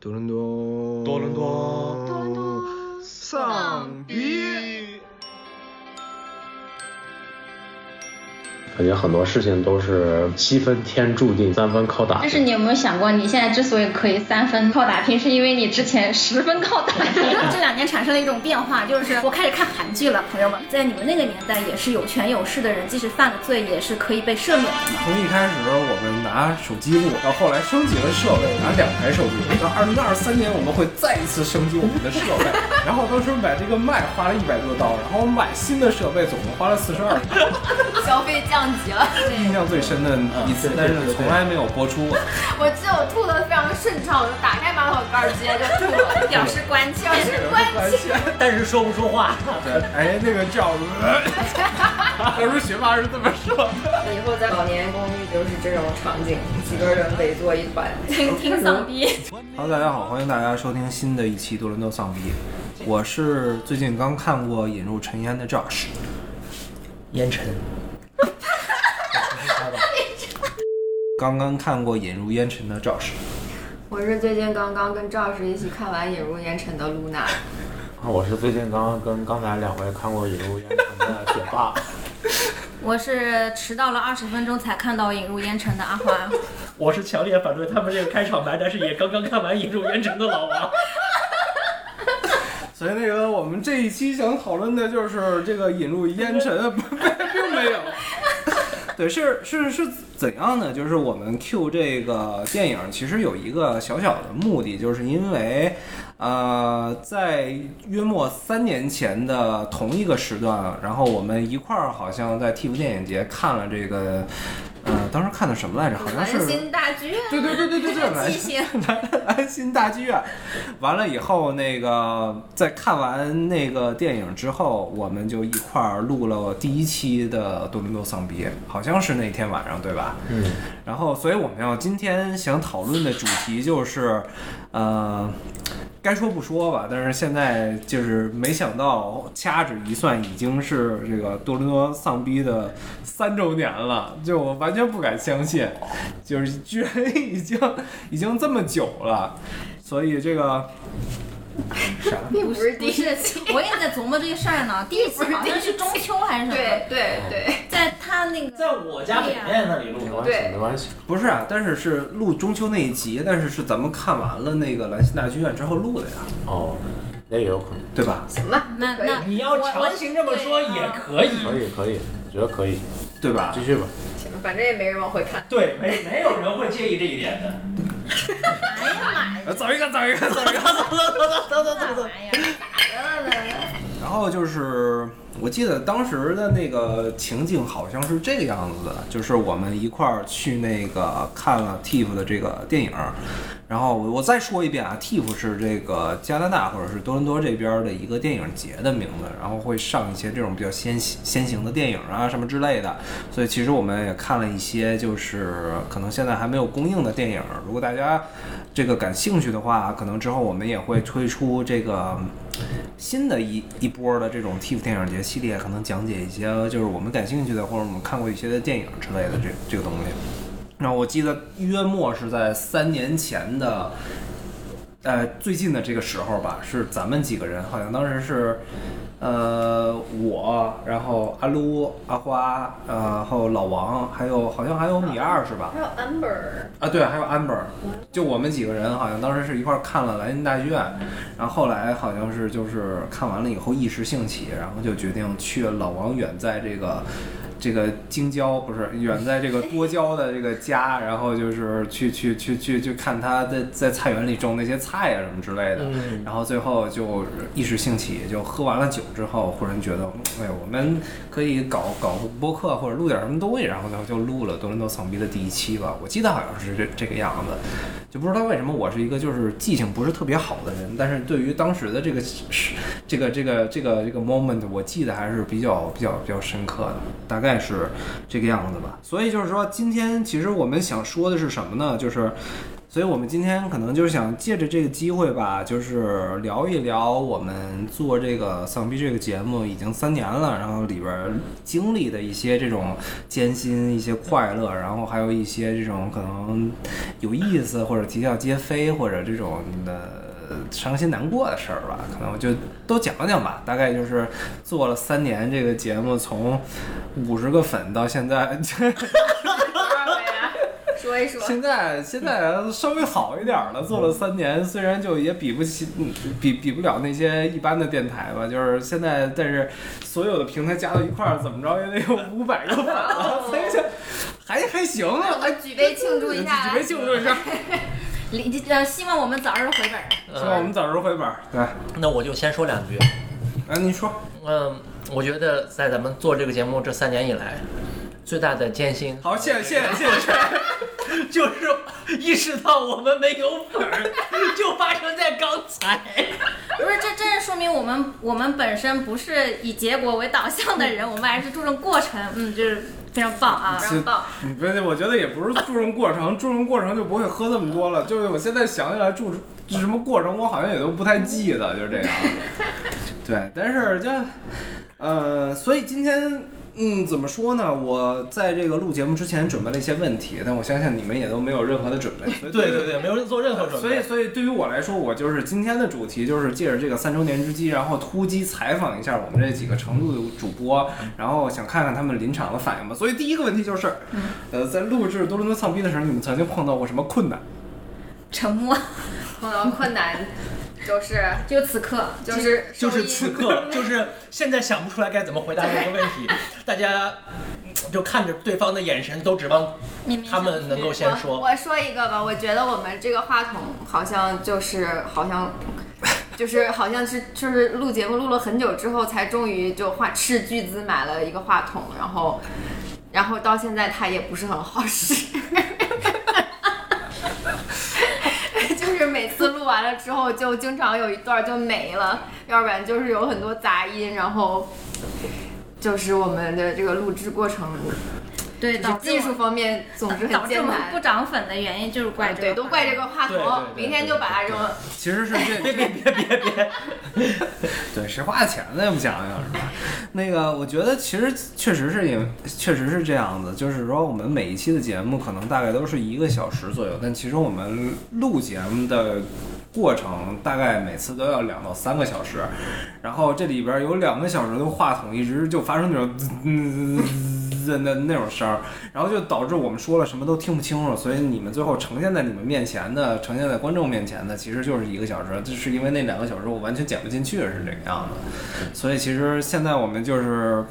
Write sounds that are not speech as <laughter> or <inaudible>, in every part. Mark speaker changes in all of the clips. Speaker 1: 多伦多，
Speaker 2: 多伦多
Speaker 3: 多伦多
Speaker 1: 丧逼。
Speaker 4: 感觉很多事情都是七分天注定，三分靠打
Speaker 3: 但。是你有没有想过，你现在之所以可以三分靠打拼，是因为你之前十分靠打拼？
Speaker 5: 这两年产生了一种变化，就是我开始看韩剧了，朋友们。在你们那个年代，也是有权有势的人，即使犯了罪，也是可以被赦免的嘛。
Speaker 6: 从一开始我们拿手机录，到后来升级了设备，拿两台手机录。到二零二三年，我们会再一次升级我们的设备。然后当时买这个麦花了一百多刀，然后买新的设备总共花了四十二刀。
Speaker 7: 消费降级了。
Speaker 6: 印象最深的一次，但是从来没有播出过。
Speaker 7: 我记得我吐的非常的顺畅，我就打开马桶盖儿直接就吐了，
Speaker 5: 表示关切
Speaker 7: 表示关切。
Speaker 2: <laughs> 但是说不出话。
Speaker 6: 对，哎，那个叫， <laughs> 当时学霸是这么说的。
Speaker 8: 以后在老年公寓就是这种场景，几个人围坐一团。
Speaker 5: 听听丧逼。
Speaker 6: Hello，大家好，欢迎大家收听新的一期《多伦多丧逼》，我是最近刚看过《引入尘烟》的 Josh。
Speaker 2: 烟尘，
Speaker 6: <laughs> 刚刚看过《引入烟尘》的赵氏，
Speaker 8: 我是最近刚刚跟赵师一起看完《引入烟尘》的露娜，
Speaker 4: 啊我是最近刚刚跟刚才两回看过《引入烟尘》的学霸，
Speaker 5: 我是迟到了二十分钟才看到引入烟尘的阿花，
Speaker 2: 我是强烈反对他们这个开场白，但是也刚刚看完《引入烟尘》的老王。
Speaker 6: 所以那个我们这一期想讨论的就是这个引入烟 <laughs> 尘，并没有。 <laughs> 对，是是是怎样呢？就是我们 Q 这个电影，其实有一个小小的目的，就是因为，呃，在约莫三年前的同一个时段，然后我们一块儿好像在替补电影节看了这个，呃，当时看的什么来着？好像是
Speaker 8: 南新大剧院。
Speaker 6: 对对对对对对，
Speaker 5: 记性。
Speaker 6: <laughs> 安心大剧院。完了以后，那个在看完那个电影之后，我们就一块儿录了第一期的《多伦多丧逼》，好像是那天晚上，对吧？嗯。然后，所以我们要今天想讨论的主题就是，呃。该说不说吧，但是现在就是没想到，掐指一算，已经是这个多伦多丧逼的三周年了，就我完全不敢相信，就是居然已经已经这么久了，所以这个
Speaker 8: 并不是第一
Speaker 5: 不是，我也在琢磨这个事儿呢。第一期好像是中秋还是什么，
Speaker 8: 对对对，
Speaker 5: 在他那个
Speaker 2: <laughs> 在我家北面那里录
Speaker 4: 没
Speaker 2: 的。
Speaker 4: 关系，没关系。
Speaker 6: 不是啊，但是是录中秋那一集，但是是咱们看完了那个兰心大剧院之后录的呀，
Speaker 4: 哦，那也有可能，
Speaker 6: 对吧？
Speaker 8: 行吧，
Speaker 5: 那
Speaker 8: 可以
Speaker 5: 那
Speaker 2: 你要强行这么说也可以，
Speaker 4: 可以，可以，我觉得可以，
Speaker 6: 对吧？
Speaker 4: 继续吧。
Speaker 8: 行，反正也没人往回看。
Speaker 2: 对，没没有人会介意这一点的。
Speaker 6: 呃走一个，走一个，走一个。
Speaker 5: 那玩意儿。
Speaker 6: 然后就是，我记得当时的那个情景好像是这个样子的，就是我们一块儿去那个看了 TIFF 的这个电影儿。然后我我再说一遍啊，TIFF 是这个加拿大或者是多伦多这边儿的一个电影节的名字，然后会上一些这种比较先行先行的电影啊什么之类的。所以其实我们也看了一些，就是可能现在还没有公映的电影。如果大家这个感兴趣的话，可能之后我们也会推出这个嗯新的一一波的这种 TIFF 电影节系列，可能讲解一些就是我们感兴趣的或者我们看过一些的电影之类的这这个东西。那我记得约莫是在三年前的，呃，最近的这个时候吧，是咱们几个人，好像当时是，呃，我，然后阿撸、阿花，呃然后老王，还有好像还有米二是吧？
Speaker 8: 还有 Amber，
Speaker 6: 啊，对，还有 Amber，就我们几个人好像当时是一块儿看了《莱茵大剧院》，然后后来好像是就是看完了以后一时兴起，然后就决定去老王远在这个这个京郊不是远在这个多郊的这个家，然后就是去去去去去看他在在菜园里种那些菜啊什么之类的，然后最后就一时兴起，就喝完了酒之后，忽然觉得，哎呦，我们可以搞搞播客或者录点什么东西，然后就就录了《多伦多丧逼》的第一期吧。我记得好像是这这个样子，就不知道为什么我是一个就是记性不是特别好的人，但是对于当时的这个是这个这个这个这个 moment，我记得还是比较比较比较深刻的，大概是这个样子吧。所以就是说，今天其实我们想说的是什么呢？就是所以我们今天可能就是想借着这个机会吧，就是聊一聊我们做这个丧逼这个节目已经三年了，然后里边儿经历的一些这种艰辛、一些快乐，然后还有一些这种可能有意思或者啼笑皆非或者这种的。伤心难过的事儿吧，可能我就都讲讲吧。大概就是做了三年这个节目，从五十个粉到现在，
Speaker 8: 说一说，
Speaker 6: 现在现在稍微好一点儿了，做了三年，虽然就也比不起，嗯比比不了那些一般的电台吧，就是现在，但是所有的平台加到一块儿，怎么着也得有五百个粉了，所以就还还行
Speaker 7: 我
Speaker 6: 啊，还
Speaker 7: 们举杯庆祝一下啊
Speaker 6: 准备庆祝
Speaker 7: <laughs>
Speaker 6: 一下，
Speaker 5: 离呃，希望我们早日回本儿。
Speaker 6: 希望我们早日回本儿。对，
Speaker 9: 那我就先说两句。
Speaker 6: 哎，您说，
Speaker 9: 嗯，我觉得在咱们做这个节目这三年以来，最大的艰辛
Speaker 6: 好，谢谢谢谢谢谢。
Speaker 2: <laughs> 就是意识到我们没有本儿，就发生在刚才。
Speaker 5: 不是，这真是说明我们我们本身不是以结果为导向的人，我们还是注重过程，嗯，就是非常棒啊。
Speaker 6: 其实你别，我觉得也 <laughs> 不是注重过程，注重过程就不会喝这么多了。就是我现在想起来注什么过程，我好像也都不太记得，就是这样。对，但是就，呃，所以今天，嗯，怎么说呢？我在这个录节目之前准备了一些问题，但我相信你们也都没有任何的准备。所以
Speaker 2: <laughs> 对对对，没有做任何准备。
Speaker 6: 所以，所以对于我来说，我就是今天的主题就是借着这个三周年之机，然后突击采访一下我们这几个成都的主播，
Speaker 2: 嗯
Speaker 6: 然后想看看他们临场的反应吧。所以第一个问题就是，呃，在录制多伦多丧逼的时候，你们曾经碰到过什么困难？
Speaker 5: 沉默，
Speaker 8: 碰到困难就是
Speaker 5: 就此刻
Speaker 8: 就
Speaker 5: 其实
Speaker 8: 是
Speaker 2: 就是
Speaker 8: 收
Speaker 2: 此
Speaker 8: 音
Speaker 2: 刻，就是现在想不出来该怎么回答这个问题，大家嗯就看着对方的眼神，都指望
Speaker 5: 明明
Speaker 2: 他们能够先说。
Speaker 8: 我我说一个吧，我觉得我们这个话筒好像就是好
Speaker 5: <laughs>
Speaker 8: 像。就是好像是就是录节目录了很久之后，才终于就花斥巨资买了一个话筒，然后，然后到现在它也不是很好使， <laughs> 就是每次录完了之后，就经常有一段就没了，要不然就是有很多杂音，然后，就是我们的这个录制过程，
Speaker 5: 对
Speaker 8: 就是
Speaker 5: 导致
Speaker 8: 技术方面总
Speaker 5: <laughs>
Speaker 8: 是
Speaker 5: 导致我
Speaker 8: 很艰
Speaker 5: 们
Speaker 8: 难
Speaker 5: 不。涨粉的原因就是怪这个，
Speaker 8: 对，都怪这个话
Speaker 2: 对对
Speaker 8: 筒，
Speaker 2: 对
Speaker 8: 明天就把它扔了。
Speaker 6: 其实是这 <laughs> 别别别别别， <laughs> 对，谁花的钱呢？也不讲讲是吧？那个，我觉得其实确实是也确实是这样子，就是说我们每一期的节目可能大概都是一个小时左右，但其实我们录节目的。过程大概每次都要两到三个小时，然后这里边有两个小时的话筒一直就发生那种滋滋滋滋的那种声儿，然后就导致我们说了什么都听不清楚，所以你们最后呈现在你们面前的，呈现在观众面前的，其实就是一个小时，这是因为那两个小时我完全剪不进去是这个样子，所以其实现在我们就是。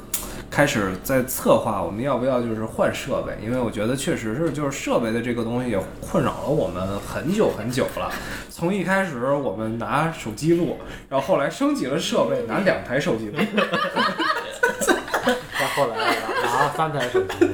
Speaker 6: 开始在策划我们要不要就是换设备，因为我觉得确实是就是设备的这个东西也困扰了我们很久很久了。从一开始我们拿手机录，然后后来升级了设备，拿两台手机录，
Speaker 4: 再后来拿三台手机，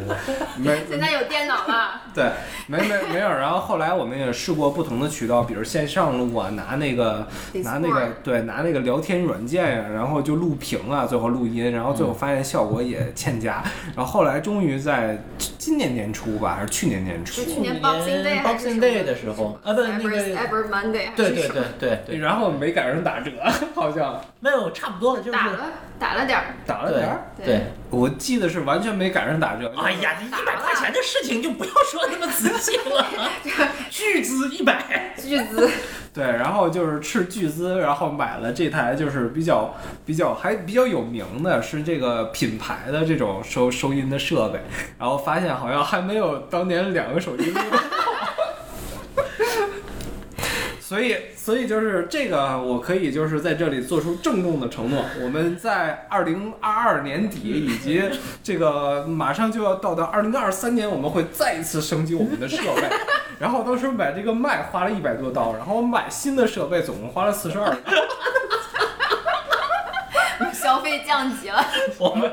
Speaker 6: 没
Speaker 8: 现在有电脑了，
Speaker 6: <laughs> 对，没没没有。然后后来我们也试过不同的渠道，比如线上录啊，拿那个拿那个
Speaker 8: Discord
Speaker 6: 对拿那个聊天软件呀、然后就录屏啊，最后录音，然后最后发现效果也欠佳。然后后来终于在今年年初吧，还是去年年初
Speaker 8: 就，去年 Boxing Day 还是
Speaker 9: Boxing
Speaker 8: 什
Speaker 9: Day
Speaker 8: 么
Speaker 9: 的时候，啊，不，那个，
Speaker 8: Ever Ever Monday 还
Speaker 9: 对
Speaker 8: 是
Speaker 9: 对
Speaker 8: 什
Speaker 9: 对
Speaker 8: 么，
Speaker 9: 对对，
Speaker 6: 然后没赶上打折，好像
Speaker 2: 没有，差不多了，就是
Speaker 8: 打了打了点儿，
Speaker 6: 打了
Speaker 9: 对
Speaker 6: 点儿。
Speaker 9: 对，
Speaker 6: 我记得是完全没赶上打折。
Speaker 2: 哎呀，这一百块钱的事情就不要说那么仔细
Speaker 8: <laughs>
Speaker 2: 了，巨资一百，
Speaker 8: 巨资，
Speaker 6: 对，然后就是斥巨资，然后买了这台就是比较比较还比较有名的是这个品牌的这种收收音的设备，然后发现好像还没有当年两个手机录的好。所以，所以就是这个，我可以就是在这里做出郑重的承诺，我们在二零二二年底以及这个马上就要到达二零二三年，我们会再一次升级我们的设备。然后当时买这个麦花了一百多刀，然后买新的设备总共花了四十二。
Speaker 8: 消费降级了。 <laughs>
Speaker 2: 我们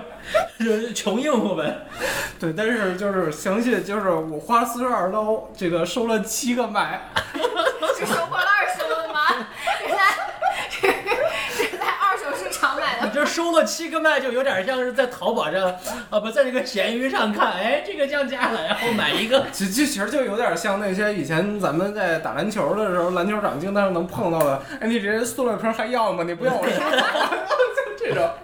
Speaker 2: 就是穷应付呗。
Speaker 6: 对，但是就是详细就是我花四十二刀，这个收了七个麦，
Speaker 8: 是收破烂儿收的吗？是在是在二手市场买
Speaker 2: 你
Speaker 8: 的，
Speaker 2: 这收收了七个麦，就有点像是在淘宝上，啊不，在这个闲鱼上看，哎，这个降价了，然后买一个。
Speaker 6: 其其实就有点像那些以前咱们在打篮球的时候，篮球场经常能碰到的，哎，你这塑料瓶还要吗？你不要我收了，就这种。 <laughs>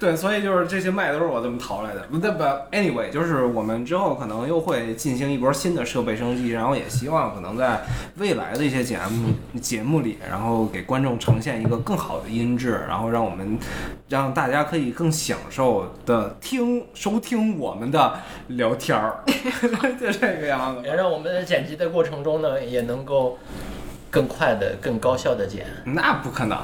Speaker 6: 对，所以就是这些麦都是我这么淘来的。不，不，anyway，就是我们之后可能又会进行一波新的设备升级，然后也希望可能在未来的一些节目节目里，然后给观众呈现一个更好的音质，然后让我们让大家可以更享受的听收听我们的聊天儿， <laughs> 就这个样子。
Speaker 2: 也让我们在剪辑的过程中呢，也能够更快的、更高效的剪。
Speaker 6: 那不可能，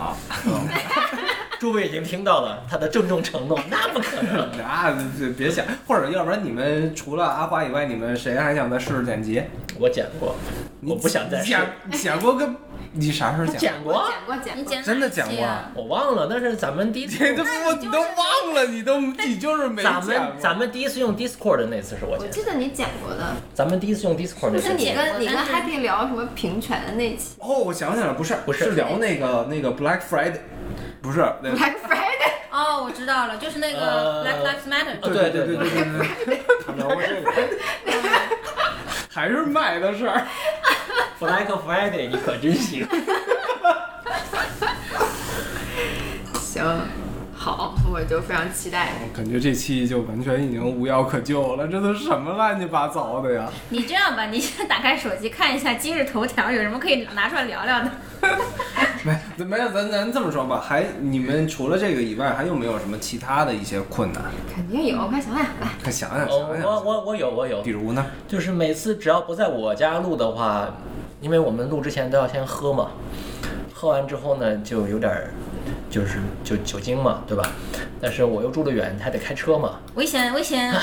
Speaker 2: 诸位已经听到了他的郑重承诺，那不可能。
Speaker 6: 那这别想，或者要不然你们除了阿花以外，你们谁还想再试试剪辑？
Speaker 2: 我剪过，我不想再试。
Speaker 6: 剪剪过个，你啥时候剪？
Speaker 2: 剪过，
Speaker 8: 剪过剪
Speaker 5: 你
Speaker 8: 过，
Speaker 5: 剪
Speaker 6: 真的
Speaker 5: 哪
Speaker 6: 剪
Speaker 5: 期
Speaker 6: 过
Speaker 5: 啊
Speaker 6: 啊？
Speaker 2: 我忘了，但是咱们第一次
Speaker 6: 这都不你都忘了，你都你就是没
Speaker 2: 咱
Speaker 6: 剪
Speaker 2: 们
Speaker 6: 过
Speaker 2: 咱们第一次用 Discord 的那次是我
Speaker 8: 我
Speaker 2: 剪，
Speaker 8: 记得你剪过的，
Speaker 2: 咱们第一次用 Discord 那
Speaker 8: 是
Speaker 2: 次
Speaker 8: 你
Speaker 5: 剪过
Speaker 8: 跟你跟
Speaker 5: 但是
Speaker 8: Happy 聊什么平权的那期
Speaker 6: 哦，我想起来了，不是
Speaker 2: 不是
Speaker 6: 聊那个那个 Black Friday，不是那个
Speaker 8: ，Black Friday，
Speaker 5: 哦，我知道了，就是那
Speaker 2: 呃
Speaker 5: 个 Black Lives Matter。哦
Speaker 2: 对
Speaker 6: 对对
Speaker 2: 对
Speaker 6: 对对，
Speaker 4: 聊过这个，
Speaker 6: 还是卖的事儿。
Speaker 2: Black Friday，你可真行。
Speaker 8: 行，好，我就非常期待。
Speaker 6: 感觉这期就完全已经无药可救了，这都什么乱七八糟的呀？
Speaker 5: 你这样吧，你先打开手机看一下今日头条有什么可以拿出来聊聊的。
Speaker 6: 没没有，咱咱这么说吧，还你们除了这个以外，还有没有什么其他的一些困难？
Speaker 8: 肯定有，快想想吧。
Speaker 6: 快想想
Speaker 2: 哦，
Speaker 6: 想
Speaker 2: 我
Speaker 6: 想，
Speaker 2: 我我有我有
Speaker 6: 比，如呢？
Speaker 2: 就是每次只要不在我家录的话，因为我们录之前都要先喝嘛，喝完之后呢就有点儿，就是就酒精嘛，对吧？但是我又住得远，还得开车嘛，
Speaker 5: 危险，危险！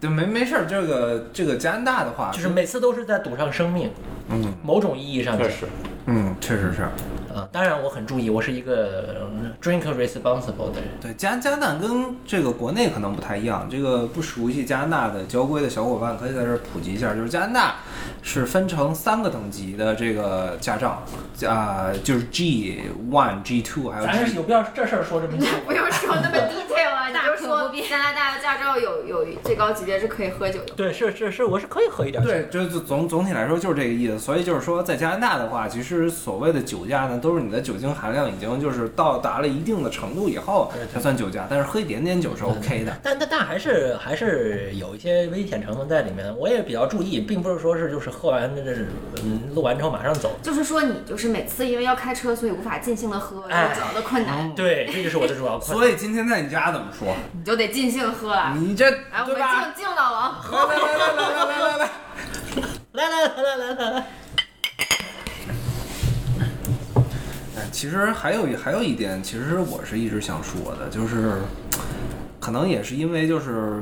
Speaker 6: 对，没没事儿，这个这个加拿大的话，
Speaker 2: 就是每次都是在赌上生命，
Speaker 6: 嗯
Speaker 2: 某种意义上
Speaker 4: 确
Speaker 2: 讲
Speaker 4: 实，
Speaker 6: 嗯，确实是。
Speaker 2: 啊，当然我很注意，我是一个呃 drink responsible 的人。
Speaker 6: 对加加拿大跟这个国内可能不太一样，这个不熟悉加拿大的交规的小伙伴可以在这儿普及一下，就是加拿大是分成三个等级的这个驾照，啊、就是 G one、G two 还有
Speaker 2: 咱是
Speaker 6: G
Speaker 2: 有必要这事儿说这么清楚
Speaker 8: 不用说那么 detail <laughs> 啊，你
Speaker 5: 大
Speaker 8: 就
Speaker 5: 可
Speaker 8: 说
Speaker 5: 不必
Speaker 8: 加拿大的驾照有有最高级别是可以喝酒的。
Speaker 2: <laughs> 对，是是是，我是可以喝一点酒。
Speaker 6: 对，就就总总体来说就是这个意思。所以就是说，在加拿大的话，其实所谓的酒驾呢，都是你的酒精含量已经就是到达了一定的程度以后才算酒驾，但是喝一点点酒是 OK 的。
Speaker 2: 但但但还是还是有一些危险成分在里面，我也比较注意，并不是说是就是喝完这是嗯录完之后马上走。
Speaker 8: 就是说你就是每次因为要开车，所以无法尽兴的喝，
Speaker 2: 哎
Speaker 8: 这是主要的困难，
Speaker 2: 对，这就是我的主要困扰。
Speaker 6: 所以今天在你家怎么说？
Speaker 8: 你就得尽兴喝啊。
Speaker 6: 你这
Speaker 8: 哎，我
Speaker 6: 嗯对
Speaker 8: 们
Speaker 6: 吧？
Speaker 8: 敬敬到了啊，
Speaker 6: 来来来来来来来来。
Speaker 8: <laughs>
Speaker 2: 来来来来来来来，
Speaker 6: 哎，其实还有一还有一点，其实我是一直想说的，就是可能也是因为就是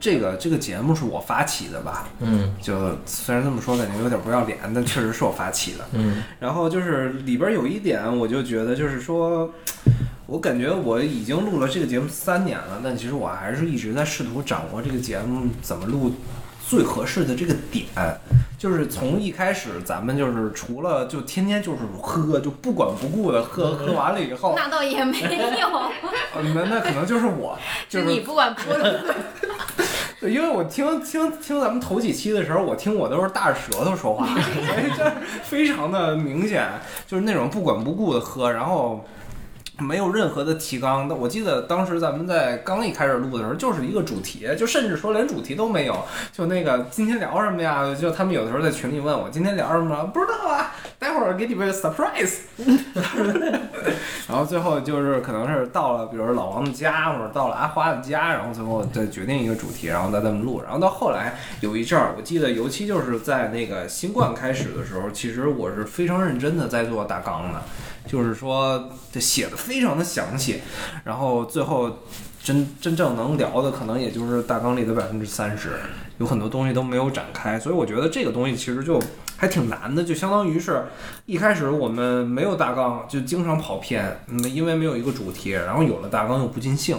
Speaker 6: 这个这个节目是我发起的吧，
Speaker 2: 嗯
Speaker 6: 就虽然这么说感觉有点不要脸，但确实是我发起的。
Speaker 2: 嗯，
Speaker 6: 然后就是里边有一点，我就觉得就是说，我感觉我已经录了这个节目三年了，但其实我还是一直在试图掌握这个节目怎么录最合适的这个点。就是从一开始，咱们就是除了就天天就是喝，就不管不顾的喝，喝完了以后，
Speaker 5: 那倒也没有，
Speaker 6: 呃那那可能就是我， <laughs> 就是是
Speaker 8: 你不管不顾，
Speaker 6: <laughs> 对，因为我听听听咱们头几期的时候，我听我都是大着舌头说话，所以这非常的明显，就是那种不管不顾的喝，然后没有任何的提纲。我记得当时咱们在刚一开始录的时候，就是一个主题，就甚至说连主题都没有，就那个今天聊什么呀？就他们有的时候在群里问我今天聊什么，不知道啊，待会儿给你们个 surprise。然后最后就是可能是到了，比如老王的家或者到了阿花的家，然后最后再决定一个主题，然后再这么录。然后到后来有一阵儿，我记得尤其就是在那个新冠开始的时候，其实我是非常认真的在做大纲的，就是说这写的非常的详细，然后最后。真真正能聊的，可能也就是大纲里的百分之三十，有很多东西都没有展开，所以我觉得这个东西其实就还挺难的，就相当于是一开始我们没有大纲，就经常跑偏，嗯，因为没有一个主题，然后有了大纲又不尽兴，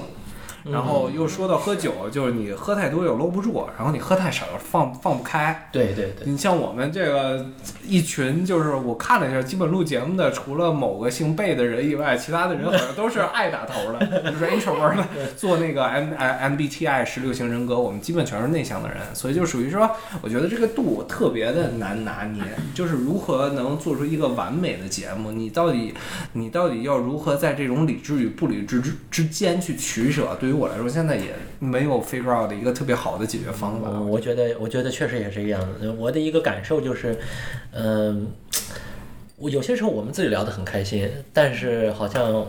Speaker 6: 然后又说到喝酒，就是你喝太多又搂不住，然后你喝太少又放放不开。
Speaker 2: 对对对，
Speaker 6: 你像我们这个一群，就是我看了一下，基本录节目的，除了某个姓贝的人以外，其他的人好像都是 I 打头的，就是 introvert 的，做那个 M M B T I 十六型人格，我们基本全是内向的人，所以就属于说，我觉得这个度特别的难拿捏，就是如何能做出一个完美的节目，你到底你到底要如何在这种理智与不理智之之间去取舍？对于我来说，现在也没有 figure out 的一个特别好的解决方法。
Speaker 2: 嗯，我觉得，我觉得确实也是这个样子。我的一个感受就是，嗯、我有些时候我们自己聊得很开心，但是好像，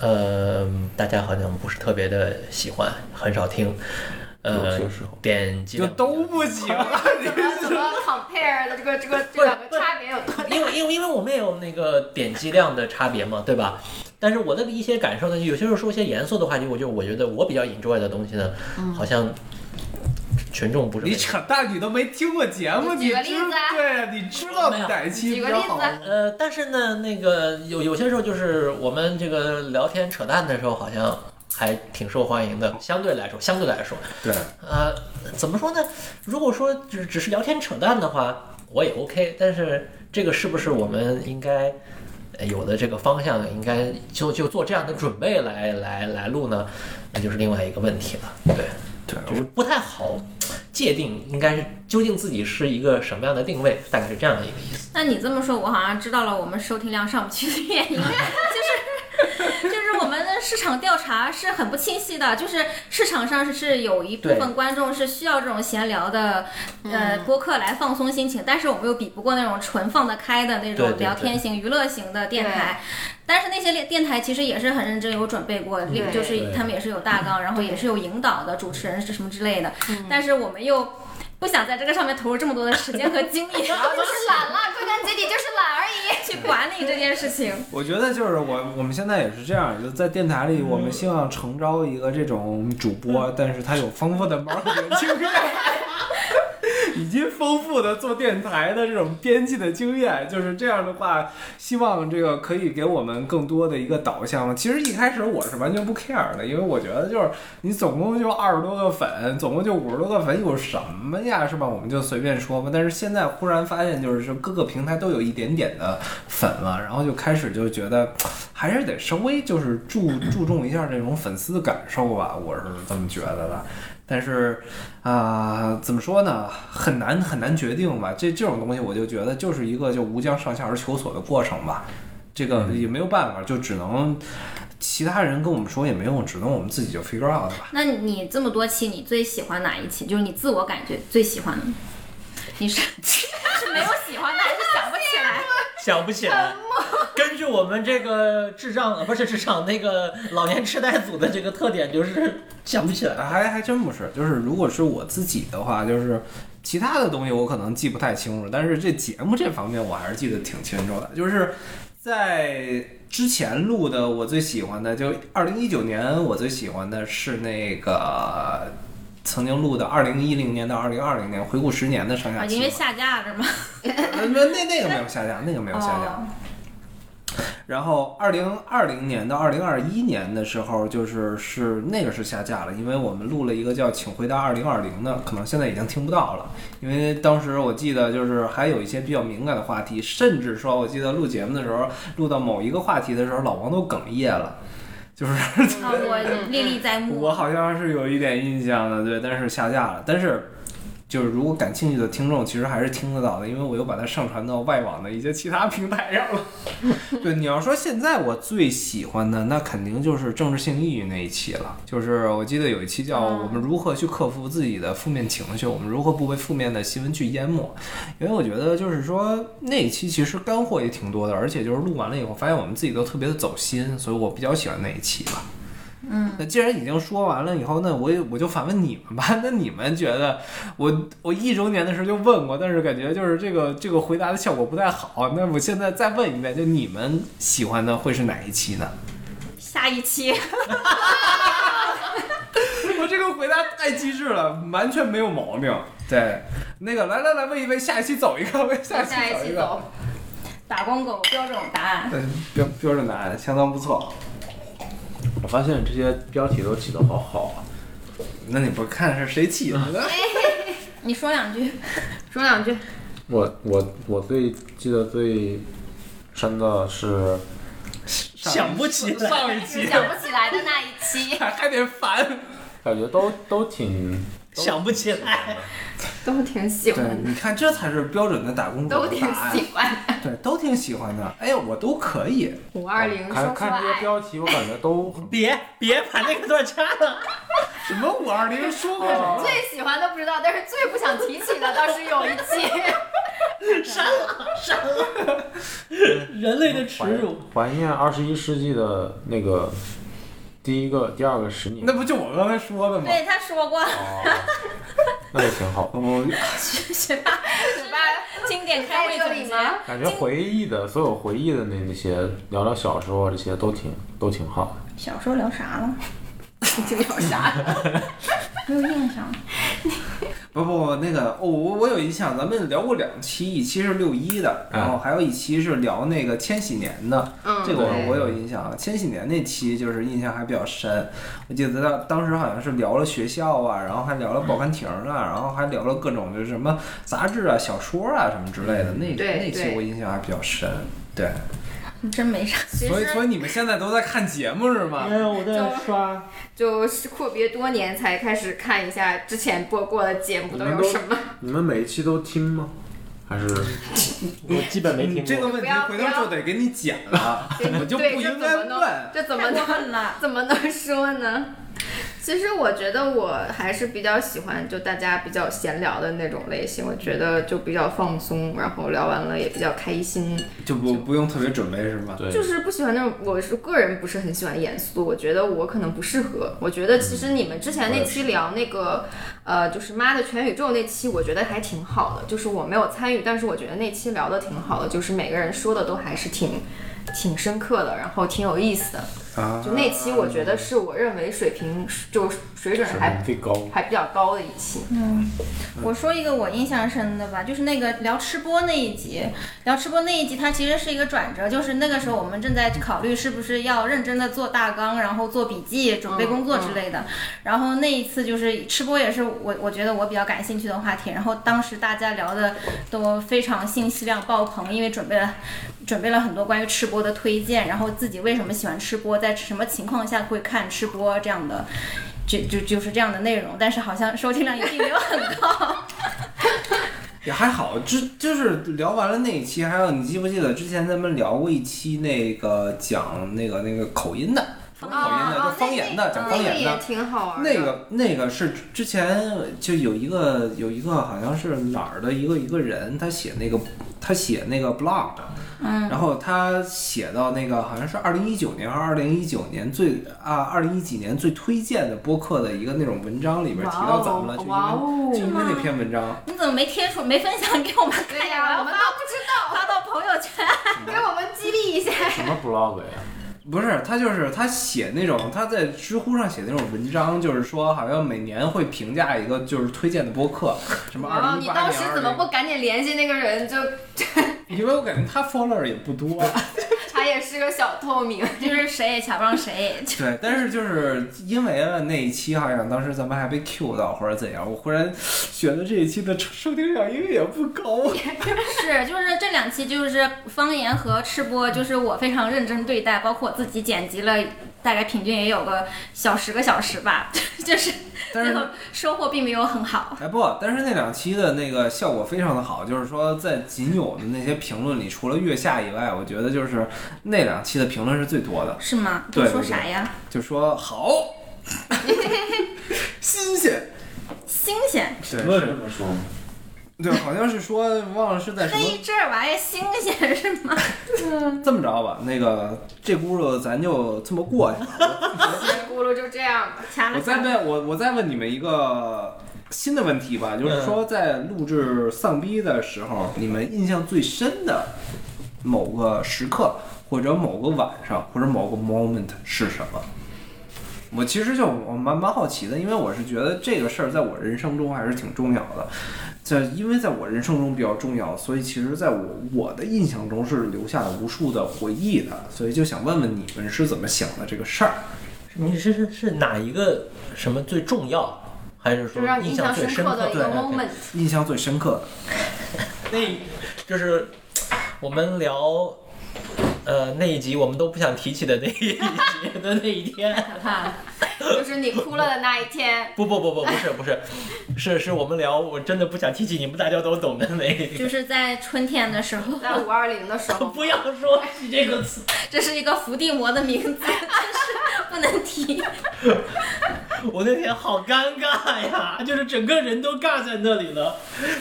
Speaker 2: 呃，大家好像不是特别的喜欢，很少听。呃，点击
Speaker 6: 就
Speaker 2: 量
Speaker 6: 都不行，啊
Speaker 8: 怎么 compare 的这个这个这两个差别有多
Speaker 2: 因为因为因为我们也有那个点击量的差别嘛，对吧？但是我的一些感受呢，有些时候说一些严肃的话题，我就我觉得我比较 enjoy 的东西呢，好像群众不是
Speaker 6: 你
Speaker 2: 很
Speaker 6: 扯淡，你都没听过节目，
Speaker 8: 你举
Speaker 6: 你
Speaker 8: 个
Speaker 6: 知
Speaker 8: 例子啊
Speaker 6: 对呀，你知道哪一期
Speaker 8: 举
Speaker 6: 比
Speaker 8: 个
Speaker 6: 较
Speaker 8: 例子
Speaker 6: 好？
Speaker 8: 啊
Speaker 2: 呃，但是呢，那个有有些时候就是我们这个聊天扯淡的时候，好像还挺受欢迎的。相对来说，相对来说，
Speaker 6: 对，
Speaker 2: 呃，怎么说呢？如果说只只是聊天扯淡的话，我也 OK。但是这个是不是我们应该呃有的这个方向，应该就就做这样的准备来来来录呢？那就是另外一个问题了。对，
Speaker 6: 对
Speaker 2: 就是不太好界定，应该是究竟自己是一个什么样的定位，大概是这样的一个意思。
Speaker 5: <laughs> 那你这么说，我好像知道了我们收听量上不去的原因， <laughs> 就是 <laughs> 就是我们的市场调查是很不清晰的，就是市场上是是有一部
Speaker 2: 对
Speaker 5: 分观众是需要这种闲聊的呃播客来放松心情，但是我们又比不过那种纯放得开的那
Speaker 2: 对对
Speaker 5: 种聊天型、娱乐型的电台。但是那些电台其实也是很认真有准备过，
Speaker 7: 嗯
Speaker 8: 对
Speaker 5: 就是他们也是有大纲，然后也是有引导的，主持人是什么之类的。
Speaker 7: 嗯
Speaker 5: 但是我们又不想在这个上面投入这么多的时间和精
Speaker 7: <laughs>
Speaker 5: 力，
Speaker 7: 就是懒了，归根结底就是懒而已。
Speaker 5: <laughs> 去管理这件
Speaker 7: <laughs>
Speaker 5: 事情。
Speaker 6: 我觉得就是我我们现在也是这样，就在电台里，我们希望诚招一个这种主播， <laughs> 但是他有丰富的 marketing 经验， <laughs> 以及丰富的做电台的这种编辑的经验。就是这样的话，希望这个可以给我们更多的一个导向。其实一开始我是完全不 care 的，因为我觉得就是你总共就二十多个粉，总共就五十多个粉，有什么呀，是吧？我们就随便说嘛。但是现在忽然发现，就是说各个平台都有一点点的粉了，然后就开始就觉得还是得稍微就是注注重一下这种粉丝的感受吧，我是这么觉得的。但是，啊、怎么说呢？很难很难决定吧。这这种东西，我就觉得就是一个就无将上下而求索的过程吧。这个也没有办法，就只能其他人跟我们说也没用，只能我们自己就 figure out 吧。
Speaker 5: 那你这么多期，你最喜欢哪一期？就是你自我感觉最喜欢的，你是是没有喜欢的，还是想不起来？
Speaker 2: 想不起来。根据我们这个智障呃不是智障，那个老年痴呆组的这个特点，就是想不起来。
Speaker 6: 还还真不是，就是如果是我自己的话，就是其他的东西我可能记不太清楚，但是这节目这方面我还是记得挺清楚的，就是在。之前录的我最喜欢的，就二零一九年我最喜欢的是那个曾经录的二零一零年到二零二零年回顾十年的上下
Speaker 5: 啊，
Speaker 6: 期嘛。
Speaker 5: 因为下架了是吗？
Speaker 6: 呃那那那个没有下架，那个没有下架。然后二零二零年到二零二一年的时候，就是是那个是下架了，因为我们录了一个叫《请回答二零二零》的，可能现在已经听不到了，因为当时我记得就是还有一些比较敏感的话题，甚至说我记得录节目的时候，录到某一个话题的时候，老王都哽咽了，就是
Speaker 5: 啊，我历历在目。
Speaker 7: 嗯
Speaker 6: 我好像是有一点印象的，对，但是下架了。但是就是如果感兴趣的听众，其实还是听得到的，因为我又把它上传到外网的一些其他平台上了。对，你要说现在我最喜欢的，那肯定就是政治性抑郁那一期了。就是我记得有一期叫《我们如何去克服自己的负面情绪》，我们如何不被负面的新闻去淹没。因为我觉得就是说那一期其实干货也挺多的，而且就是录完了以后，发现我们自己都特别的走心，所以我比较喜欢那一期吧。那既然已经说完了以后，那我也我就反问你们吧。 <laughs> 那你们觉得我我一周年的时候就问过，但是感觉就是这个这个回答的效果不太好。那我现在再问一遍，就你们喜欢的会是哪一期呢？ <laughs>
Speaker 5: 下一期，
Speaker 6: 我这个回答太机智了，完全没有毛病。对，那个来来来，问一问，下一期走一个，问下一期
Speaker 8: 下一期
Speaker 6: 一个
Speaker 8: 走，，
Speaker 5: 打工狗标准答案。
Speaker 6: 嗯，标标准答案相当不错。
Speaker 4: 发现这些标题都起得好好啊。
Speaker 6: 那你不看是谁起的呢？
Speaker 8: 哎
Speaker 5: 你说两句，
Speaker 8: 说两句，
Speaker 4: 我我我最记得最深的是
Speaker 2: 想不起来。
Speaker 6: 上一期
Speaker 7: 想不起来的那一期，
Speaker 6: 还还得烦。
Speaker 4: 感觉都都挺
Speaker 2: 想不起来，
Speaker 8: 都挺喜
Speaker 6: 对
Speaker 8: 欢，
Speaker 6: <laughs> 你看这才是标准的打工
Speaker 8: 都
Speaker 6: 狗的
Speaker 8: 挺
Speaker 6: 答案，
Speaker 8: 喜欢。
Speaker 6: 对，都挺喜欢的。哎，我都可以。
Speaker 8: 五二零
Speaker 4: 看
Speaker 8: 说出
Speaker 4: 看这些
Speaker 8: 来，
Speaker 4: 标题，我感觉都
Speaker 2: 别别把那个段掐了。
Speaker 6: 什么五二
Speaker 8: <laughs>
Speaker 6: 零说过什
Speaker 8: 哦
Speaker 6: 么？
Speaker 7: 最喜欢的不知道，但是最不想提起的倒是有一期。
Speaker 2: 人类的耻
Speaker 4: 怀
Speaker 2: 辱，
Speaker 4: 怀念二十一世纪的那个第一个、第二个十年
Speaker 6: 那，不就我刚才说的吗？
Speaker 5: 对他说过
Speaker 4: 那也挺好。
Speaker 6: 我
Speaker 5: 经典开
Speaker 7: 在
Speaker 5: 会
Speaker 7: 这
Speaker 5: 总
Speaker 7: 里
Speaker 5: 结。
Speaker 7: 吗？
Speaker 4: 感觉回忆的所有回忆的那那些，聊聊小时候啊，这些都挺都挺好的。
Speaker 5: 小时候聊啥了？ <laughs>
Speaker 8: 就有啥？
Speaker 5: 没有印象。
Speaker 6: 不不不，那个哦，我我有印象，咱们聊过两期，一期是六一的，
Speaker 4: 嗯
Speaker 6: 然后还有一期是聊那个千禧年的，
Speaker 8: 嗯，
Speaker 6: 这个我
Speaker 8: 对
Speaker 6: 我有印象。啊千禧年那期就是印象还比较深，我记得当当时好像是聊了学校啊，然后还聊了报刊亭啊，然后还聊了各种就是什么杂志啊、小说啊什么之类的。那
Speaker 8: 对
Speaker 6: 那期
Speaker 8: 对
Speaker 6: 我印象还比较深，对。
Speaker 5: 真没啥，
Speaker 6: 所以所以你们现在都在看节目是
Speaker 2: 嗯哎
Speaker 6: 吗？
Speaker 4: 有，我在刷。
Speaker 8: 就是阔别多年才开始看一下之前播过的节目
Speaker 4: 你
Speaker 8: 都
Speaker 4: 们
Speaker 8: 有
Speaker 4: 都
Speaker 8: 什么。
Speaker 4: 你们每一期都听吗？还是
Speaker 2: 我基本没听
Speaker 6: 你
Speaker 2: 过。
Speaker 6: 嗯这个问
Speaker 8: 不
Speaker 6: 题
Speaker 8: 要
Speaker 6: 回
Speaker 8: 不
Speaker 6: 头
Speaker 8: 要
Speaker 6: 就得给你剪了， <laughs> 我就不
Speaker 8: 对，
Speaker 6: 应
Speaker 8: 这怎
Speaker 6: 该
Speaker 8: 么
Speaker 6: 问
Speaker 8: 能。这怎么
Speaker 5: 太过
Speaker 8: 能
Speaker 5: 分了。
Speaker 8: 怎么能说呢？其实我觉得我还是比较喜欢就大家比较闲聊的那种类型，我觉得就比较放松，然后聊完了也比较开心。
Speaker 6: <laughs> 就不不用特别准备是吗？
Speaker 4: 对
Speaker 8: 就，是不喜欢那种，我是个人不是很喜欢严肃，我觉得我可能不适合。我觉得
Speaker 6: 嗯
Speaker 8: 其实你们之前那期聊那个，呃，就是《妈的全宇宙》那期，我觉得还挺好的。就是我没有参与，但是我觉得那期聊的挺好的，就是每个人说的都还是挺挺深刻的，然后挺有意思的。
Speaker 6: 啊，
Speaker 8: 就那期，我觉得是我认为水平就水准
Speaker 4: 水
Speaker 8: 还
Speaker 4: 平最高。
Speaker 8: 还比较高的一期。
Speaker 5: 我说一个我印象深的吧，就是那个聊吃播那一集，聊吃播那一集，它其实是一个转折，就是那个时候我们正在考虑是不是要认真的做大纲，然后做笔记，准备工作之类的。然后那一次就是吃播也是我我觉得我比较感兴趣的话题，然后当时大家聊的都非常信息量爆棚，因为准备了。准备了很多关于吃播的推荐，然后自己为什么喜欢吃播，在什么情况下会看吃播这样的，就就就是这样的内容，但是好像收听量也并没有很高。
Speaker 6: 也还好，就就是聊完了那一期，还有你记不记得之前咱们聊过一期那个讲那个那个口音的，不是口音的，
Speaker 5: 哦
Speaker 6: 就方言的，讲
Speaker 8: 那
Speaker 6: 方
Speaker 8: 个
Speaker 6: 言
Speaker 8: 也
Speaker 6: 的。
Speaker 8: 挺好玩的。
Speaker 6: 那个那个是之前就有一个有一个好像是哪儿的一个一个人，他写那个他写那个 blog，
Speaker 5: 嗯，
Speaker 6: 然后他写到那个好像是二零一九年还是二零一九年最啊二零一几年最推荐的播客的一个那种文章里边提到咱们了，就因
Speaker 8: 哇
Speaker 6: 为
Speaker 8: 哦
Speaker 6: 就因为那篇文章，
Speaker 5: 你怎么没贴出没分享给我们看
Speaker 8: 对
Speaker 5: 呀？
Speaker 8: 哎呀，我
Speaker 5: 我
Speaker 8: 们
Speaker 5: 们
Speaker 8: 都不知道，
Speaker 5: 发到朋友圈。
Speaker 8: 给我们激励一下。
Speaker 4: 什么 blog <laughs> 呀？
Speaker 6: 不是，他就是他写那种他在知乎上写那种文章，就是说好像每年会评价一个就是推荐的播
Speaker 8: <laughs>
Speaker 6: 客，什么
Speaker 8: 哇
Speaker 6: 二零
Speaker 8: 哦你
Speaker 6: 一八
Speaker 8: 当
Speaker 6: 年
Speaker 8: 时怎么不赶紧联系那个人？就
Speaker 6: 20因为我感觉他 follower 也不多，啊
Speaker 8: <laughs> 他也是个小透
Speaker 6: <laughs>
Speaker 8: 明。
Speaker 5: 就是谁也瞧不上 <laughs> 谁，
Speaker 6: 对，但是就是因为了那一期，好像当时咱们还被 Q 到或者怎样，我忽然觉得这一期的收听量应该也不
Speaker 8: <laughs>
Speaker 6: 高。
Speaker 5: 是就是这两期就是方言和吃播，就是我非常认真对待，包括我自己剪辑了，大概平均也有个小十个小时吧， <laughs> 就是
Speaker 6: 但
Speaker 5: 最
Speaker 6: 是
Speaker 5: 后收获并没有很好。
Speaker 6: 哎不，但是那两期的那个效果非常的好，就是说在仅有的那些评论里，除了月下以外，我觉得就是那两期的评论是最多的，
Speaker 5: 是吗？
Speaker 6: 对
Speaker 5: 都说
Speaker 6: 对对
Speaker 5: 啥呀？
Speaker 6: 就说好， <laughs> 新鲜，
Speaker 5: 新鲜，
Speaker 6: 对
Speaker 4: 论这么说吗？
Speaker 6: 对，好像是说忘了是在什
Speaker 5: 那
Speaker 6: 么
Speaker 5: 一阵儿玩意儿新鲜是吗？
Speaker 6: 这么着吧，那个这轱辘咱就这么过去吧。
Speaker 8: 咕噜就这样吧。
Speaker 5: <laughs> 掐
Speaker 6: 我
Speaker 5: 了
Speaker 6: 再
Speaker 5: 掐了，
Speaker 6: 问我我再问你们一个新的问题吧，就是说在录制丧逼的时候，你们印象最深的某个时刻，或者某个晚上，或者某个 moment 是什么？我其实就我蛮蛮好奇的，因为我是觉得这个事儿在我人生中还是挺重要的。这因为在我人生中比较重要，所以其实在我我的印象中是留下了无数的回忆的，所以就想问问你们是怎么想的这个事儿。
Speaker 2: 你是是是哪一个什么最重要，还是
Speaker 8: 就
Speaker 2: 说
Speaker 8: 是让你印
Speaker 2: 象
Speaker 8: 象
Speaker 2: 最
Speaker 8: 深
Speaker 2: 深
Speaker 8: 刻的一
Speaker 2: 对
Speaker 8: 个
Speaker 2: ，OK
Speaker 8: moment。
Speaker 6: 印象最深刻的。
Speaker 2: 那就是我们聊。呃，那一集我们都不想提起的那一集的那一天，
Speaker 6: <laughs>
Speaker 8: 就是你哭了的那一天，
Speaker 2: 不不不不不是不是，是是我们聊我真的不想提起，你们大家都懂的那一集。 <laughs>
Speaker 5: 就是在春天的时候， <laughs>
Speaker 8: 在五二零的时候，
Speaker 2: 不要说起这个词，
Speaker 5: 这是一个伏地魔的名字，真是不能提。
Speaker 2: 我那天好尴尬呀，就是整个人都尬在那里了，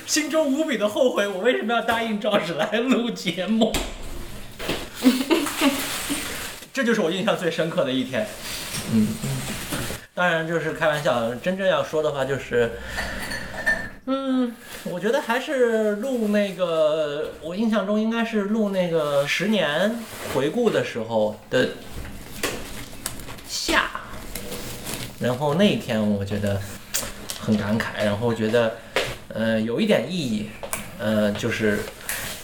Speaker 2: 心中无比的后悔，我为什么要答应赵史来录节目？ <laughs> 这就是我印象最深刻的一天。嗯，当然就是开玩笑，真正要说的话就是。嗯，我觉得还是录那个，我印象中应该是录那个十年回顾的时候的下，然后那一天我觉得很感慨，然后觉得呃有一点意义，呃就是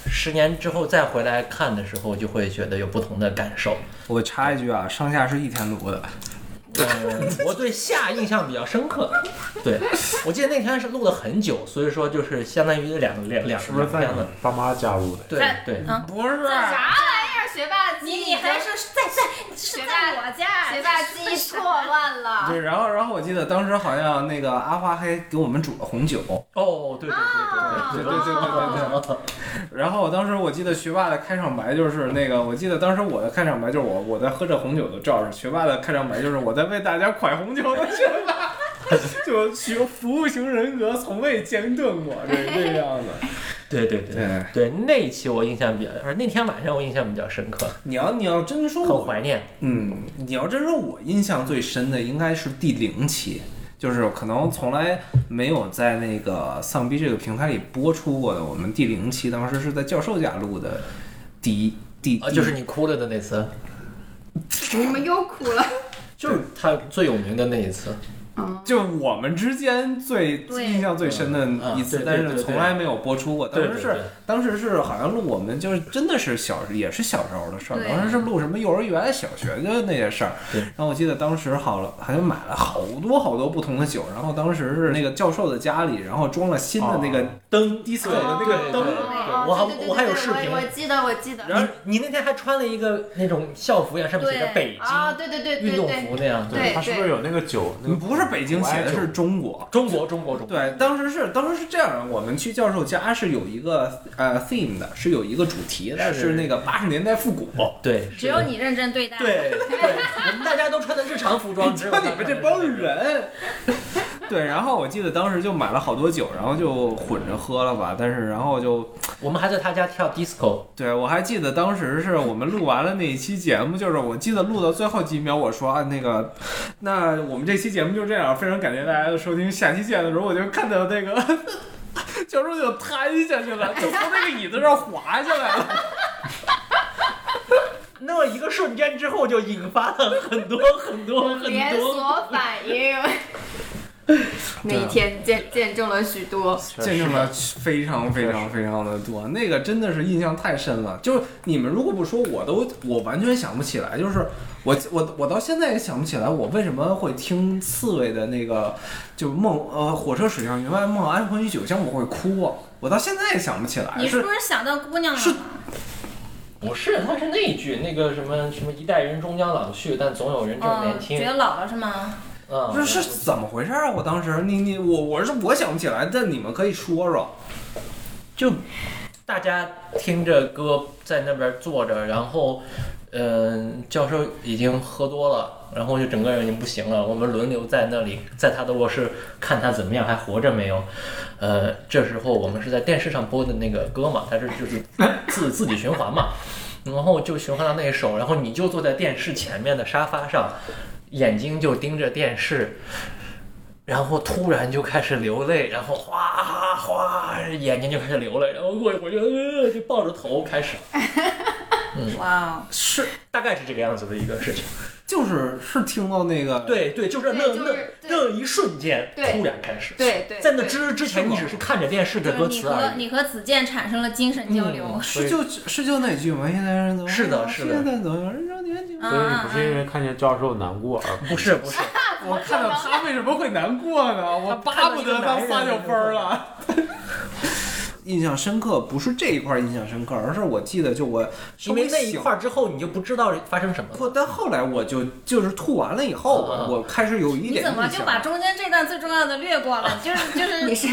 Speaker 2: 十年之后再回来看的时候，就会觉得有不同的感受。
Speaker 6: 我插一句啊，上下是一天录的，
Speaker 2: 呃，我对夏印象比较深 <laughs> 刻，对我记得那天是录了很久，所以说就是相当于两两两
Speaker 4: 是不是在
Speaker 2: 两天
Speaker 4: 你
Speaker 2: 了，
Speaker 4: 爸妈加入的？
Speaker 2: 对对。
Speaker 6: <laughs> 不是
Speaker 8: 啥玩意儿？学霸记
Speaker 5: 你
Speaker 8: 忆，
Speaker 5: 你还是在在是
Speaker 8: 学
Speaker 5: 在
Speaker 8: 霸
Speaker 5: 我家，
Speaker 8: 学霸记忆错乱了。
Speaker 6: 对，然后然后我记得当时好像那个阿花还给我们煮了红酒，
Speaker 2: 哦，对对对
Speaker 6: 对
Speaker 2: 对对
Speaker 6: 对对对对对。然后我当时我记得学霸的开场白就是那个，我记得当时我的开场白就是我我在喝着红酒的赵氏，学霸的开场白就是我在为大家蒯红酒的学霸。 <laughs> 就学服务型人格从未间断过，这这个样子。
Speaker 2: 对对对
Speaker 6: 对
Speaker 2: 对对，那一期我印象比较，而那天晚上我印象比较深刻，
Speaker 6: 你要你要真说
Speaker 2: 很
Speaker 6: 我
Speaker 2: 怀念。
Speaker 6: 嗯，你要真说我印象最深的应该是第零期，就是可能从来没有在那个丧逼这个平台里播出过的。我们第零期当时是在教授家录的第一第，
Speaker 2: 啊，就是你哭了的那次，
Speaker 8: 你们又哭了，
Speaker 2: 就是他最有名的那一次。
Speaker 6: 就是我们之间最
Speaker 5: 对
Speaker 6: 印象最深的一次
Speaker 2: 嗯，
Speaker 6: 但
Speaker 2: 对对
Speaker 6: 是
Speaker 2: 对
Speaker 6: 从来没有播出过。当
Speaker 2: 对
Speaker 6: 时
Speaker 2: 对
Speaker 6: 是
Speaker 2: 对
Speaker 6: 当时是好像录我们就是真的是小也是小时候的事儿，
Speaker 5: 对
Speaker 6: 当时是录什么幼儿园、小学的那些事儿。
Speaker 2: 对
Speaker 6: 然后我记得当时好了，好像买了好多好多不同的酒，然后当时是那个教授的家里，然后装了新的那
Speaker 2: 啊
Speaker 6: 个灯 disco 的那个灯。
Speaker 2: 嗯我还
Speaker 8: 对对对对
Speaker 2: 我还有视频
Speaker 8: 我我记得我记得。
Speaker 2: 然后你那天还穿了一个那种校服一样，上面写着
Speaker 5: 对
Speaker 2: 北
Speaker 8: 啊，
Speaker 2: 京
Speaker 8: 对对对
Speaker 2: 运
Speaker 8: 对
Speaker 2: 动
Speaker 8: 对，
Speaker 2: 服那样。
Speaker 8: 对
Speaker 4: 他是不是有那个酒？那个
Speaker 6: 不是北京写的，是中国。
Speaker 2: 中国中国中国。
Speaker 6: 对，当时是当时是这样，我们去教授家是有一个呃 theme 的，是有一个主题的，
Speaker 2: 是
Speaker 6: 是那个八十年代复古。
Speaker 2: 对，
Speaker 5: 只有你认真对待。
Speaker 2: 对对，我们大家都穿的日常服装，
Speaker 6: <laughs>
Speaker 2: 只有
Speaker 6: 就你们这帮。人。对，然后我记得当时就买了好多酒，然后就混着喝了吧。但是然后就，
Speaker 2: 我们还在他家跳 disco，
Speaker 6: 对我还记得当时是我们录完了那一期节目，就是我记得录到最后几秒，我说啊那个，那我们这期节目就这样，非常感谢大家的收听，下期见的时候我就看到那个 <laughs> 教授就瘫下去了，就从那个椅子上滑下来了。
Speaker 2: 那一个瞬间之后就引发了很多很多很
Speaker 8: 连
Speaker 2: 多。
Speaker 8: 锁反
Speaker 6: <laughs>
Speaker 8: 应。那一天
Speaker 6: 啊
Speaker 8: 见见证了许多，
Speaker 6: 见证了非常非常非常的多，那个真的是印象太深了。就是你们如果不说，我都我完全想不起来。就是我我我到现在也想不起来，我为什么会听刺猬的那个就是梦呃火车驶向云外梦安魂与酒香，我会哭啊！我到现在也想不起来
Speaker 5: 你是
Speaker 6: 是
Speaker 5: 不是想到姑娘了？
Speaker 6: 是
Speaker 2: 不是，他是那一句那个什么什么一代人终将老去，但总有人正
Speaker 5: 哦
Speaker 2: 年，
Speaker 8: 嗯
Speaker 2: 轻
Speaker 5: 觉。得老了是吗？
Speaker 2: 嗯，
Speaker 6: 不是是怎么回事啊？我当时你你我我是我想不起来，但你们可以说说。
Speaker 2: 就大家听着歌在那边坐着，然后，嗯、教授已经喝多了，然后就整个人已经不行了。我们轮流在那里，在他的卧室看他怎么样，还活着没有。呃，这时候我们是在电视上播的那个歌嘛，它是就是自自己循环嘛，然后就循环到那一首，然后你就坐在电视前面的沙发上，眼睛就盯着电视，然后突然就开始流泪，然后哗哗，眼睛就开始流了，然后过一会儿就呃就抱着头开始，嗯，
Speaker 5: 哇哦，
Speaker 2: 是大概是这个样子的一个事情。
Speaker 6: 就是是听到那个，
Speaker 2: 对对，就是那
Speaker 8: 对就
Speaker 2: 那
Speaker 8: 是对
Speaker 2: 那一瞬间
Speaker 8: 对
Speaker 2: 突然开始。
Speaker 8: 对对，
Speaker 2: 在那之之前，你只是看着电视的歌
Speaker 5: 就是你
Speaker 2: 词
Speaker 5: 和
Speaker 2: 而已。
Speaker 5: 你和子健产生了精神交流。
Speaker 2: 嗯
Speaker 6: 是就是就那句吗？现在人怎么
Speaker 2: 是的是的
Speaker 6: 现在怎么人少年轻？
Speaker 5: 啊
Speaker 4: 所以你不是因
Speaker 5: 啊
Speaker 4: 为看见教授难过而
Speaker 2: 不是不是，
Speaker 6: 我看到他为什么会难过呢？我巴不得他撒九分儿了。 <laughs> 印象深刻不是这一块儿印象深刻，而是我记得就我稍
Speaker 2: 因
Speaker 6: 微
Speaker 2: 为那一
Speaker 6: 醒
Speaker 2: 块儿之后，你就不知道发生什么了。
Speaker 6: 不，但后来我就就是吐完了以后，
Speaker 2: 啊
Speaker 6: 我开始有一
Speaker 5: 你
Speaker 6: 点
Speaker 5: 怎么
Speaker 6: 印
Speaker 5: 就
Speaker 6: 象
Speaker 5: 把中间这段最重要的略过了？就是就是，
Speaker 8: 你是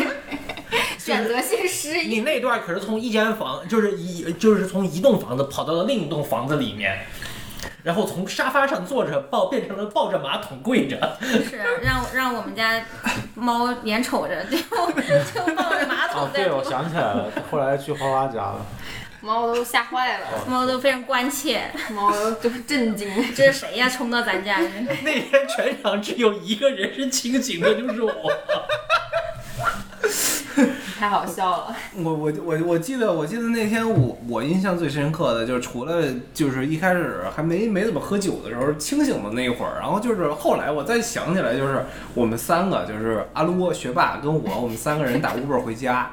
Speaker 8: 选择性失忆，
Speaker 2: 你那段可是从一间房，就是一就是从一栋房子跑到了另一栋房子里面，然后从沙发上坐着抱变成了抱着马桶跪着，
Speaker 5: 是啊让让我们家猫眼瞅着就就抱着
Speaker 2: 啊
Speaker 5: 马
Speaker 4: 哦
Speaker 5: 桶，在
Speaker 4: 对，我
Speaker 5: 吐，
Speaker 4: 想起来了，后来去花花家了，
Speaker 8: 猫都吓坏了，
Speaker 5: 猫都非常关切，
Speaker 8: 猫都就是震惊。
Speaker 5: 这是谁呀？冲到咱家来？
Speaker 2: <laughs> 那天全场只有一个人是清醒的，就是我。
Speaker 8: 太好笑
Speaker 6: <laughs>
Speaker 8: 了，
Speaker 6: 我我我我记得我记得那天我我印象最深刻的就是除了就是一开始还没没怎么喝酒的时候清醒的那会儿，然后就是后来我再想起来就是我们三个就是阿撸学霸跟我我们三个人打 Uber 回家，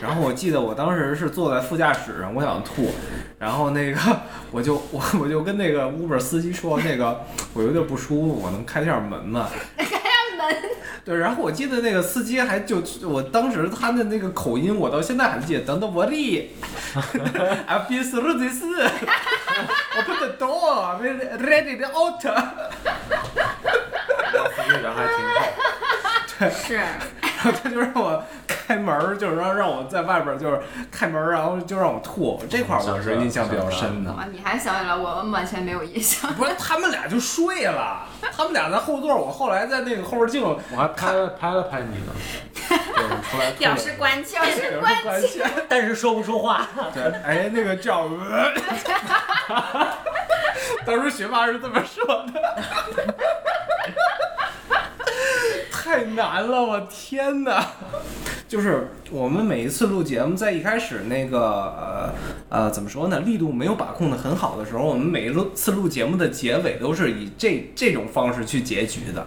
Speaker 6: 然后我记得我当时是坐在副驾驶上，我想吐，然后那个我就我我就跟那个 Uber 司机说那个我有点不舒服，我能开下门吗？对，然后我记得那个司机还就我当时他的那个口音，我到现在还记得。等等我的，I've been through this. <laughs> Open the door, we're ready to out. <laughs>
Speaker 4: 司机人还挺好，
Speaker 5: 是
Speaker 6: 然后他就让我开门儿，就是让让我在外边儿就是开门儿，然后就让我吐。这块儿我嗯是印象比较深的。
Speaker 8: 哇，啊你还想起来，我们完全没有印象。
Speaker 6: 不是，他们俩就睡了，他们俩在后座，我后来在那个后视镜
Speaker 4: 我还拍了拍了拍
Speaker 5: <laughs>
Speaker 4: 你呢，就是出来吐
Speaker 5: 表
Speaker 4: 了
Speaker 5: 示关切，
Speaker 6: 有人关心。
Speaker 2: 但是说不出话，
Speaker 6: <laughs> 对，哎，那个叫， <laughs> 当时学霸是这么说的，太难了，我天哪！ <laughs> 就是我们每一次录节目，在一开始那个呃呃怎么说呢，力度没有把控的很好的时候，我们每一次录节目的结尾都是以这这种方式去结局 <laughs> 的。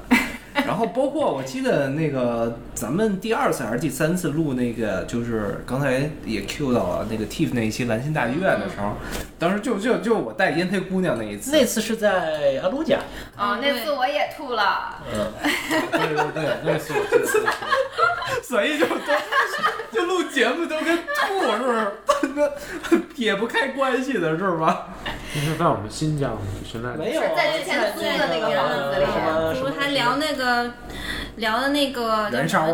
Speaker 6: 然后包括我记得那个咱们第二次还是第三次录那个，就是刚才也 Q 到了那个 Tiff 那一期《兰心大剧院》的时候，当时就就就我带烟台姑娘那一次，
Speaker 2: 那次是在阿鲁家，
Speaker 8: 啊、那次我也吐了，
Speaker 4: 对对对，那次我记得特别清楚。
Speaker 6: 所以就都就录节目都跟吐似的，撇不开关系的是吧？
Speaker 4: 那是在我们新疆现在
Speaker 2: 没有
Speaker 8: 是在之前租的那个房子里
Speaker 2: 呃什
Speaker 5: 我
Speaker 2: 么
Speaker 5: 们还聊那个聊的那个
Speaker 6: 燃烧，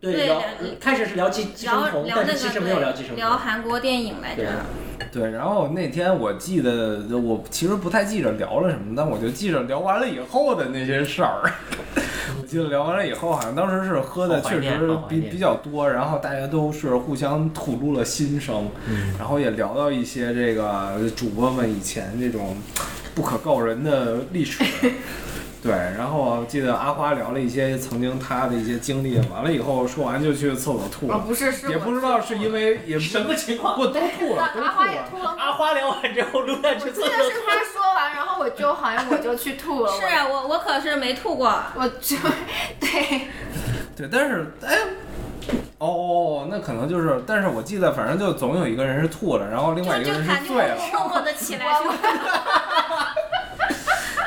Speaker 2: 对
Speaker 5: 对
Speaker 2: 聊
Speaker 5: 聊
Speaker 2: 开始是聊寄寄生
Speaker 5: 聊
Speaker 2: 虫，
Speaker 5: 聊
Speaker 2: 但
Speaker 5: 那
Speaker 2: 是
Speaker 5: 个
Speaker 2: 其实没有聊
Speaker 5: 对
Speaker 2: 寄生
Speaker 5: 聊
Speaker 2: 虫。
Speaker 5: 韩国电影来着
Speaker 2: 对。
Speaker 6: <laughs> 对，然后那天我记得我其实不太记着聊了什么，但我就记着聊完了以后的那些事儿。 <laughs> 我记得聊完了以后，好像当时是喝的
Speaker 2: 好
Speaker 6: 确
Speaker 2: 怀念
Speaker 6: 实
Speaker 2: 好怀
Speaker 6: 比
Speaker 2: 念
Speaker 6: 比较多，然后大家都是互相吐露了心声，然后也聊到一些这个主播们以前这种不可告人的历史。
Speaker 2: <laughs>
Speaker 6: 对，然后我记得阿花聊了一些曾经她的一些经历，完了以后说完就去厕所吐
Speaker 8: 啊、
Speaker 6: 了，
Speaker 8: 不是，是我
Speaker 6: 也不知道是因为也
Speaker 2: 什么情况？
Speaker 6: 我都吐了，都
Speaker 8: 阿
Speaker 6: 吐
Speaker 8: 花也
Speaker 6: 了。
Speaker 8: 吐了。 <laughs>
Speaker 2: 阿花聊完之后，露娜
Speaker 8: 我
Speaker 2: 去
Speaker 8: 记
Speaker 2: 厕
Speaker 8: 得是
Speaker 2: 所
Speaker 8: 他
Speaker 2: <laughs>
Speaker 8: 说完，然后我就好像我就去吐了。
Speaker 5: 是啊，我我可是没吐过，
Speaker 8: 我，我就对，
Speaker 6: 对，但是哎，哦，那可能就是，但是我记得，反正就总有一个人是吐了，然后另
Speaker 5: 就
Speaker 6: 外一个
Speaker 5: 就
Speaker 6: 人
Speaker 5: 他
Speaker 6: 是
Speaker 5: 就
Speaker 6: 醉了。
Speaker 5: 默默的起来说，
Speaker 2: <laughs>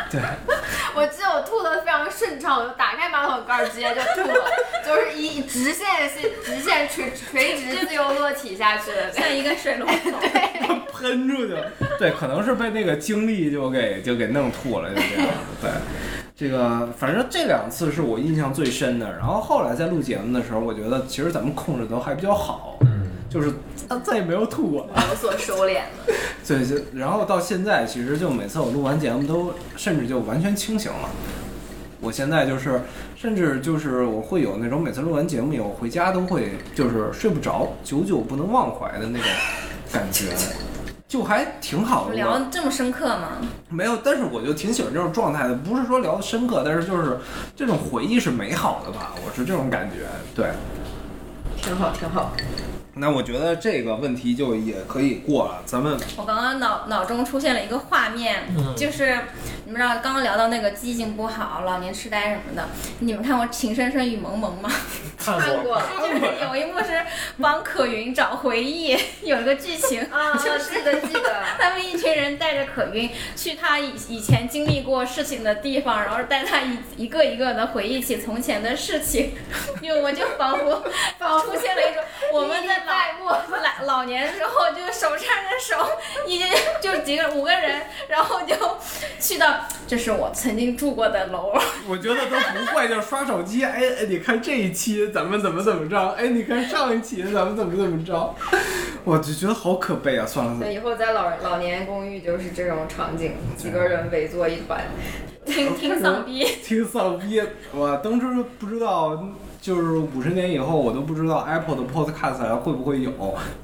Speaker 6: 对，
Speaker 8: 我记得我吐的非常顺畅，我就打开马桶盖儿直接就吐了，就是一直线性直线垂垂直自由落体下去的。
Speaker 5: 像一个水龙头。
Speaker 6: 喷出去了。对，可能是被那个经历就给就给弄吐了，就这样。对，这个反正这两次是我印象最深的。然后后来在录节目的时候，我觉得其实咱们控制得都还比较好，就是
Speaker 5: 呃
Speaker 6: 再再也没有吐过了。
Speaker 8: 有所收敛了，
Speaker 6: 对，就然后到现在，其实就每次我录完节目都甚至就完全清醒了。我现在就是，甚至就是我会有那种每次录完节目以后回家都会就是睡不着，久久不能忘怀的那种感觉，就还挺好
Speaker 5: 我
Speaker 6: 的。
Speaker 5: 聊这么深刻吗？
Speaker 6: 没有，但是我就挺喜欢这种状态的，不是说聊得深刻，但是就是这种回忆是美好的吧，我是这种感觉。对，
Speaker 8: 挺好，挺好。
Speaker 6: 那我觉得这个问题就也可以过了，咱们
Speaker 5: 我刚刚脑脑中出现了一个画面，
Speaker 2: 嗯
Speaker 5: 就是你们知道刚刚聊到那个记性不好、老年痴呆什么的，你们看过《情深深雨蒙蒙》吗？ <laughs>
Speaker 2: 看
Speaker 8: 看
Speaker 2: 过，
Speaker 8: 过
Speaker 5: 就是有一幕是帮可云找回忆，有一个剧情，
Speaker 8: <laughs> 啊，记得记得。
Speaker 5: 他们一群人带着可云去他以以前经历过事情的地方，然后带他一一个一个的回忆起从前的事 <laughs> 情，因为我就仿 <laughs> 佛仿佛出现了一种我们在老老老年之后就手搀着手，已经就几个五个人，然后就去到这是我曾经住过的楼，
Speaker 6: 我觉得都不会，就是刷手机。哎哎，你看这一期咱们怎么怎么着？哎，你看上一期咱们怎么怎么着？我就觉得好可悲啊！算了，
Speaker 8: 那以后在老老年公寓就是这种场景，几个人围坐一团，
Speaker 5: <laughs> 听听丧逼，
Speaker 6: 挺丧逼。我当时不知道，就是五十年以后，我都不知道 Apple 的 Podcast 会不会有，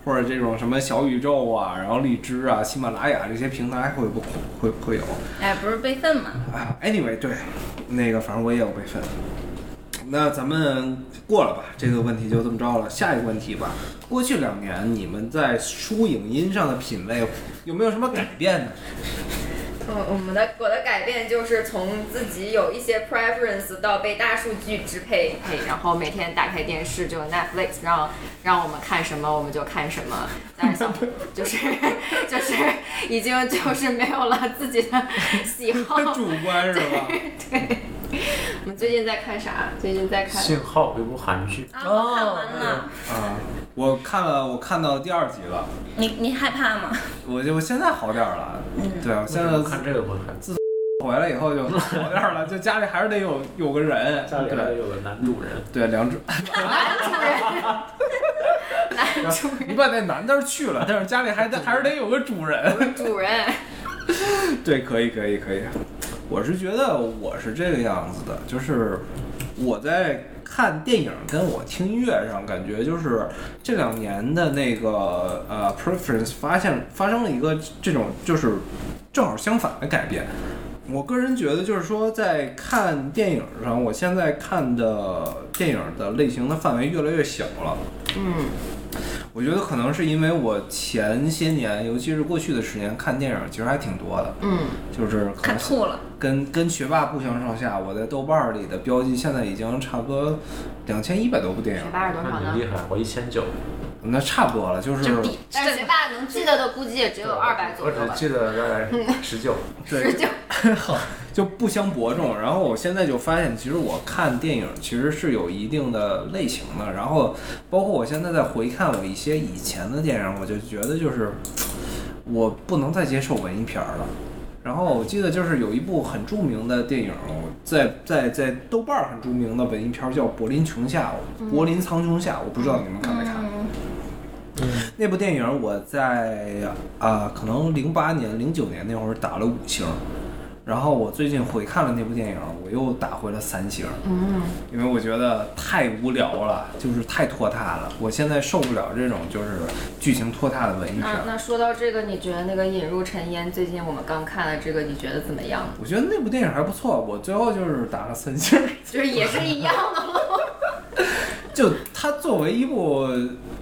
Speaker 6: 或者这种什么小宇宙啊，然后荔枝啊、喜马拉雅这些平台会不会不会有？
Speaker 5: 哎，不是备份嘛，
Speaker 6: 啊，anyway，对，那个反正我也有备份。那咱们过了吧，这个问题就这么着了。下一个问题吧，过去两年你们在书影音上的品味有没有什么改变呢？
Speaker 8: 嗯，我们的我的改变就是从自己有一些 preference 到被大数据支配，嘿然后每天打开电视就 Netflix 让让我们看什么我们就看什么，但是想就是 <laughs> 就是已经就是没有了自己的喜 <laughs> 好。
Speaker 6: 很主观是吧？
Speaker 8: 我们最近在看啥？最近在看
Speaker 10: 信号有部韩剧，
Speaker 5: 啊，我看完了，
Speaker 6: 啊，我看了，我看到第二集了，
Speaker 5: 你你害怕吗？
Speaker 6: 我就我现在好点儿了。对，啊我现在
Speaker 10: 看这个不看，
Speaker 6: 回来以后就好点儿了，就家里还是得有有个人。
Speaker 10: 家里还
Speaker 6: 对
Speaker 10: 有个男主人，
Speaker 6: 对，梁主，
Speaker 8: 男主
Speaker 6: 你把那男的去了，但是家里还得还是得有个主人。
Speaker 8: 主人，
Speaker 6: <laughs> 对，可以，可以，可以。我是觉得我是这个样子的，就是我在看电影跟我听音乐上，感觉就是这两年的那个呃 preference 发现发生了一个这种就是正好相反的改变。我个人觉得，就是说，在看电影上，我现在看的电影的类型的范围越来越小了。
Speaker 8: 嗯，
Speaker 6: 我觉得可能是因为我前些年，尤其是过去的十年，看电影其实还挺多的。
Speaker 8: 嗯，
Speaker 6: 就是可
Speaker 5: 看
Speaker 6: 能
Speaker 5: 吐了。
Speaker 6: 跟跟学霸不相上下。我在豆瓣儿里的标记现在已经差不多两千一百多部电影
Speaker 8: 学，霸是多少
Speaker 10: 那你
Speaker 8: 呢？
Speaker 10: 厉害，我一千九，
Speaker 6: 那差不多了。就是
Speaker 8: 但是学霸能记得的估计也只有二百左
Speaker 10: 我
Speaker 8: 右吧
Speaker 10: 只。记得大概十九，
Speaker 6: 对，就就不相伯仲。然后我现在就发现，其实我看电影其实是有一定的类型的。然后包括我现在在回看我一些以前的电影，我就觉得就是我不能再接受文艺片儿了。然后我记得就是有一部很著名的电影，我在在在豆瓣儿很著名的文艺片儿叫《柏林穹下》，柏林苍穹下，我不知道你们看没看。那部电影我在啊、可能零八年、零九年那会儿打了五星，然后我最近回看了那部电影，我又打回了三星。
Speaker 8: 嗯，
Speaker 6: 因为我觉得太无聊了，就是太拖沓了。我现在受不了这种就是剧情拖沓的文艺片儿。
Speaker 8: 嗯那那说到这个，你觉得那个《引入尘烟》最近我们刚看了这个，你觉得怎么样？
Speaker 6: 我觉得那部电影还不错，我最后就是打了三星儿。 <laughs>
Speaker 8: 就是也是一样的喽。
Speaker 6: 就它作为一部，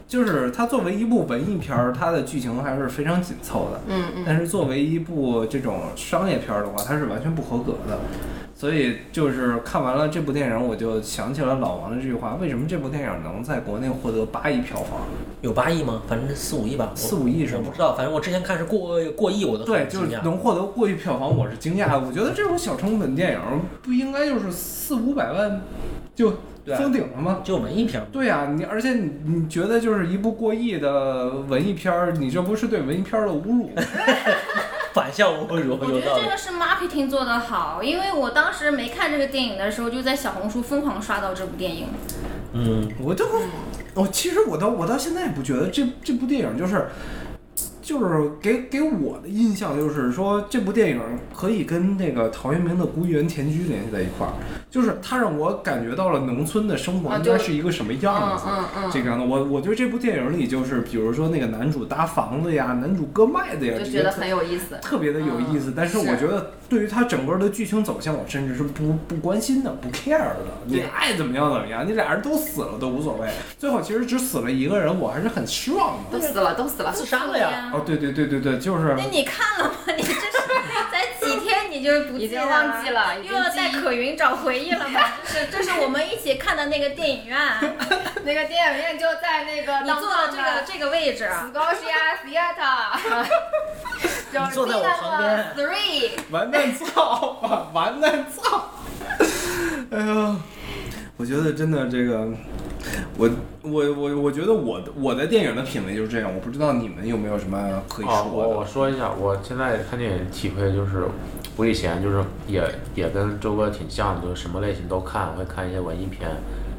Speaker 6: 就是它作为一部文艺片儿，它的剧情还是非常紧凑的。
Speaker 8: 嗯嗯，
Speaker 6: 但是作为一部这种商业片儿的话，它是完全不合格的。所以就是看完了这部电影，我就想起了老王的这句话：为什么这部电影能在国内获得八亿票房？
Speaker 2: 有八亿吗？反正四五亿吧，我
Speaker 6: 四五亿是
Speaker 2: 我
Speaker 6: 吗
Speaker 2: 不知道，反正我之前看是过过亿，我都
Speaker 6: 对，
Speaker 2: 很
Speaker 6: 就是
Speaker 2: 嗯惊讶
Speaker 6: 能获得过亿票房，我是惊讶的。我觉得这种小成本电影不应该就是四五百万就
Speaker 2: 对
Speaker 6: 封顶了吗？
Speaker 2: 就文艺片嘛，
Speaker 6: 对呀、你而且你你觉得就是一部过亿的文艺片儿，你这不是对文艺片儿的侮辱吗？
Speaker 2: 反向侮辱
Speaker 5: 我
Speaker 2: <laughs> 有
Speaker 5: 觉
Speaker 2: 道
Speaker 5: 得
Speaker 2: 理
Speaker 5: 这。个是 marketing 做得好，因为我当时没看这个电影的时候，就在小红书疯狂刷到这部电影。
Speaker 2: 嗯，
Speaker 6: <laughs> 我都，我其实我到我到现在也不觉得这这部电影就是，就是给给我的印象就是说这部电影可以跟那个陶渊明的《孤园田居》联系在一块儿，就是它让我感觉到了农村的生活
Speaker 8: 啊
Speaker 6: 应
Speaker 8: 就
Speaker 6: 该是一个什么样子。
Speaker 8: 嗯嗯嗯
Speaker 6: 这个样子，我我对这部电影里就是，比如说那个男主搭房子呀，男主割麦子呀，
Speaker 8: 就
Speaker 6: 这
Speaker 8: 觉
Speaker 6: 些
Speaker 8: 得
Speaker 6: 特
Speaker 8: 很有意思。
Speaker 6: 特别的有意思。但是我
Speaker 8: 是
Speaker 6: 觉得对于它整个的剧情走向，我甚至是不不关心的，不 care 的。你爱怎么样怎么样，你俩人都死了都无所谓。最后其实只死了一个人，我还是很失望的。
Speaker 8: 都死了，都死了，
Speaker 2: 自杀了呀。
Speaker 6: 哦，对对对对对，就是
Speaker 5: 那 <laughs> 你看了吗？你这是在几天你就不
Speaker 8: 已
Speaker 5: 记
Speaker 8: 经
Speaker 5: 得
Speaker 8: 忘记
Speaker 5: 了。
Speaker 8: 了，
Speaker 5: <laughs>
Speaker 8: 已
Speaker 5: 又
Speaker 8: 经
Speaker 5: 要
Speaker 8: 记
Speaker 5: 带可云找回忆了 <laughs> 吗？这这是我们一起看的那个电影院，啊 <laughs>
Speaker 8: 那个电影院就在那个
Speaker 5: 你坐了这个这个位置，啊
Speaker 8: s c o t i a <laughs> Theater，
Speaker 2: 你坐在我旁边
Speaker 8: Three，
Speaker 6: 完蛋操吧，完蛋操！哎呦，我觉得真的这个，我我我我觉得我我的电影的品味就是这样，我不知道你们有没有什么可以
Speaker 10: 哦，我
Speaker 6: 说
Speaker 10: 我
Speaker 6: 的。
Speaker 10: 说一下，我现在看电影体会就是，我以前就是也也跟周哥挺像的，就是什么类型都看，我会看一些文艺片。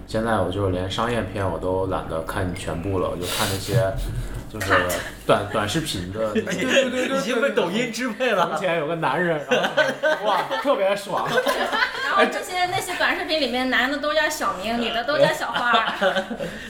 Speaker 10: 现在我就是连商业片我都懒得看全部了，我就看那些 <laughs> 就是短短视频 <laughs> 的。
Speaker 6: 对对对对
Speaker 2: 已经被抖音支配
Speaker 10: 从
Speaker 2: 了。
Speaker 10: 前有个男人，然后哇，特别 <laughs> 爽。
Speaker 5: 然后这些那些短视频里面男的都叫小明，女的都叫小花，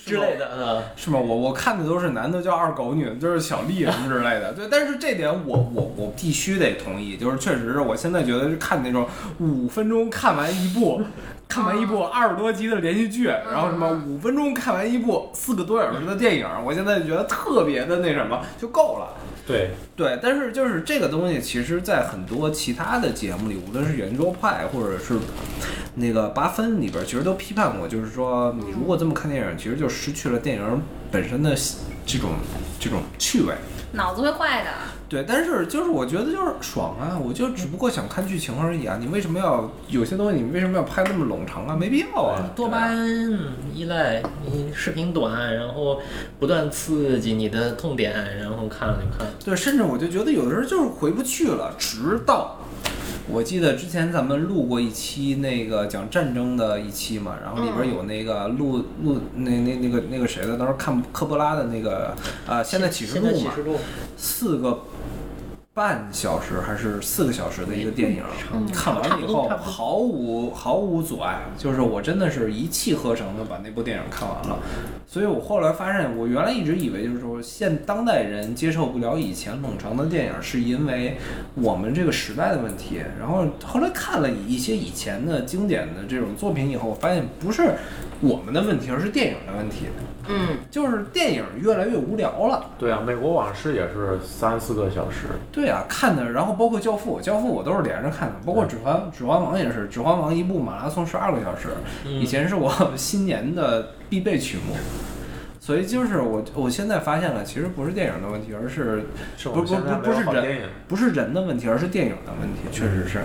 Speaker 2: 之类的，嗯，
Speaker 6: 是吗？我我看的都是男的叫二狗，女的就是小丽什么之类的。对，但是这点我我我必须得同意，就是确实是我现在觉得是看那种五分钟看完一部，看完一部二十多集的连续剧，然后什么五分钟看完一部四个多小时的电影，我现在觉得特别的那什么就够了。
Speaker 10: 对，
Speaker 6: 对，但是就是这个东西，其实，在很多其他的节目里，无论是圆桌派或者是那个八分里边，其实都批判过，就是说，你如果这么看电影，其实就失去了电影本身的这种这种趣味。
Speaker 5: <laughs> 脑子会坏的。
Speaker 6: 对，但是就是我觉得就是爽啊，我就只不过想看剧情而已啊，你为什么要有些东西，你为什么要拍那么冗长啊？没必要啊。
Speaker 2: 多巴胺依赖，你视频短，然后不断刺激你的痛点，然后看了就看。
Speaker 6: 对，甚至我就觉得有的时候就是回不去了，直到。我记得之前咱们录过一期那个讲战争的一期嘛，然后里
Speaker 2: 嗯
Speaker 6: 边有那个录录那那那个那个谁的，当时看科波拉的那个呃《现在启示录
Speaker 2: 现在》
Speaker 6: 嘛
Speaker 2: 启，示录，
Speaker 6: 四个半小时还是四个小时的一个电影，看完了以后毫无毫无阻碍，就是我真的是一气呵成的把那部电影看完了。所以我后来发现，我原来一直以为就是说现当代人接受不了以前冷场的电影，是因为我们这个时代的问题。然后后来看了一些以前的经典的这种作品以后，我发现不是我们的问题，而是电影的问题。
Speaker 8: 嗯，
Speaker 6: 就是电影越来越无聊了。
Speaker 10: 对啊，美国往事也是三四个小时。
Speaker 6: 对啊，看的，然后包括《教父》，《教父》我都是连着看的，包括指环《指环王》也是，《指环王》一部马拉松十二个小时，以前是我 <laughs> 新年的必备曲目。所以就是我，我现在发现了，其实不是电影的问题，而是
Speaker 10: 是我
Speaker 6: 不
Speaker 10: 们现
Speaker 6: 不
Speaker 10: 在
Speaker 6: 不
Speaker 10: 没
Speaker 6: 不
Speaker 10: 有
Speaker 6: 是
Speaker 10: 好电
Speaker 6: 人
Speaker 10: 影，
Speaker 6: 不是人的问题，而是电影的问题，确实是。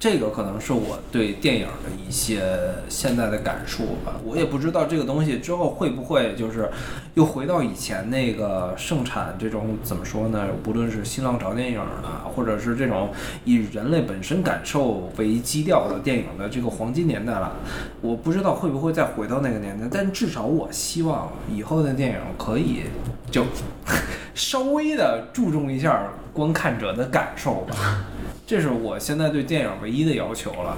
Speaker 6: 这个可能是我对电影的一些现在的感触吧。我也不知道这个东西之后会不会就是又回到以前那个盛产这种怎么说呢？无论是新浪潮电影啊，或者是这种以人类本身感受为基调的电影的这个黄金年代了。我不知道会不会再回到那个年代，但至少我希望以后的电影可以就 <laughs> 稍微的注重一下观看者的感受 <laughs> 吧。这是我现在对电影唯一的要求了。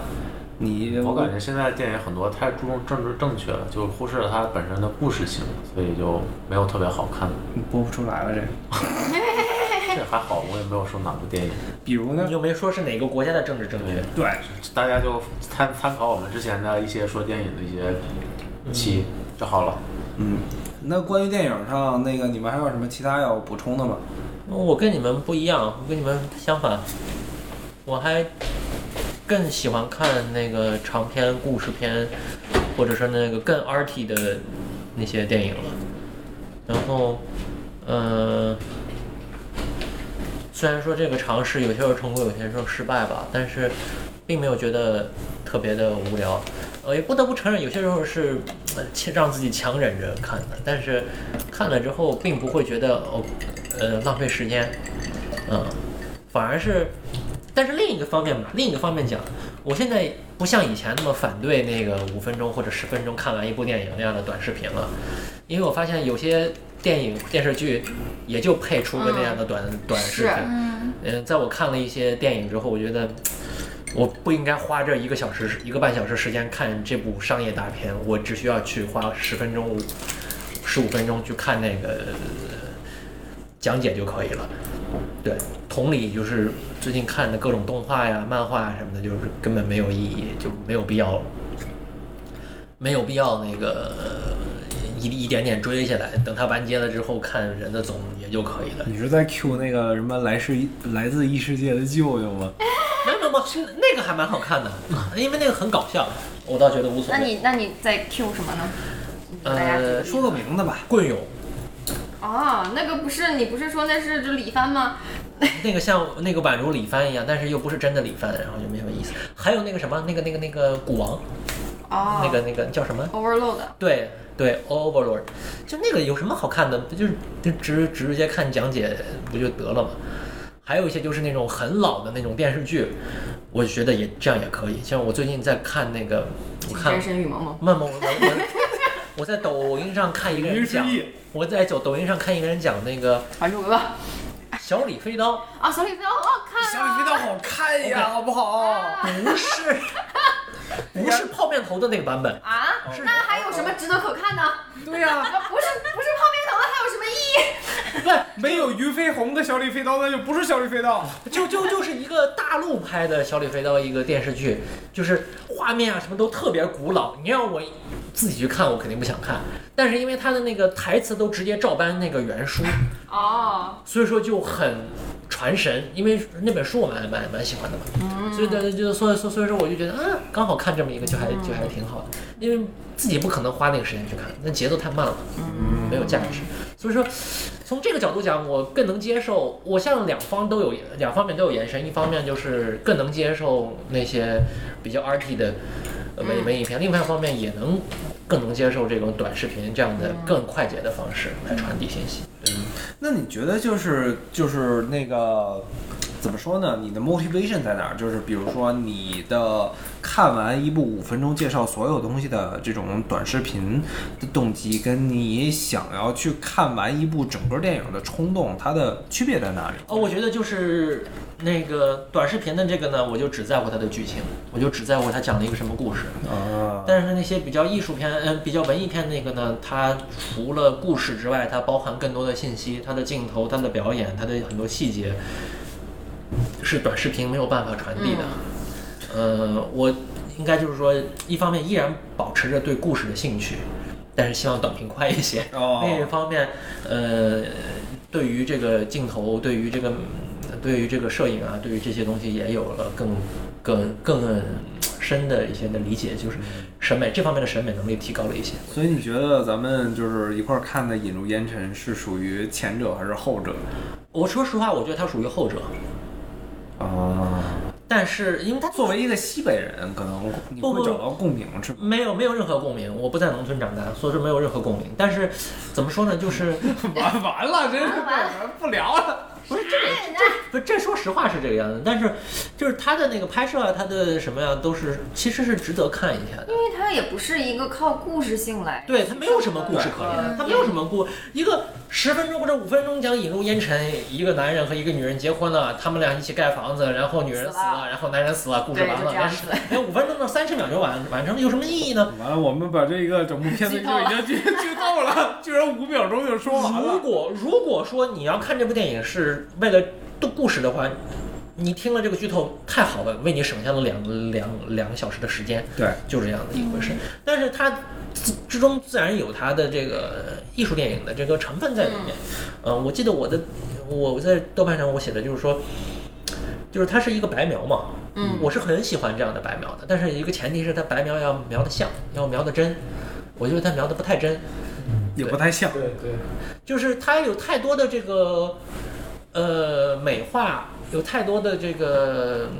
Speaker 6: 你
Speaker 10: 我感觉现在电影很多太注重政治正确了，就忽视了它本身的故事性，所以就没有特别好看的。
Speaker 6: 播不出来了，这
Speaker 10: 这还好，我也没有说哪部电影，
Speaker 6: 比如呢
Speaker 2: 你？又没说是哪个国家的政治正确。
Speaker 6: 对，
Speaker 10: 大家就参参考我们之前的一些说电影的一些期就好了。
Speaker 6: 嗯，那关于电影上那个，你们还有什么其他要补充的吗？
Speaker 2: 我跟你们不一样，我跟你们相反，我还更喜欢看那个长篇故事片，或者是那个更 arty 的那些电影了。然后，呃，虽然说这个尝试有些时候成功，有些时候失败吧，但是并没有觉得特别的无聊。呃，也不得不承认，有些时候是呃切让自己强忍着看的，但是看了之后并不会觉得哦，呃，浪费时间，嗯、反而是，但是另一个方面，另一个方面讲，我现在不像以前那么反对那个五分钟或者十分钟看完一部电影那样的短视频了，因为我发现有些电影电视剧也就配出个那样的短、短视频
Speaker 8: 是，
Speaker 5: 嗯，
Speaker 2: 嗯，在我看了一些电影之后，我觉得我不应该花这一个小时、一个半小时时间看这部商业大片，我只需要去花十分钟、十五分钟去看那个呃讲解就可以了。对，同理就是最近看的各种动画呀、漫画呀什么的，就是根本没有意义，就没有必要，没有必要那个呃一一点点追下来，等它完结了之后看人的总结就可以了。
Speaker 6: 你是在 Q 那个什么来世来自异世界的舅舅吗？
Speaker 2: 没有没有没有，那个还蛮好看的，因为那个很搞笑，我倒觉得无所
Speaker 8: 那
Speaker 2: 谓。
Speaker 8: 你那啊你在 Q 什么呢？大家举个
Speaker 2: 呃，
Speaker 8: 例
Speaker 6: 说个名字吧。
Speaker 2: 棍勇，
Speaker 8: 哦，那个不是你不是说那是就李帆吗？
Speaker 2: 那个像那个宛如李帆一样，但是又不是真的李帆，然后就没有意思。还有那个什么，那个那个那个古王，
Speaker 8: 哦，
Speaker 2: 那个那个叫什么？
Speaker 8: Overload
Speaker 2: 对对，Overlord，就那个有什么好看的？不就是就直直接看讲解不就得了吗？还有一些就是那种很老的那种电视剧，我觉得也这样也可以。像我最近在看那个，我看
Speaker 8: 真神与萌萌，
Speaker 2: 慢慢我我我在抖音上看一个人讲，我在抖抖音上看一个人讲那个
Speaker 8: 还是我吧。
Speaker 2: 小李飞刀，
Speaker 8: 啊，小李
Speaker 5: 哦
Speaker 8: 飞刀好好看
Speaker 6: 小李飞刀好看呀，好不好？
Speaker 2: 不是不是泡面头的那个版本，
Speaker 8: 啊！那还有什么值得可看的？
Speaker 6: 对呀、
Speaker 8: 不是不是泡面头的，还有什么意义？
Speaker 6: 没有俞飞鸿的小李飞刀，那就不是小李飞刀。
Speaker 2: 就就就是一个大陆拍的小李飞刀一个电视剧，就是画面啊什么都特别古老，你让我自己去看我肯定不想看，但是因为他的那个台词都直接照搬那个原书，
Speaker 8: 哦，
Speaker 2: 所以说就很传神，因为那本书我蛮蛮蛮喜欢的嘛，所以大家就所以所以说我就觉得啊，刚好看这么一个就还就还挺好的，因为自己不可能花那个时间去看，那节奏太慢了，没有价值。所以说，从这个角度讲，我更能接受。我像两方都有两方面都有延伸，一方面就是更能接受那些比较 RT 的呃文文艺片，另外一方面也能更能接受这种短视频这样的更快捷的方式来传递信息。
Speaker 6: 那你觉得就是就是那个怎么说呢？你的 motivation 在哪儿？就是比如说你的看完一部五分钟介绍所有东西的这种短视频的动机，跟你想要去看完一部整个电影的冲动，它的区别在哪里？
Speaker 2: 哦，我觉得就是那个短视频的这个呢，我就只在乎它的剧情，我就只在乎它讲了一个什么故事。
Speaker 6: 啊，
Speaker 2: 但是那些比较艺术片，嗯、比较文艺片那个呢，它除了故事之外，它包含更多的信息，它的镜头、它的表演、它的很多细节，是短视频没有办法传递的。呃，我应该就是说，一方面依然保持着对故事的兴趣，但是希望短平快一些。
Speaker 6: 哦
Speaker 2: <laughs> 另一方面，呃，对于这个镜头，对于这个，对于这个摄影啊，对于这些东西也有了更更更深的一些的理解，就是审美这方面的审美能力提高了一些。
Speaker 6: 所以你觉得咱们就是一块儿看的《引入烟尘》是属于前者还是后者？
Speaker 2: 我说实话，我觉得它属于后者，
Speaker 6: 啊，
Speaker 2: 但是因为它
Speaker 6: 作为一个西北人，可能你
Speaker 2: 不
Speaker 6: 会
Speaker 2: 不
Speaker 6: 找到共鸣，是吗？
Speaker 2: 没有没有任何共鸣，我不在农村长大，所以说没有任何共鸣。但是怎么说呢，就是。
Speaker 6: 完 <laughs> 完了，真是不聊了。
Speaker 2: 不是，这说实话是这个样子，但是就是他的那个拍摄啊，他的什么呀，都是其实是值得看一下的。
Speaker 8: 因为它也不是一个靠故事性来，
Speaker 2: 对他没有什么故事可言，他没有什么故，一个十分钟或者五分钟讲引入烟尘，一个男人和一个女人结婚了，他们俩一起盖房子，然后女人死
Speaker 8: 死了
Speaker 2: 了，然后男人死了，故事
Speaker 8: 对
Speaker 2: 完
Speaker 8: 就
Speaker 2: 了
Speaker 8: 这样，子
Speaker 2: 连五分钟的三十秒就完完成了，有什么意义呢？
Speaker 6: 完了，我们把这个整部片子就已经剧 <laughs> 剧透了，居然五秒钟就说完
Speaker 2: 如
Speaker 6: 了。
Speaker 2: 果如果说你要看这部电影是为了故事的话，你听了这个剧透太好了，为你省下了两两两个小时的时间。
Speaker 6: 对，
Speaker 2: 就是这样的一回事。但是它之之中自然有它的这个艺术电影的这个成分在里面。嗯、呃，我记得我的我在豆瓣上我写的就是说，就是它是一个白描嘛。嗯，我是很喜欢这样的白描的，但是有一个前提是它白描要描的像，要描的真。我觉得它描的不太真，
Speaker 6: 也不太像。
Speaker 10: 对对，
Speaker 2: 就是它有太多的这个呃美化，有太多的这个嗯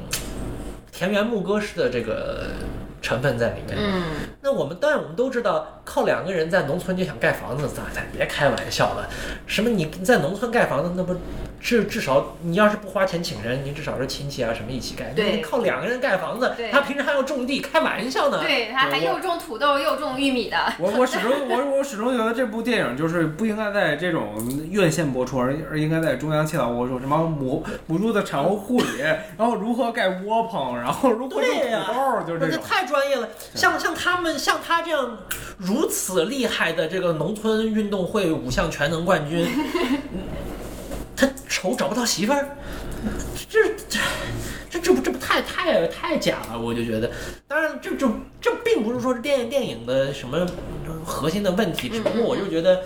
Speaker 2: 田园牧歌式的这个成分在里面。
Speaker 8: 嗯，
Speaker 2: 那我们当然我们都知道，靠两个人在农村就想盖房子，咱咱别开玩笑了。什么你在农村盖房子，那不至至少你要是不花钱请人，你至少是亲戚啊什么一起盖。
Speaker 8: 对
Speaker 2: 你靠两个人盖房子
Speaker 8: 对，
Speaker 2: 他平时还要种地，开玩笑呢。
Speaker 8: 对，它还又种土豆又种玉米的，
Speaker 6: 我我始终我我始终觉得这部电影就是不应该在这种院线播出，而而应该在中央七岛播出。什么母母猪的产后护理，然后如何盖窝棚，然后如何种
Speaker 2: 对呀
Speaker 6: 土豆，就是
Speaker 2: 不
Speaker 6: 这
Speaker 2: 是
Speaker 6: 种。
Speaker 2: 太专业了，像像他们像他这样如此厉害的这个农村运动会五项全能冠军，嗯他愁找不到媳妇儿，这这这这不这不太太太假了，我就觉得。当然这，这这并不是说是电电影的什么核心的问题，只不过我就觉得。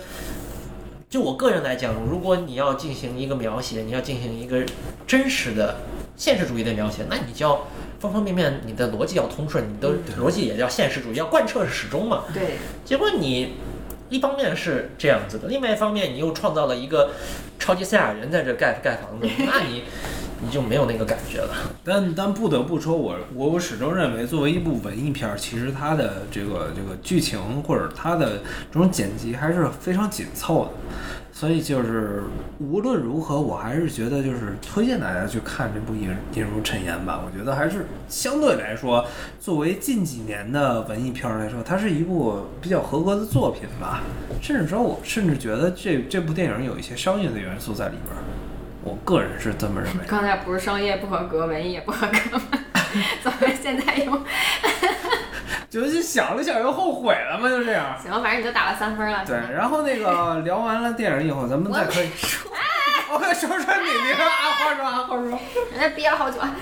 Speaker 2: 就我个人来讲，如果你要进行一个描写，你要进行一个真实的现实主义的描写，那你就要方方面面，你的逻辑要通顺，你
Speaker 6: 嗯
Speaker 2: 的逻辑也要现实主义，要贯彻始终嘛。
Speaker 8: 对，
Speaker 2: 结果你一方面是这样子的，另外一方面你又创造了一个超级赛亚人在这盖盖房
Speaker 6: <laughs>
Speaker 2: 子，那你你就没有那个感觉了。 <laughs>
Speaker 6: 但但不得不说，我我我始终认为，作为一部文艺片儿，其实它的这个这个剧情或者它的这种剪辑还是非常紧凑的。所以就是无论如何，我还是觉得就是推荐大家去看这部《引引入尘烟》吧。我觉得还是相对来说，作为近几年的文艺片儿来说，它是一部比较合格的作品吧。甚至说，我甚至觉得这这部电影有一些商业的元素在里边儿。我个人是这么认为。
Speaker 8: 刚才不是商业不合格，文艺也不合格 <laughs> 吗？怎么现在又
Speaker 6: 就是想了想又后悔了嘛，就这样。
Speaker 8: 行，反正你都打了三分了。
Speaker 6: 对，然后那个聊完了电影以后，咱们再可以。 <laughs> 我快说说你那个啊，话说啊，话说。
Speaker 8: 人家憋了好久。啊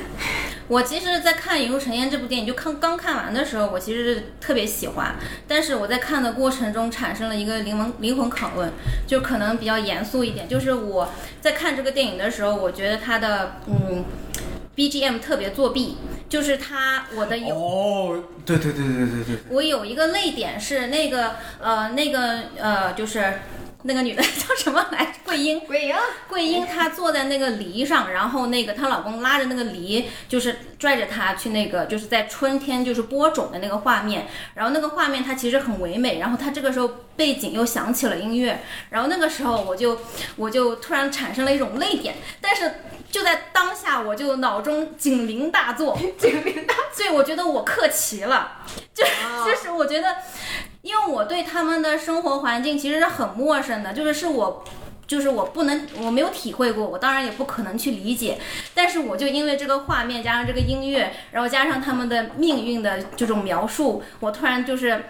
Speaker 5: 我其实，在看《引入尘烟》这部电影，就看刚看完的时候，我其实是特别喜欢。但是我在看的过程中，产生了一个灵魂灵魂拷问，就可能比较严肃一点。就是我在看这个电影的时候，我觉得它的嗯 BGM 特别作弊，就是它我的有、
Speaker 6: 哦，对对对对对对。
Speaker 5: 我有一个泪点是那个呃那个呃就是。那个女的 <laughs> 叫什么来？桂英，
Speaker 8: 鬼影，
Speaker 5: <laughs> 桂英她坐在那个梨上，然后那个她老公拉着那个梨，就是拽着她去那个，就是在春天就是播种的那个画面。然后那个画面它其实很唯美，然后她这个时候背景又响起了音乐，然后那个时候我就我就突然产生了一种泪点，但是就在当下我就脑中警铃大作，
Speaker 8: 警铃铛。
Speaker 5: 所以我觉得我克齐了，就是、
Speaker 8: 哦
Speaker 5: 就是我觉得，因为我对他们的生活环境其实是很陌生的，就是是我。就是我不能，我没有体会过，我当然也不可能去理解，但是我就因为这个画面，加上这个音乐，然后加上他们的命运的这种描述，我突然就是，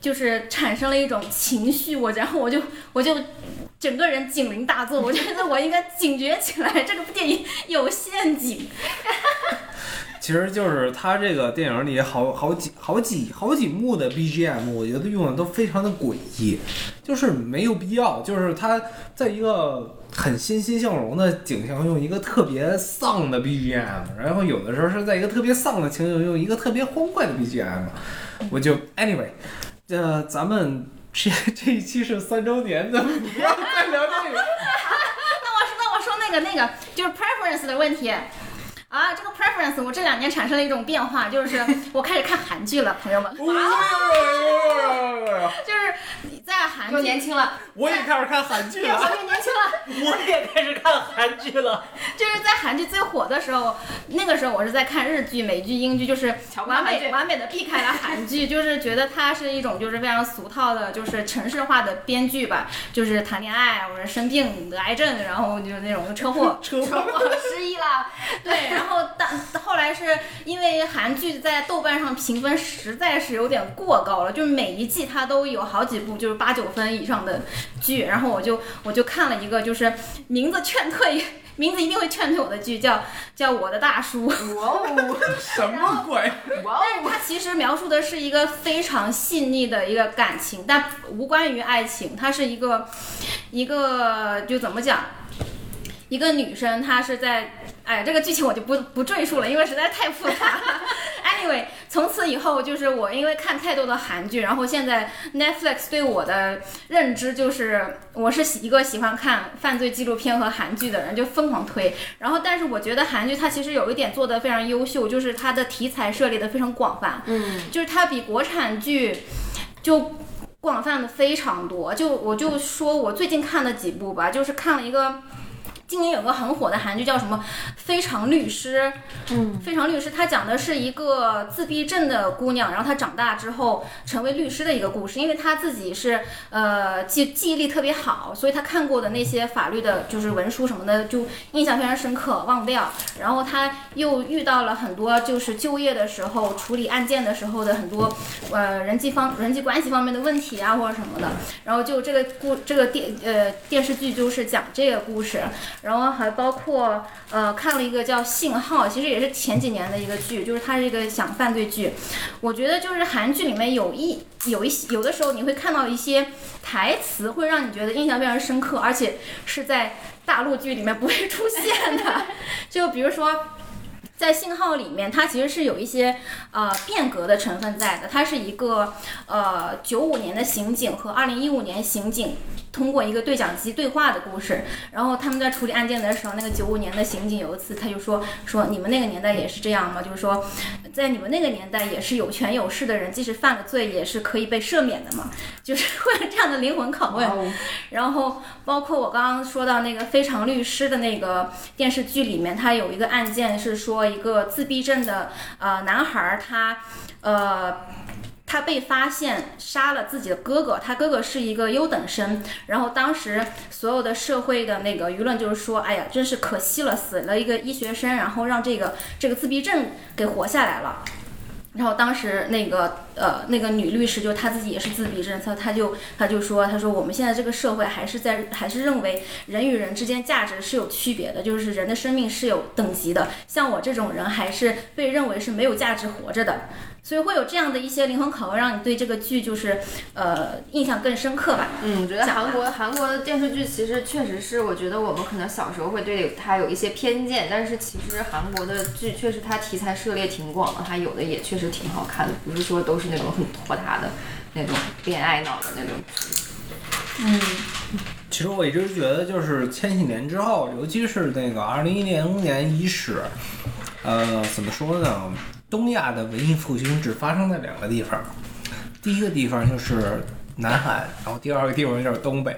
Speaker 5: 就是产生了一种情绪，我然后我就我就整个人警铃大作，我觉得我应该警觉起来，这个电影有陷阱。 <laughs>
Speaker 6: 其实就是他这个电影里好好几好几好几幕的 BGM，我觉得用的都非常的诡异，就是没有必要，就是他在一个很欣欣向荣的景象用一个特别丧的 BGM，然后有的时候是在一个特别丧的情景用一个特别欢快的 BGM，我就 anyway，呃，咱们这这一期是三周年的，不要再聊这个。
Speaker 5: 那我说，那我说那个那个就是 preference 的问题。啊，这个 preference 我这两年产生了一种变化，就是我开始看韩剧了，朋友们，就是你在韩
Speaker 8: 又
Speaker 5: 剧
Speaker 8: 年轻了，
Speaker 6: 我也开始看韩剧
Speaker 8: 越
Speaker 6: 了。
Speaker 8: 活越年轻了。
Speaker 2: 我也开始看韩剧了，
Speaker 5: 就是在韩剧最火的时候，那个时候我是在看日剧、美剧、英剧，就是
Speaker 8: 瞧不上
Speaker 5: 完
Speaker 8: 韩剧
Speaker 5: 美完美的避开了韩剧，就是觉得它是一种就是非常俗套的，就是城市化的编剧吧，就是谈恋爱或者生病、得癌症，然后就是那种车祸，
Speaker 6: 车祸
Speaker 8: 我失忆了，
Speaker 5: 对，然后但后来是因为韩剧在豆瓣上评分实在是有点过高了，就是每一季它都有好几部就是八九分以上的剧，然后我就我就看了一个就是名字劝退，名字一定会劝退我的剧，叫叫我的大叔。
Speaker 8: 哇哦，
Speaker 6: 什么鬼？
Speaker 8: 哇
Speaker 5: 但是
Speaker 8: 哦，
Speaker 5: 它其实描述的是一个非常细腻的一个感情，但无关于爱情，它是一个一个就怎么讲，一个女生她是在。哎，这个剧情我就不不赘述了，因为实在太复杂 <laughs> 了。Anyway，从此以后就是我因为看太多的韩剧，然后现在 Netflix 对我的认知就是我是喜一个喜欢看犯罪纪录片和韩剧的人，就疯狂推。然后，但是我觉得韩剧它其实有一点做得非常优秀，就是它的题材涉猎的非常广泛，
Speaker 8: 嗯，
Speaker 5: 就是它比国产剧就广泛的非常多。就我就说我最近看的几部吧，就是看了一个。今年有个很火的韩剧叫什么《非常律师》，嗯，《非常律师》它讲的是一个自闭症的姑娘，然后她长大之后成为律师的一个故事。因为她自己是呃记记忆力特别好，所以她看过的那些法律的，就是文书什么的，就印象非常深刻，忘不掉。然后她又遇到了很多就是就业的时候、处理案件的时候的很多呃人际方人际关系方面的问题啊或者什么的。然后就这个故这个电呃电视剧就是讲这个故事，然后还包括呃看了一个叫《信号》，其实也是前几年的一个剧，就是它是一个想犯罪剧。我觉得就是韩剧里面有一有一些有的时候你会看到一些台词，会让你觉得印象非常深刻，而且是在大陆剧里面不会出现的。就比如说。在信号里面，它其实是有一些呃变革的成分在的。它是一个呃九五年的刑警和二零一五年刑警通过一个对讲机对话的故事。然后他们在处理案件的时候，那个九五年的刑警有一次他就说说你们那个年代也是这样吗？就是说，在你们那个年代也是有权有势的人，即使犯了罪也是可以被赦免的嘛。就是会有这样的灵魂
Speaker 8: 哦
Speaker 5: 拷问。然后包括我刚刚说到那个《非常律师》的那个电视剧里面，它有一个案件是说一个自闭症的呃男孩儿，他呃。他被发现杀了自己的哥哥，他哥哥是一个优等生。然后当时所有的社会的那个舆论就是说，哎呀，真是可惜了，死了一个医学生，然后让这个这个自闭症给活下来了。然后当时那个呃那个女律师就她自己也是自闭症，她她就她就说她说我们现在这个社会还是在还是认为人与人之间价值是有区别的，就是人的生命是有等级的，像我这种人还是被认为是没有价值活着的，所以会有这样的一些灵魂拷问，让你对这个剧就是呃印象更深刻吧。
Speaker 8: 嗯，我觉得
Speaker 5: 讲
Speaker 8: 韩
Speaker 5: 吧
Speaker 8: 国韩国的电视剧其实确实是，我觉得我们可能小时候会对它有一些偏见，但是其实韩国的剧确实它题材涉猎挺广的，它有的也确实挺好看的，不是说都是那种很拖沓的那种恋爱脑的那种剧。
Speaker 5: 嗯，
Speaker 6: 其实我一直觉得，就是千禧年之后，尤其是那个二零一零年伊始，呃，怎么说呢？东亚的文艺复兴只发生在两个地方，第一个地方就是南海，然后第二个地方就是东北。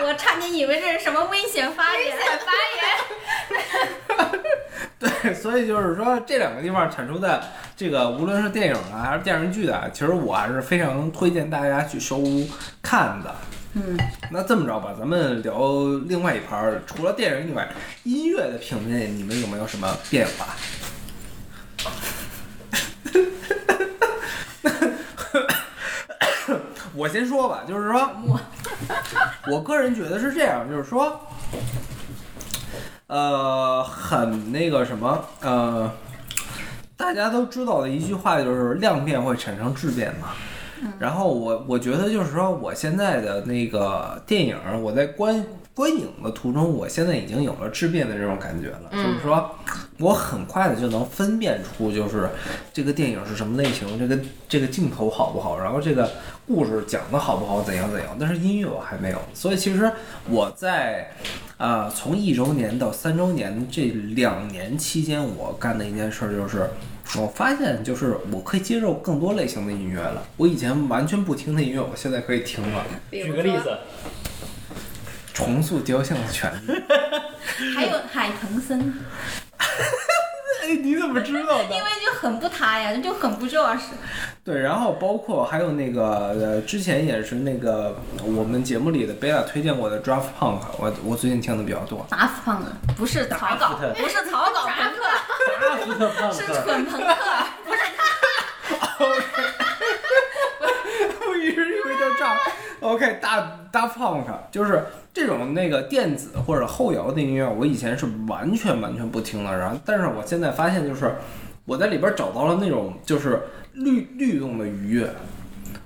Speaker 5: 我差点以为这是什么危险发言。
Speaker 8: 发言，
Speaker 6: <laughs> 对，所以就是说这两个地方产出的这个，无论是电影啊还是电视剧啊，其实我还是非常推荐大家去收看的。
Speaker 5: 嗯，
Speaker 6: 那这么着吧，咱们聊另外一盘儿，除了电影以外，音乐的品味你们有没有什么变化？ <laughs> 我先说吧，就是说，我个人觉得是这样，就是说，呃，很那个什么，呃，大家都知道的一句话就是量变会产生质变嘛。然后我我觉得就是说，我现在的那个电影，我在观观影的途中，我现在已经有了质变的这种感觉了，就是说，我很快的就能分辨出，就是这个电影是什么类型，这个这个镜头好不好，然后这个故事讲的好不好，怎样怎样。但是音乐我还没有，所以其实我在啊、呃从一周年到三周年这两年期间，我干的一件事儿就是。我发现，就是我可以接受更多类型的音乐了。我以前完全不听的音乐，我现在可以听了。 <laughs>
Speaker 9: 举个例子，
Speaker 6: 重塑雕像的权 <laughs> 利。
Speaker 5: 还有海腾森，因
Speaker 6: 哎，你怎么知道的？
Speaker 5: 为就很不搭呀，就很不 Josh。
Speaker 6: 对，然后包括还有那个呃，之前也是那个我们节目里的贝拉推荐过的 Draft Punk，我我最近听的比较多。
Speaker 5: 达夫胖子不是草稿，不是草稿朋克，
Speaker 9: 阿福特胖
Speaker 5: 是
Speaker 9: 子，
Speaker 5: 蠢朋克。
Speaker 6: 我一直以为叫炸。OK，大大 punk 就是这种那个电子或者后摇的音乐，我以前是完全完全不听的。然后，但是我现在发现，就是我在里边找到了那种就是律律动的愉悦。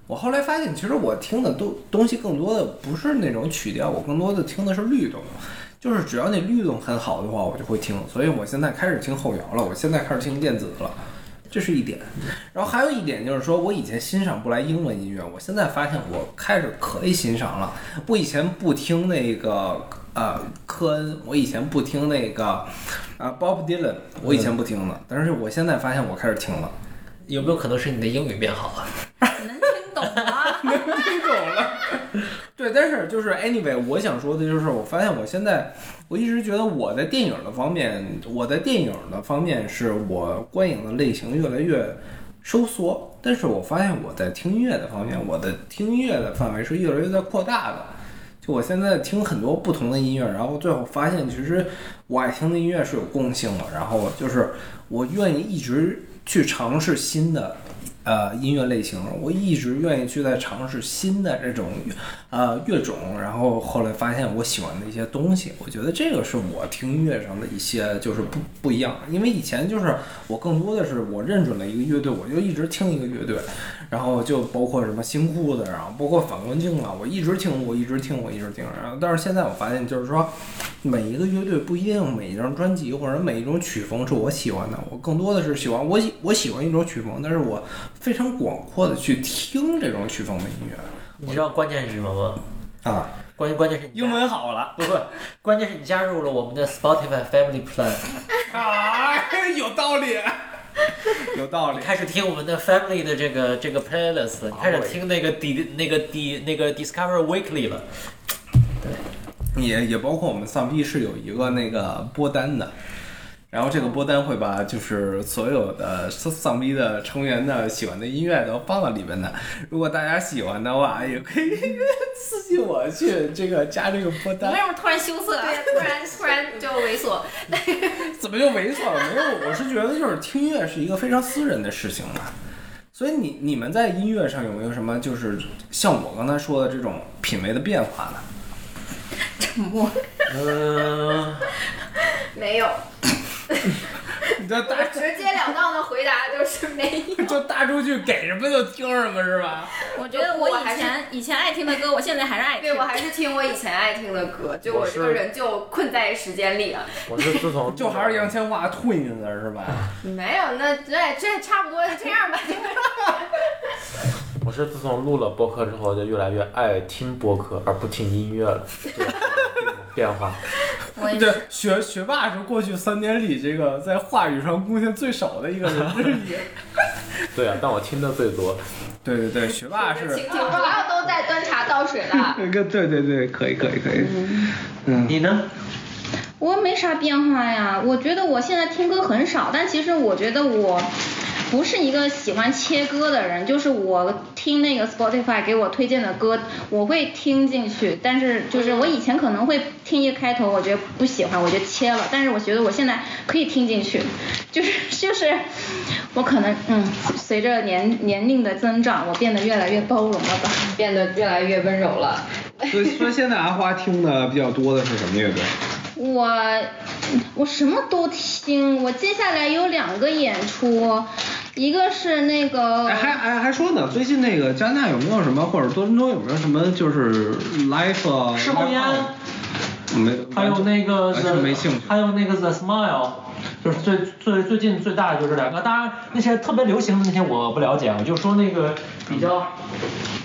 Speaker 6: 我后来发现，其实我听的都东西更多的不是那种曲调，我更多的听的是律动。就是只要你律动很好的话，我就会听。所以我现在开始听后摇了，我现在开始听电子了，这是一点。然后还有一点就是说，我以前欣赏不来英文音乐，我现在发现我开始可以欣赏了。我以前不听那个呃科恩，我以前不听那个啊、呃、Bob Dylan，我以前不听的，但是我现在发现我开始听了，
Speaker 9: 有没有可能是你的英语变好了？
Speaker 5: 能听懂 <laughs> 吗？
Speaker 6: 听懂了。 <laughs> 对，但是就是 anyway，我想说的就是，我发现我现在我一直觉得我在电影的方面，我在电影的方面是我观影的类型越来越收缩，但是我发现我在听音乐的方面，我的听音乐的范围是越来越在扩大的。就我现在听很多不同的音乐，然后最后发现其实我爱听的音乐是有共性的，然后就是我愿意一直去尝试新的呃音乐类型，我一直愿意去在尝试新的这种呃乐种，然后后来发现我喜欢的一些东西，我觉得这个是我听音乐上的一些就是不不一样，因为以前就是我更多的是我认准了一个乐队，我就一直听一个乐队，然后就包括什么新裤子，然后包括反光镜啊，我一直听，我一直听，我一直听，然后但是现在我发现就是说。每一个乐队不一定每一张专辑或者每一种曲风是我喜欢的，我更多的是喜欢我喜我喜欢一种曲风，但是我非常广阔的去听这种曲风的音乐
Speaker 2: 你知道关键是什么吗？
Speaker 6: 啊。
Speaker 2: 关键关键是你
Speaker 6: 英文好了，
Speaker 2: 不不，关键是你加入了我们的 Spotify Family Plan，
Speaker 6: 哎，有道理，有道理
Speaker 2: 你。开始听我们的 Family 的这个这个 playlist，你开
Speaker 4: 啊
Speaker 2: 始听那个 D 那个 D 那个 Discover Weekly 了。
Speaker 6: 也也包括我们丧逼是有一个那个播单的，然后这个播单会把就是所有的丧丧逼的成员的喜欢的音乐都放到里边的。如果大家喜欢的话，也可以私信我去这个加这个播
Speaker 5: 你
Speaker 6: 单
Speaker 5: 为。什么突然羞涩啊？
Speaker 8: 对，突然突然就猥琐，
Speaker 6: 怎么就猥琐了？没有，我是觉得就是听音乐是一个非常私人的事情嘛。所以你你们在音乐上有没有什么就是像我刚才说的这种品味的变化呢？
Speaker 2: 嗯、
Speaker 8: 没有，
Speaker 6: 你就大
Speaker 8: 直截了当的回答就是没有。 <laughs>
Speaker 6: 就大数据给什么就听什么是吧？
Speaker 5: 我觉得我以前以前爱听的歌，我现在还是爱听。
Speaker 8: 对，我还是听我以前爱听的歌，就我这个
Speaker 10: 我是
Speaker 8: 人就困在时间里了。
Speaker 10: 我是自从
Speaker 6: <laughs> 就还是杨千嬅吐你的是吧？
Speaker 8: 没有，那这这差不多就这样吧。
Speaker 10: <laughs> 我是自从录了播客之后，就越来越爱听播客而不听音乐了，这 <laughs> 个变化。
Speaker 5: 我也
Speaker 6: 对，学学霸是过去三年里这个在话语上贡献最少的一个人之一。
Speaker 10: 对啊，但我听的最多。
Speaker 6: 对对对，学霸是
Speaker 8: <laughs> 请请不要都在端茶倒水了。
Speaker 6: 那个对对对，可以可以可以。嗯，
Speaker 2: 你呢？
Speaker 3: 我没啥变化呀，我觉得我现在听歌很少，但其实我觉得我不是一个喜欢切歌的人，就是我听那个 Spotify 给我推荐的歌，我会听进去，但是就是我以前可能会听一开头，我觉得不喜欢，我就切了，但是我觉得我现在可以听进去，就是就是我可能嗯，随着年年龄的增长，我变得越来越包容了吧。
Speaker 7: 变得越来越温柔了。
Speaker 4: 所以所以现在阿花听的比较多的是什么乐队？
Speaker 3: 我我什么都听，我接下来有两个演出，一个是那个
Speaker 4: 哎，还哎还说呢，最近那个加拿大有没有什么，或者多伦多有没有什么就是 life 啊？
Speaker 2: 事后烟
Speaker 4: live house？没，
Speaker 2: 还有那个
Speaker 4: 完全
Speaker 2: The-
Speaker 4: 没兴趣。
Speaker 2: 还有那个 The Smile，就是最最最近最大的就是这两个。当然那些特别流行的那些我不了解，我就说那个比较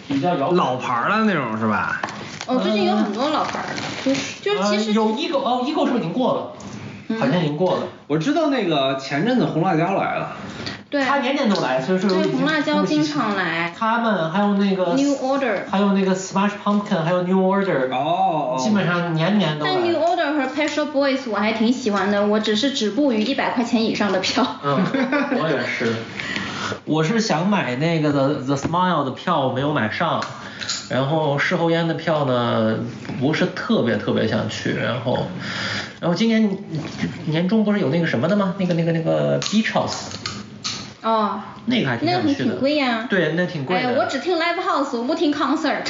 Speaker 2: 比较摇滚。
Speaker 4: 老牌儿的那种是吧？
Speaker 3: 哦，最近有很多老牌儿的，就是就是其
Speaker 2: 呃
Speaker 3: 实、嗯
Speaker 2: 有 Ego 哦，Ego 是不是已经过了？好像已经过了。
Speaker 4: 我知道那个前阵子红辣椒来了，
Speaker 3: 对，
Speaker 2: 他年年都来，所以说
Speaker 3: 对
Speaker 2: 已经
Speaker 3: 红辣椒
Speaker 2: 入戏
Speaker 3: 经常来
Speaker 2: 他们还有那个
Speaker 3: New Order
Speaker 2: 还有那个 Smash Pumpkin，还有 New Order，、
Speaker 4: 哦，
Speaker 2: 基本上年年都来。
Speaker 3: 但 New Order 和 p e s h a Boys 我还挺喜欢的，我只是止步于一百块钱以上的票。
Speaker 2: 嗯，我也是，我是想买那个 The The Smile 的票，没有买上。然后事后烟的票呢，不是特别特别想去。然后，然后今年年中不是有那个什么的吗？那个那个那个 Beach House，
Speaker 3: <laughs> 哦，
Speaker 2: <laughs> 那个还挺
Speaker 3: 那
Speaker 2: 想
Speaker 3: 很
Speaker 2: 去的。
Speaker 3: 挺贵呀、
Speaker 2: 对，那挺贵
Speaker 3: 哎
Speaker 2: 的。嗯
Speaker 3: 呀，我只听 live house，我不听 concert，、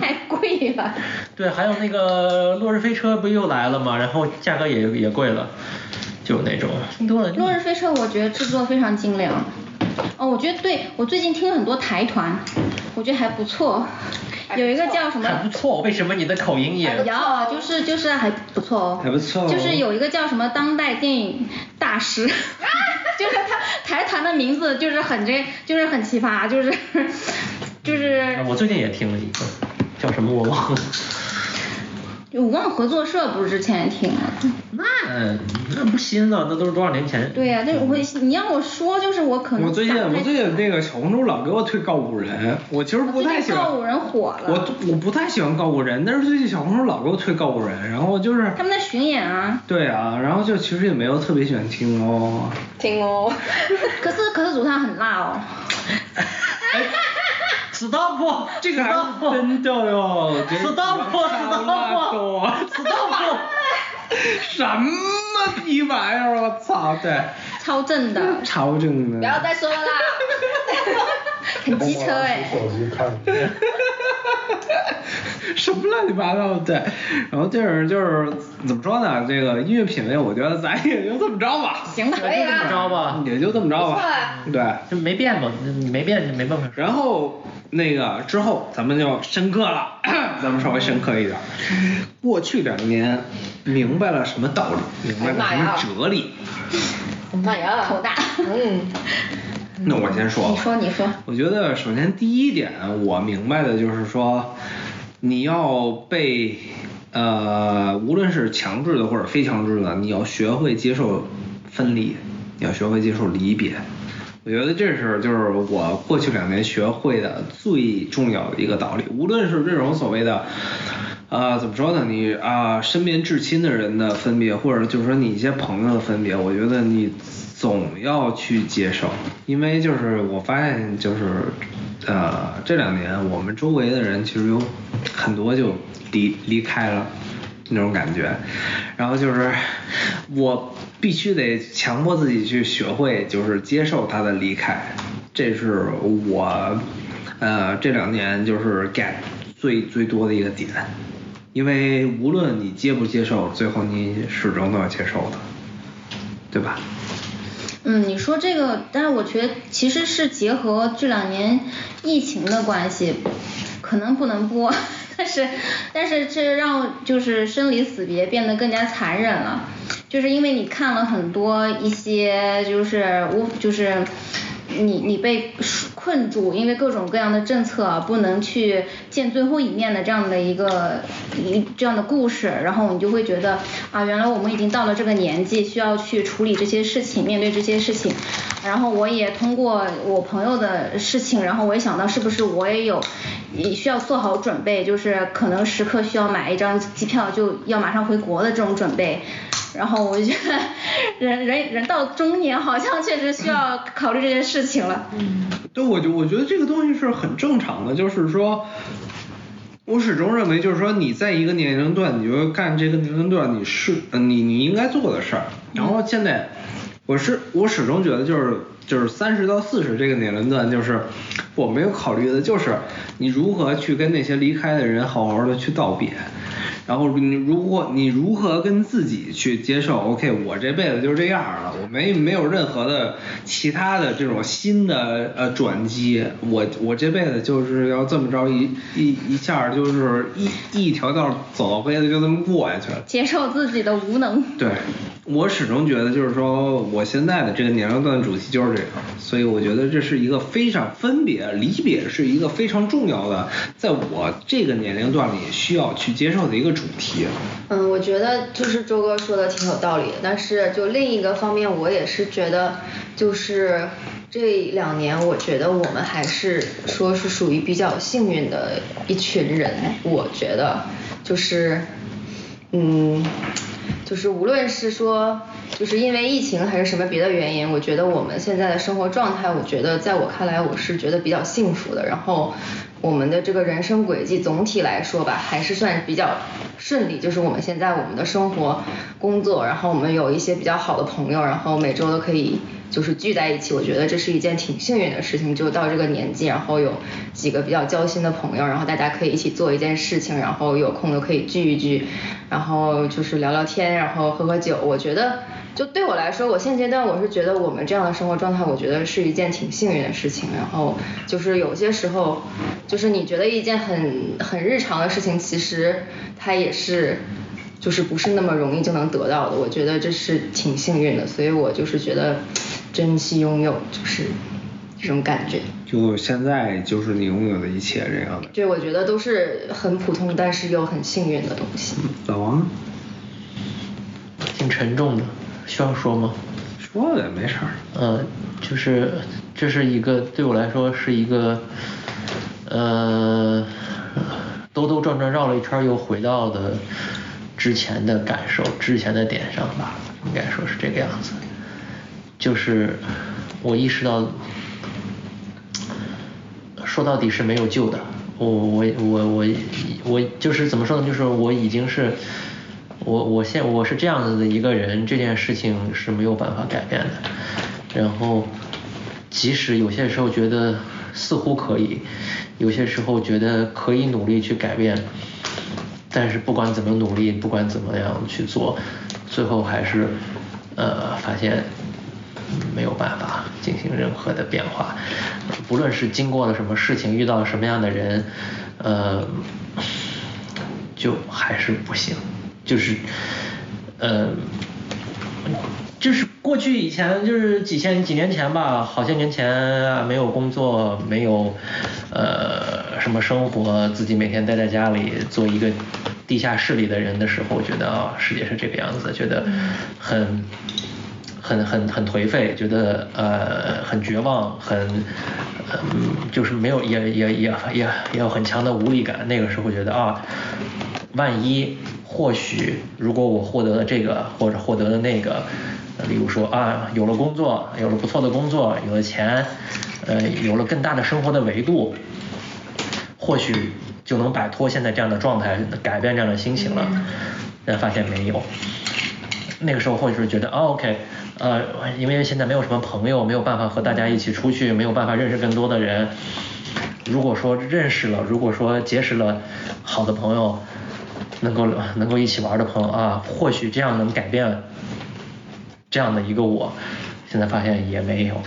Speaker 3: 太 <laughs> 贵了。
Speaker 2: 对，还有那个落日飞车不又来了吗？然后价格也也贵了，就那种听多了就
Speaker 3: 落日飞车，我觉得制作非常精良。哦，我觉得对我最近听了很多台团，我觉得还不错。有一个叫什
Speaker 2: 还
Speaker 3: 么
Speaker 2: 不？错。为什么你的口音也？
Speaker 3: 呀，就是就是还不错哦。
Speaker 4: 还不错哦
Speaker 3: 就是有一个叫什么当代电影大
Speaker 2: <laughs>
Speaker 3: 师，就是他台团的名字就是很这，就是很奇葩，就是就是
Speaker 2: 我最近也听了一个，叫什么我忘了。
Speaker 3: 我忘了合作社不是之前也听了。
Speaker 2: 那嗯那不新了，那都是多少年前？
Speaker 3: 对啊呀、但是我你让我说，就是我可能
Speaker 4: 我最近
Speaker 3: 打开
Speaker 4: 我最近那个小红书老给我推告五人，我其实不太喜欢
Speaker 3: 最近告五人火了
Speaker 4: 我我不太喜欢告五人，但是最近小红书老给我推告五人，然后就是
Speaker 3: 他们在巡演啊。
Speaker 4: 对啊，然后就其实也没有特别喜欢听哦。
Speaker 7: 听
Speaker 5: <laughs>
Speaker 7: 哦，
Speaker 3: 可是可是主唱很辣哦。
Speaker 2: Stop！
Speaker 4: 这个还是真的哟，这
Speaker 2: 死当过死当过
Speaker 4: 死当过，啊 <laughs> 什么逼玩意儿？我操！对，，
Speaker 3: 超正的
Speaker 4: 超正
Speaker 7: 不要
Speaker 4: 的。
Speaker 7: 再说了啦。
Speaker 5: 很机车哎、
Speaker 3: 手机看。
Speaker 1: 什么乱七八糟的，对，然后就是就是怎么说呢？这个音乐品味，我觉得咱也就这么着吧，
Speaker 5: 行吧，
Speaker 8: 哎
Speaker 2: 可以了，这么着吧，
Speaker 1: 也就这么着吧，对，
Speaker 2: 就没变嘛，你没变就没办法。
Speaker 1: 然后那个之后咱们就深刻了，咱们稍微深刻一点。过去两年明白了什么道理？明白了什么哲理？
Speaker 8: 妈呀，
Speaker 5: 口大，
Speaker 8: 嗯，
Speaker 1: 那我先说，
Speaker 5: 你说你说，
Speaker 1: 我觉得首先第一点，我明白的就是说，你要被呃，无论是强制的或者非强制的，你要学会接受分离，你要学会接受离别。我觉得这是就是我过去两年学会的最重要的一个道理，无论是这种所谓的。啊、怎么说呢？你啊、身边至亲的人的分别，或者就是说你一些朋友的分别，我觉得你总要去接受，因为就是我发现就是，呃，这两年我们周围的人其实有很多就离离开了那种感觉，然后就是我必须得强迫自己去学会，就是接受他的离开，这是我呃这两年就是 get 最最多的一个点。因为无论你接不接受，最后你始终都要接受的，对吧？
Speaker 5: 嗯，你说这个，但是我觉得其实是结合这两年疫情的关系，可能不能播， <laughs> 但是但是这让就是生离死别变得更加残忍了，就是因为你看了很多一些就是我就是。你你被困住，因为各种各样的政策不能去见最后一面的这样的一个一这样的故事，然后你就会觉得啊，原来我们已经到了这个年纪，需要去处理这些事情，面对这些事情。然后我也通过我朋友的事情，然后我也想到是不是我也有也需要做好准备，就是可能时刻需要买一张机票就要马上回国的这种准备。然后我就觉得人人人到中年好像确实需要考虑这件事情了。
Speaker 1: 对，我就我觉得这个东西是很正常的，就是说，我始终认为就是说你在一个年龄段，你就要干这个年龄段你是呃你你应该做的事儿。然后现在，我是我始终觉得就是就是三十到四十这个年龄段，就是我没有考虑的就是你如何去跟那些离开的人好好的去道别。然后你如果你如何跟自己去接受，OK，我这辈子就是这样了，我没没有任何的其他的这种新的呃转机，我我这辈子就是要这么着一一一下就是一一条道走到黑的就这么过下去了。
Speaker 5: 接受自己的无能。
Speaker 1: 对，我始终觉得就是说，我现在的这个年龄段的主题就是这个，所以我觉得这是一个非常分别离别是一个非常重要的，在我这个年龄段里需要去接受的一个主题。
Speaker 8: 嗯，我觉得就是周哥说的挺有道理的，但是就另一个方面，我也是觉得，就是这两年，我觉得我们还是说是属于比较幸运的一群人，我觉得就是，嗯，就是无论是说。就是因为疫情还是什么别的原因，我觉得我们现在的生活状态，我觉得在我看来，我是觉得比较幸福的。然后我们的这个人生轨迹总体来说吧，还是算比较顺利。就是我们现在我们的生活、工作，然后我们有一些比较好的朋友，然后每周都可以就是聚在一起，我觉得这是一件挺幸运的事情。就到这个年纪，然后有几个比较交心的朋友，然后大家可以一起做一件事情，然后有空都可以聚一聚，然后就是聊聊天，然后喝喝酒。我觉得就对我来说，我现阶段我是觉得我们这样的生活状态，我觉得是一件挺幸运的事情。然后就是有些时候，就是你觉得一件很很日常的事情，其实它也是就是不是那么容易就能得到的。我觉得这是挺幸运的，所以我就是觉得珍惜拥有，就是这种感觉。
Speaker 1: 就现在就是你拥有的一切这样的。
Speaker 8: 对，我觉得都是很普通，但是又很幸运的东西。
Speaker 1: 老王呢
Speaker 2: 挺沉重的，需要说吗？
Speaker 1: 说了没事儿。
Speaker 2: 呃，就是这是一个对我来说是一个，呃，兜兜转转绕了一圈儿又回到的之前的感受，之前的点上吧，应该说是这个样子。就是我意识到，说到底是没有救的。我我我我我就是怎么说呢？就是我已经是我我现我是这样子的一个人，这件事情是没有办法改变的。然后，即使有些时候觉得似乎可以，有些时候觉得可以努力去改变，但是不管怎么努力，不管怎么样去做，最后还是呃发现没有办法进行任何的变化，不论是经过了什么事情，遇到了什么样的人，呃，就还是不行，就是，呃，就是过去以前就是几千几年前吧，好些年前啊没有工作，没有呃什么生活，自己每天待在家里做一个地下室里的人的时候，觉得啊世界是这个样子，觉得很。很很很颓废，觉得呃很绝望，很嗯就是没有也也也也也有很强的无力感。那个时候觉得啊，万一或许如果我获得了这个或者获得了那个，呃比如说啊有了工作，有了不错的工作，有了钱，呃有了更大的生活的维度，或许就能摆脱现在这样的状态，改变这样的心情了。但发现没有，那个时候或许是觉得、哦、OK，呃，因为现在没有什么朋友，没有办法和大家一起出去，没有办法认识更多的人。如果说认识了，如果说结识了好的朋友，能够能够一起玩的朋友啊，或许这样能改变这样的一个我。现在发现也没有，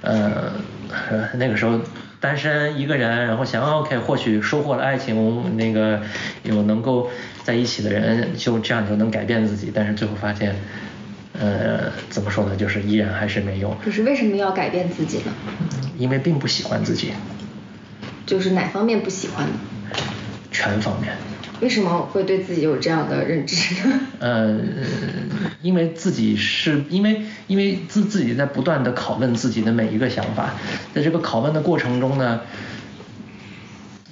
Speaker 2: 呃， <laughs> 呃那个时候单身一个人，然后想啊 OK，或许收获了爱情，那个有能够在一起的人，就这样就能改变自己，但是最后发现，呃，怎么说呢，就是依然还是没有，
Speaker 8: 就是为什么要改变自己呢？
Speaker 2: 因为并不喜欢自己，
Speaker 8: 就是哪方面不喜欢呢？
Speaker 2: 全方面。
Speaker 8: 为什么会对自己有这样的 <laughs> 认知呢？
Speaker 2: 呃，因为自己是因为因为自自己在不断的拷问自己的每一个想法，在这个拷问的过程中呢，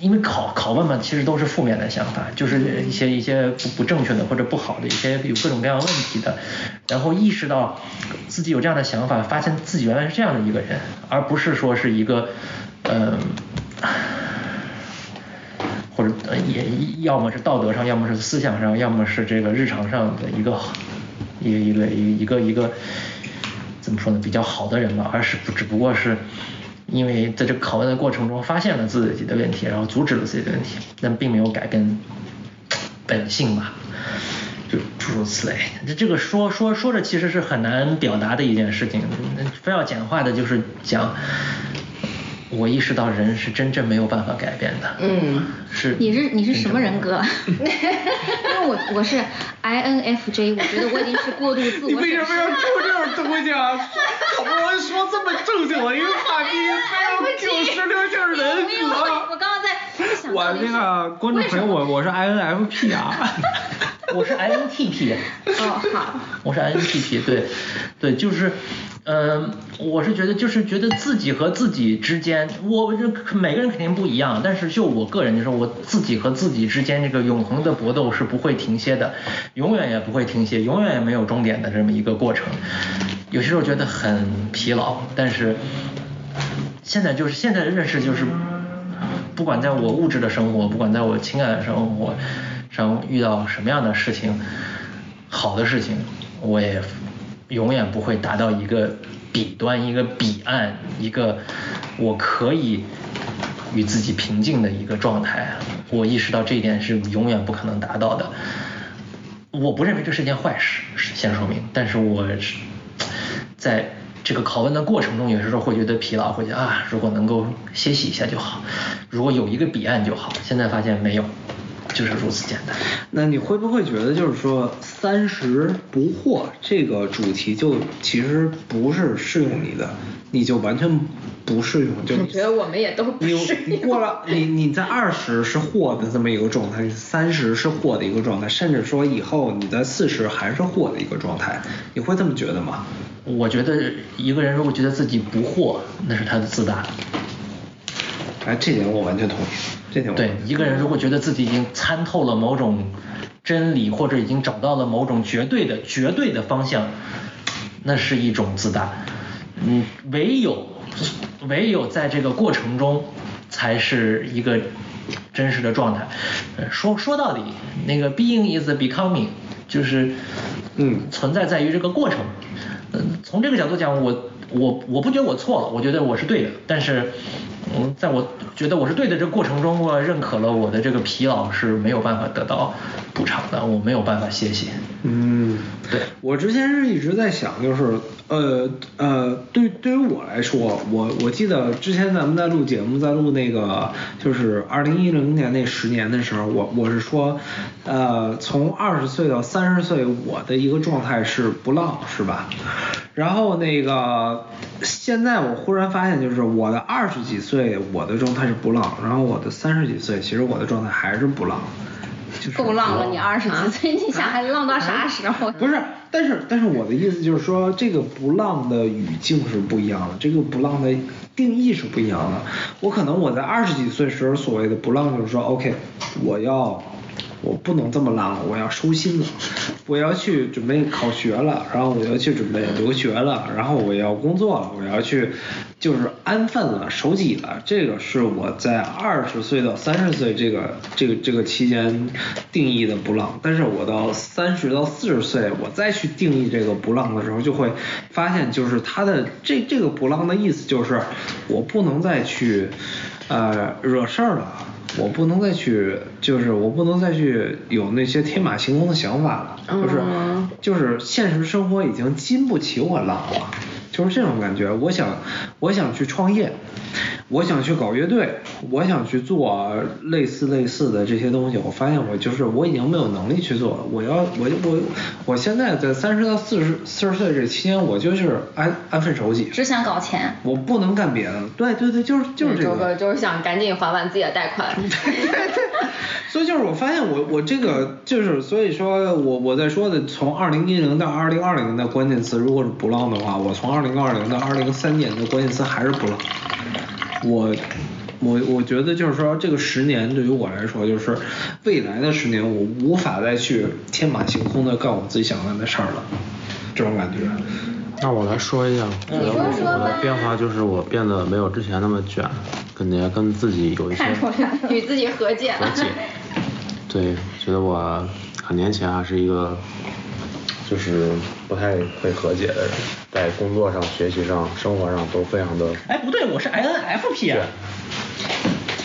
Speaker 2: 因为拷拷问嘛，其实都是负面的想法，就是一些一些不不正确的或者不好的一些有各种各样问题的，然后意识到自己有这样的想法，发现自己原来是这样的一个人，而不是说是一个嗯。呃或者呃也要么是道德上，要么是思想上，要么是这个日常上的一个一个一个一个一个怎么说呢比较好的人吧，而是不只不过是因为在这个拷问的过程中发现了自己的问题，然后阻止了自己的问题，但并没有改变本性吧，就诸如此类。这这个说说说着其实是很难表达的一件事情，嗯非要简化的就是讲。我意识到人是真正没有办法改变的。
Speaker 8: 嗯，
Speaker 2: 是。
Speaker 3: 你是你是什么
Speaker 1: 嗯
Speaker 3: 人格？啊
Speaker 8: <laughs>
Speaker 3: 因为我我是 I N F J，我觉得我已经是过度自我。
Speaker 1: 你为什么要出这种东西啊？好不容易说这么正经的一个话题，还要 Q 十六姓
Speaker 3: 哎
Speaker 1: 人
Speaker 3: 因为
Speaker 1: 格。
Speaker 3: 我我刚刚在想
Speaker 1: 我那个观众朋友，我我是 INFP 啊。
Speaker 2: 我是 INTP，
Speaker 3: <laughs> 哦好，
Speaker 2: 我是 INTP，对，对，就是，嗯、我是觉得就是觉得自己和自己之间，我这每个人肯定不一样，但是就我个人就是我自己和自己之间这个永恒的搏斗是不会停歇的，永远也不会停歇，永远也没有终点的这么一个过程，有些时候觉得很疲劳，但是现在就是现在的认识就是，不管在我物质的生活，不管在我情感的生活上遇到什么样的事情，好的事情，我也永远不会达到一个彼端、一个彼岸、一个我可以与自己平静的一个状态。我意识到这一点是永远不可能达到的。我不认为这是件坏事，先说明，但是我是在这个拷问的过程中，有时候会觉得疲劳，会觉得啊，如果能够歇息一下就好，如果有一个彼岸就好。现在发现没有，就是如此简单。
Speaker 1: 那你会不会觉得，就是说三十不惑这个主题就其实不是适用你的，你就完全不适用，就
Speaker 8: 我觉得我们也都不
Speaker 1: 你
Speaker 8: 是。
Speaker 1: 你过了你你在二十是货的这么一个状态，三十是货的一个状态，甚至说以后你在四十还是货的一个状态，你会这么觉得吗？
Speaker 2: 我觉得一个人如果觉得自己不惑，那是他的自大。
Speaker 1: 哎，这点我完全同意，这点我
Speaker 2: 对，一个人如果觉得自己已经参透了某种真理，或者已经找到了某种绝对的、绝对的方向，那是一种自大。嗯，唯有唯有在这个过程中，才是一个真实的状态。呃说说到底，那个 being is becoming，就是
Speaker 1: 嗯，
Speaker 2: 存在在于这个过程。呃嗯，从这个角度讲，我我我不觉得我错了，我觉得我是对的，但是嗯，在我觉得我是对的这个过程中，我认可了我的这个疲劳是没有办法得到补偿的，我没有办法歇息。
Speaker 1: 嗯，
Speaker 2: 对
Speaker 1: 我之前是一直在想，就是呃呃，对对于我来说，我我记得之前咱们在录节目，在录那个就是二零一零年那十年的时候，我我是说，呃，从二十岁到三十岁，我的一个状态是不浪，是吧？然后那个现在我忽然发现，就是我的二十几岁，我的状态是不浪，然后我的三十几岁，其实我的状态还是不浪。
Speaker 3: 够浪了，你二十几岁，你想还浪到
Speaker 1: 啊
Speaker 3: 啥时候？
Speaker 1: 不是，但是但是我的意思就是说，这个不浪的语境是不一样的，这个不浪的定义是不一样的。我可能我在二十几岁时候所谓的不浪，就是说，OK，我要。我不能这么浪了，我要收心了，我要去准备考学了，然后我要去准备留学了，然后我要工作了，我要去就是安分了、守己了。这个是我在二十岁到三十岁这个这个这个期间定义的不浪，但是我到三十到四十岁，我再去定义这个不浪的时候，就会发现就是它的这这个不浪的意思就是我不能再去呃惹事儿了。我不能再去，就是我不能再去有那些天马行空的想法了，就是
Speaker 11: 嗯
Speaker 1: 就是现实生活已经经不起我浪了，就是这种感觉。我想我想去创业，我想去搞乐队，我想去做类似类似的这些东西。我发现我就是我已经没有能力去做了。我要我我我现在在三十到四十四十岁这期间，我就是安安分守己，
Speaker 3: 只想搞钱。
Speaker 1: 我不能干别的了。对对对，就是就是这个。
Speaker 11: 周
Speaker 8: <laughs>
Speaker 11: 哥就是想赶紧还完自己的贷款。
Speaker 1: 所以就是我发现我我这个就是所以说我我在说的从二零一零到二零二零的关键词，如果是不浪的话，我从二零二零到二零三年的关键词还是不浪。我我我觉得就是说这个十年对于我来说，就是未来的十年我无法再去天马行空的干我自己想干的事儿了，这种感觉。
Speaker 10: 那我来说一下，
Speaker 11: 嗯
Speaker 10: 我觉得我我的变化就是我变得没有之前那么卷，感觉跟自己有一些
Speaker 11: 看出来，与自己和解了。 <laughs>
Speaker 10: 对，觉得我两年前还啊是一个就是不太会和解的人，在工作上、学习上、生活上都非常的
Speaker 2: 哎，不对，我是 INFP 啊。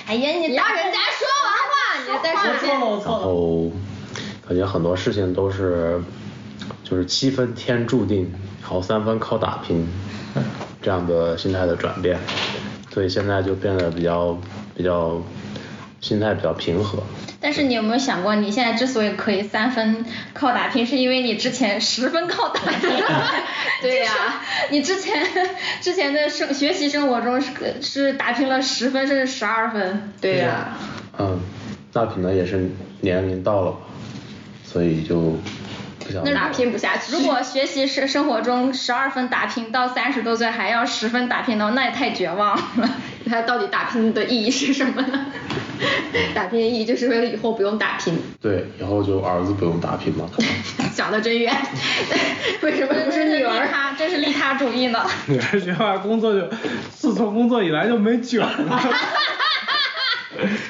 Speaker 3: 哎呀，你
Speaker 8: 让人家说完话，你再
Speaker 2: 我错了，我
Speaker 10: 然
Speaker 2: 错了。
Speaker 10: 后感觉很多事情都是就是七分天注定，然后三分靠打拼
Speaker 12: 嗯
Speaker 10: 这样的心态的转变，所以现在就变得比较比较心态比较平和。
Speaker 3: 但是你有没有想过，你现在之所以可以三分靠打拼，是因为你之前十分靠打
Speaker 1: <laughs>
Speaker 3: 拼。
Speaker 8: 对
Speaker 3: 就
Speaker 8: 呀
Speaker 3: 是你之前之前的生学习生活中是是打拼了十分甚至十二分。
Speaker 8: 对呀、
Speaker 10: 嗯，那可能也是年龄到了吧，所以就不想
Speaker 3: 那
Speaker 8: 打拼不下去
Speaker 3: 如果学习生生活中十二分打拼到三十多岁还要十分打拼的话，那也太绝望了。
Speaker 8: 那到底打拼的意义是什么呢？打拼的意义就是为了以后不用打拼，
Speaker 10: 对，以后就儿子不用打拼了。
Speaker 8: 想得真远。为什么不是女儿？
Speaker 3: 他真是利他主义呢。
Speaker 1: 女儿觉得工作就自从工作以来就没卷了。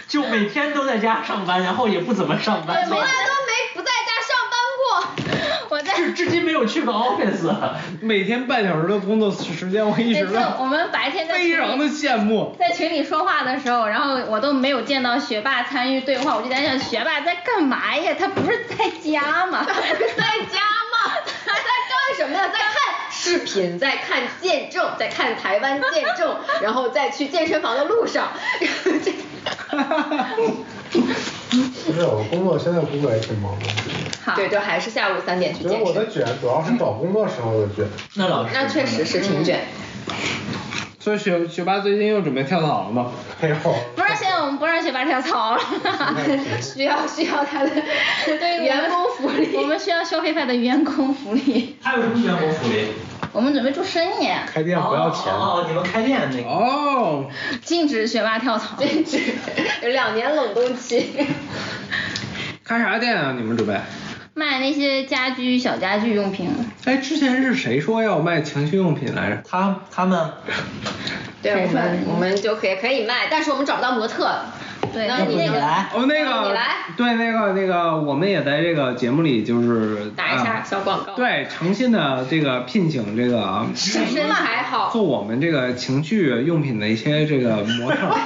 Speaker 2: 就每天都在家上班，然后也不怎么上班，
Speaker 8: 从来都没不在家上班过。
Speaker 3: 我在
Speaker 2: 至至今没有去过 office。啊
Speaker 1: 每天半小时的工作时间，我一
Speaker 3: 每
Speaker 1: 直
Speaker 3: 次
Speaker 1: 在
Speaker 3: 我们白天在
Speaker 1: 非
Speaker 3: 群
Speaker 1: 常的
Speaker 3: 里
Speaker 1: 羡慕。
Speaker 3: 在群里说话的时候，然后我都没有见到学霸参与对话，我就在想学霸在干嘛呀？他不是在家吗？
Speaker 8: 在家
Speaker 3: <laughs>
Speaker 8: 吗？在干什么呀？在看视频，在看见证，在看台湾见证，然后在去健身房的路上。这
Speaker 13: <laughs> 不是我工作，现在工作也挺忙的。
Speaker 8: 对，就还是下午三点去
Speaker 13: 觉得
Speaker 8: 健
Speaker 13: 我
Speaker 8: 身。
Speaker 13: 的卷主要是找工作时候的卷。
Speaker 2: 那老
Speaker 8: 那嗯确实是挺卷。
Speaker 1: 所以学学霸最近又准备跳槽了吗？
Speaker 13: 没有。
Speaker 3: 不是，现在我们不让学霸跳槽了，
Speaker 8: 需要需要他的
Speaker 3: 对
Speaker 8: 员工福利。
Speaker 3: 我们需要消费派的员工福利。
Speaker 2: 还有什么员工福利？
Speaker 3: 我们准备做生意，
Speaker 10: 开店不要钱。
Speaker 2: 哦，你们开店那个。
Speaker 1: 哦，
Speaker 3: 禁止学霸跳槽。
Speaker 8: 兼职有两年冷冻期，
Speaker 1: 开啥店啊？你们准备？
Speaker 3: 卖那些家居小家居用品，
Speaker 1: 哎，之前是谁说要卖情趣用品来着？
Speaker 10: 哦
Speaker 2: 他他们。
Speaker 8: 对我们我们就可以可以卖，但是我们找不到模特。
Speaker 3: 对，
Speaker 8: 那你那个
Speaker 3: 哎
Speaker 1: 哦，那
Speaker 8: 你
Speaker 1: 个
Speaker 8: 来，
Speaker 1: 对，那个那个，我们也在这个节目里就是啊
Speaker 8: 打一下小广
Speaker 3: 广告。
Speaker 1: 对，诚心的这个聘请这个
Speaker 3: 婶婶还好，
Speaker 1: 做我们这个情趣用品的一些这个模特儿。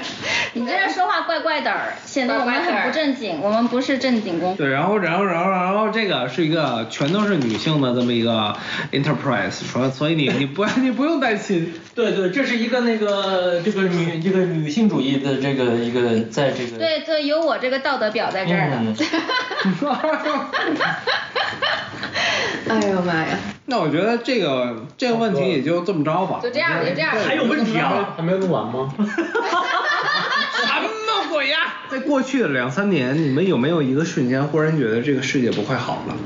Speaker 3: <laughs>
Speaker 14: 你这人说话怪怪的儿，显得我们很不正经。我们不是正经工。
Speaker 1: 对，然后然后然后然后这个是一个全都是女性的这么一个 enterprise，说所
Speaker 3: <laughs>
Speaker 1: 以你你不你不用担心。
Speaker 2: 对对，这是一个那个这个女这个女性主义的这个一个在这个
Speaker 14: 对对，有我这个道德表
Speaker 2: <laughs>
Speaker 14: 在这儿呢。
Speaker 3: 哎呦妈呀！
Speaker 1: 那我觉得这个这个问题也就这么着吧。
Speaker 3: 就这样，就这样。
Speaker 2: 还有问题啊？
Speaker 15: 还没录完吗？
Speaker 1: 什么鬼呀、在过去的两三年，你们有没有一个瞬间忽然觉得这个世界不快好了？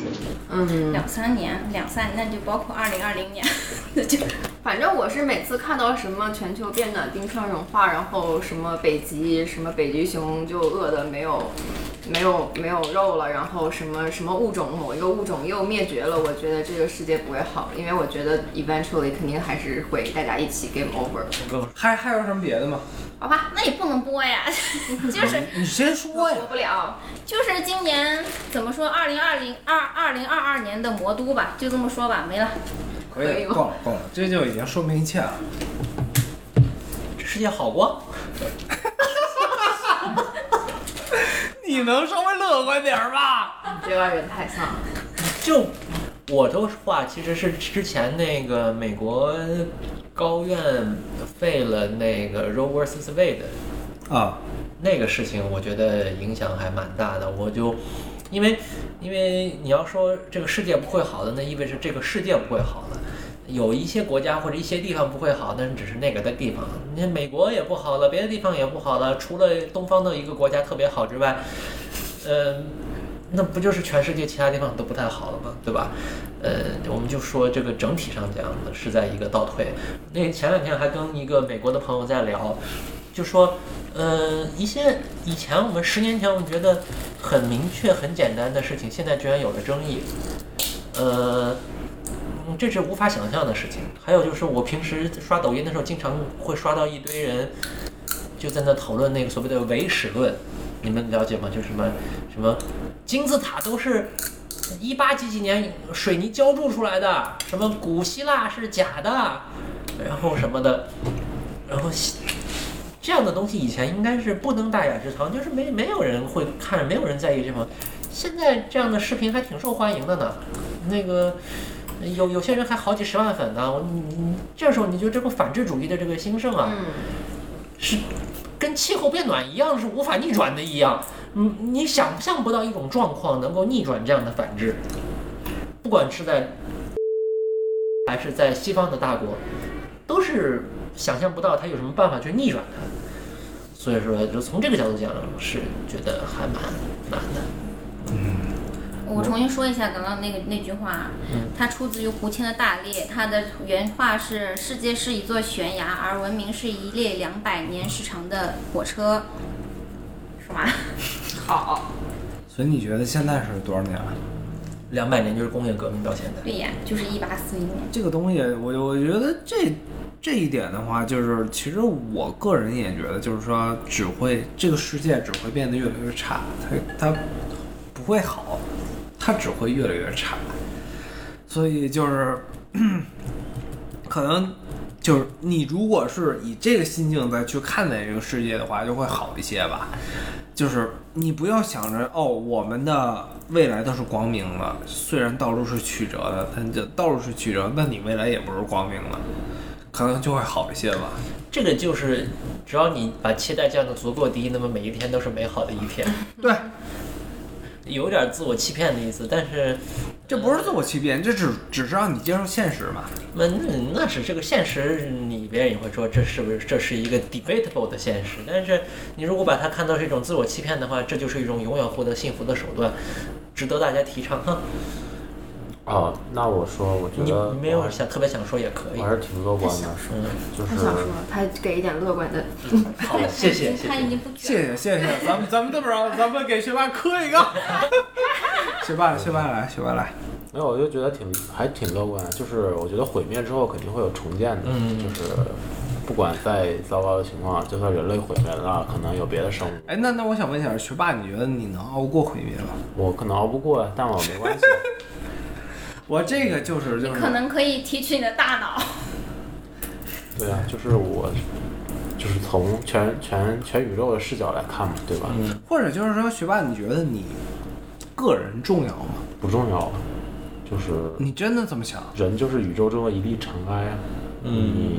Speaker 3: 嗯，
Speaker 5: 两三年，两三那就包括二零二零 <laughs> 年，那就
Speaker 8: 反正我是每次看到什么全球变暖、冰川融化，然后什么北极什么北极熊就饿的没有没有没有肉了，然后什么什么物种某一个物种又灭绝了，我觉得这个世界不会好，因为我觉得 eventually 肯定还是会大家一起 game over。
Speaker 6: 还还有什么别的吗？
Speaker 8: 好吧，
Speaker 5: 那也不能播 <laughs> 呀，就是
Speaker 6: 你先说呀
Speaker 8: 我。不了。
Speaker 5: 就是今年怎么说，二零二零二二零二二年的魔都吧，就这么说吧，没了。
Speaker 6: 可以了，够了够了，这就已经说明一切了。
Speaker 12: 这世界好过？
Speaker 6: 你能稍微乐观点儿吧？
Speaker 8: 这帮人太丧了。
Speaker 12: 就我的话，其实是之前那个美国高院废了那个 Roe vs Wade
Speaker 6: 啊，
Speaker 12: 那个事情，我觉得影响还蛮大的。我就因为因为你要说这个世界不会好的，那意味着这个世界不会好的。有一些国家或者一些地方不会好，但是只是那个的地方。你看美国也不好了，别的地方也不好了，除了东方的一个国家特别好之外，嗯，那不就是全世界其他地方都不太好了吗？对吧？呃，我们就说这个整体上讲是在一个倒退。那前两天还跟一个美国的朋友在聊，就说，呃，一些以前我们十年前我们觉得很明确、很简单的事情，现在居然有了争议。呃，嗯这是无法想象的事情。还有就是，我平时刷抖音的时候，经常会刷到一堆人就在那讨论那个所谓的唯史论，你们了解吗？就什么什么金字塔都是一八几几年水泥浇筑出来的，什么古希腊是假的，然后什么的，然后西这样的东西以前应该是不登大雅之堂，就是没没有人会看，没有人在意这方。现在这样的视频还挺受欢迎的呢，那个有有些人还好几十万粉呢。我你你这时候你就这个反智主义的这个兴盛啊，是跟气候变暖一样，是无法逆转的一样。你你想象不到一种状况能够逆转这样的反制，不管是在还是在西方的大国，都是想象不到他有什么办法去逆转它。所以说，就从这个角度讲，是觉得还蛮难的。
Speaker 5: 我重新说一下刚刚那个那句话啊，
Speaker 12: 嗯
Speaker 5: 它出自于胡谦的《大猎》，它的原话是：“世界是一座悬崖，而文明是一列两百年时长的火车。”说完了。
Speaker 8: 好，
Speaker 6: 所以你觉得现在是多少年了？
Speaker 12: 两百年就是工业革命到现在，
Speaker 5: <laughs> 对呀，就是一八四一年。
Speaker 6: 这个东西，我我觉得这这一点的话，就是其实我个人也觉得，就是说只会这个世界只会变得越来越差，它它不会好，它只会越来越差。所以就是 <clears throat> 可能就是你如果是以这个心境再去看待这个世界的话，就会好一些吧。就是你不要想着哦，我们的未来都是光明的，虽然道路是曲折的，但这道路是曲折，那你未来也不是光明的，可能就会好一些吧。
Speaker 12: 这个就是只要你把期待降得足够低，那么每一天都是美好的
Speaker 6: <laughs>
Speaker 12: 一天。
Speaker 6: 对，
Speaker 12: 有点自我欺骗的意思，但是
Speaker 6: 这不是自我欺骗，这只只是让你接受现实嘛。
Speaker 12: 那呃那那是这个现实，你别人也会说这是不是这是一个 debatable 的现实？但是你如果把它看到是一种自我欺骗的话，这就是一种永远获得幸福的手段，值得大家提倡。哼，
Speaker 10: 哦，那我说，我觉
Speaker 12: 你
Speaker 10: 得
Speaker 12: 你没有想特别想说也可以
Speaker 10: 我。还是挺乐观的，就
Speaker 8: 他
Speaker 10: 是
Speaker 8: 想说，他给一点乐观的。
Speaker 12: 好，谢谢谢
Speaker 5: 他已
Speaker 12: 谢。
Speaker 5: 经不卷
Speaker 6: 谢谢
Speaker 5: <laughs>
Speaker 6: 谢谢，咱们咱们这么着，咱们给学霸磕一个。 <laughs> 学霸学霸来学霸来，
Speaker 10: 没有，我就觉得挺还挺乐观的，就是我觉得毁灭之后肯定会有重建的，就是不管再糟糕的情况，就算人类毁灭了，可能有别的生物，
Speaker 6: 哎，那那我想问一下，学霸，你觉得你能熬过毁灭吗？
Speaker 10: 我可能熬不过，但我没关系。
Speaker 6: 我这个就是就是
Speaker 5: 可能可以提取你的大脑。
Speaker 10: 对啊，就是我，就是从全全全宇宙的视角来看嘛，对吧？
Speaker 6: 或者就是说，学霸，你觉得你个人重要吗？
Speaker 10: 不重要，就是
Speaker 6: 你真的这么想？
Speaker 10: 人就是宇宙中的一粒尘埃啊。嗯，